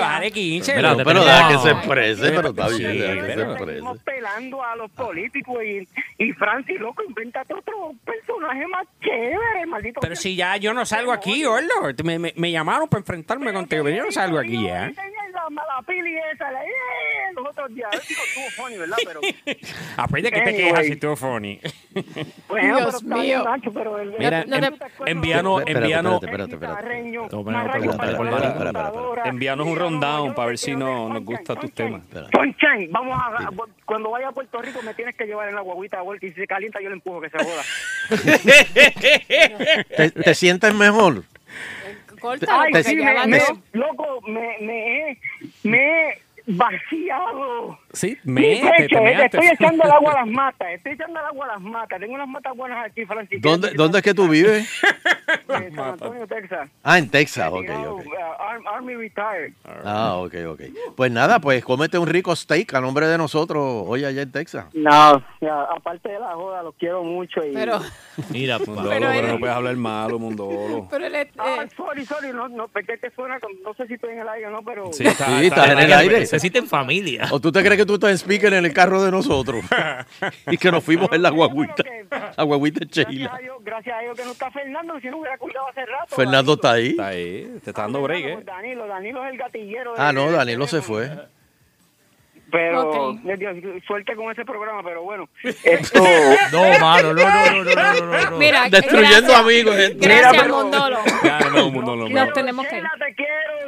S2: vale, vale, 15.
S3: Pero,
S2: loco.
S3: pero deja que se
S2: No.
S3: exprese, pero está
S2: Sí,
S3: bien, deja que se
S2: pero-
S3: exprese.
S1: Estamos pelando a los políticos y, y Francis, loco, invéntate otro personaje más chévere, maldito.
S2: Pero si ya yo no salgo aquí, gordo. Me, me- me llamaron para enfrentarme contigo, pero yo no salgo aquí ya.
S1: Tenía la mala pili esa, la, eh, los otros días. Digo, estuvo funny, ¿verdad? Pero,
S2: Aprende que te
S1: Anyway.
S2: quejas si tú, Fony.
S1: bueno,
S2: Dios
S1: pero está
S2: mío.
S1: bien, Nacho, pero el,
S2: Mira,
S1: el- el-
S2: en- envíanos,
S3: Espérate,
S6: envíanos.
S3: espérate, espérate,
S1: guitarreño,
S6: Toma,
S1: más
S6: otra
S1: rayo
S6: pregunta,
S1: para
S6: Bárbara.
S1: la
S6: Envíanos un rundown para ver si no, nos gusta tus temas.
S1: Sunshine, vamos a, cuando vaya a Puerto Rico me tienes que llevar en la guaguita de vuelta y si se calienta yo le empujo que se joda.
S3: ¿Te, te sientes mejor?
S1: Corta, Ay,
S3: Te-
S1: sí,
S3: te-
S1: me,
S3: te-
S1: me- loco, me, me, he- me he vaciado.
S6: Sí,
S1: Mi
S6: me te
S1: pecho, eh,
S6: measte.
S1: estoy echando el agua a las matas, estoy echando el agua a las matas. Tengo unas matas buenas aquí, Francisco.
S3: ¿Dónde, ¿Dónde es que tú vives?
S1: En San Antonio, Texas.
S3: Ah, en Texas, ok,
S1: Retirado,
S3: ok.
S1: uh, Ar- Army retired.
S3: Ah, ok, ok. Pues nada, pues cómete un rico steak a nombre de nosotros hoy allá en Texas.
S1: No, ya, aparte de la joda, los quiero mucho. Y...
S4: Pero,
S6: Mira, Mundolo,
S4: Pero
S6: pero,
S4: él-
S6: no puedes hablar malo, Mundolo.
S4: pero él es- eh,
S1: Ah, sorry, sorry, no, no, porque te suena, con- no sé si estoy en el aire o no, pero...
S3: Sí, estás en el aire.
S5: Se sienten familia.
S3: ¿O tú te crees que tú estás en speaker en el carro de nosotros? y que nos fuimos en la guaguita. La guaguita de Sheila.
S1: Gracias a Dios que no está Fernando, si no hubiera colgado hace rato.
S3: Fernando está ahí.
S6: Está ahí, te está dando break, ¿eh?
S1: Danilo, Danilo es el gatillero.
S3: Ah,
S1: de-
S3: no, Danilo se fue.
S1: Pero,
S3: Ok.
S1: eh, Dios, suerte con ese programa, pero bueno. Este,
S5: No, mano, no, no, no, no, no, no, no.
S1: Mira,
S3: Destruyendo
S1: gracias.
S3: amigos, gente.
S1: Gracias,
S4: Gracias, Mondolo.
S6: no, Mundolo.
S4: Nos tenemos que ir.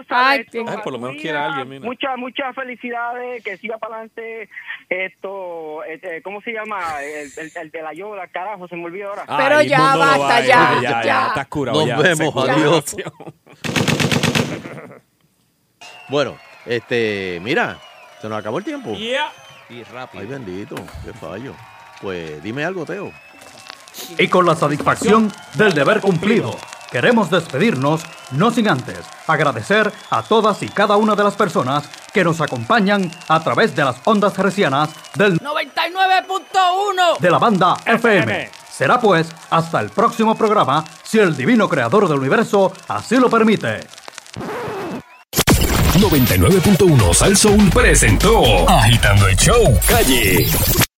S1: Ay,
S6: Ay, por lo menos quiere a alguien, mira.
S1: Muchas, muchas felicidades, que siga para adelante esto, este, ¿cómo se llama? El, el- el de la yoda, carajo, se me olvidó ahora.
S4: Pero ya basta, ya, ya.
S6: Estás curado
S3: Nos
S6: ya.
S3: vemos,
S6: Se curó.
S3: adiós. Bueno, este, mira, se nos acabó el tiempo.
S5: Y
S3: Ay, bendito, qué fallo. Pues dime algo, Teo.
S24: Y con la satisfacción del deber cumplido, queremos despedirnos, no sin antes agradecer a todas y cada una de las personas que nos acompañan a través de las ondas hercianas del
S12: 99.1
S24: de la banda FM. Será pues hasta el próximo programa, si el divino creador del universo así lo permite.
S6: 99.1 Sal Soul presentó Agitando el Show Calle.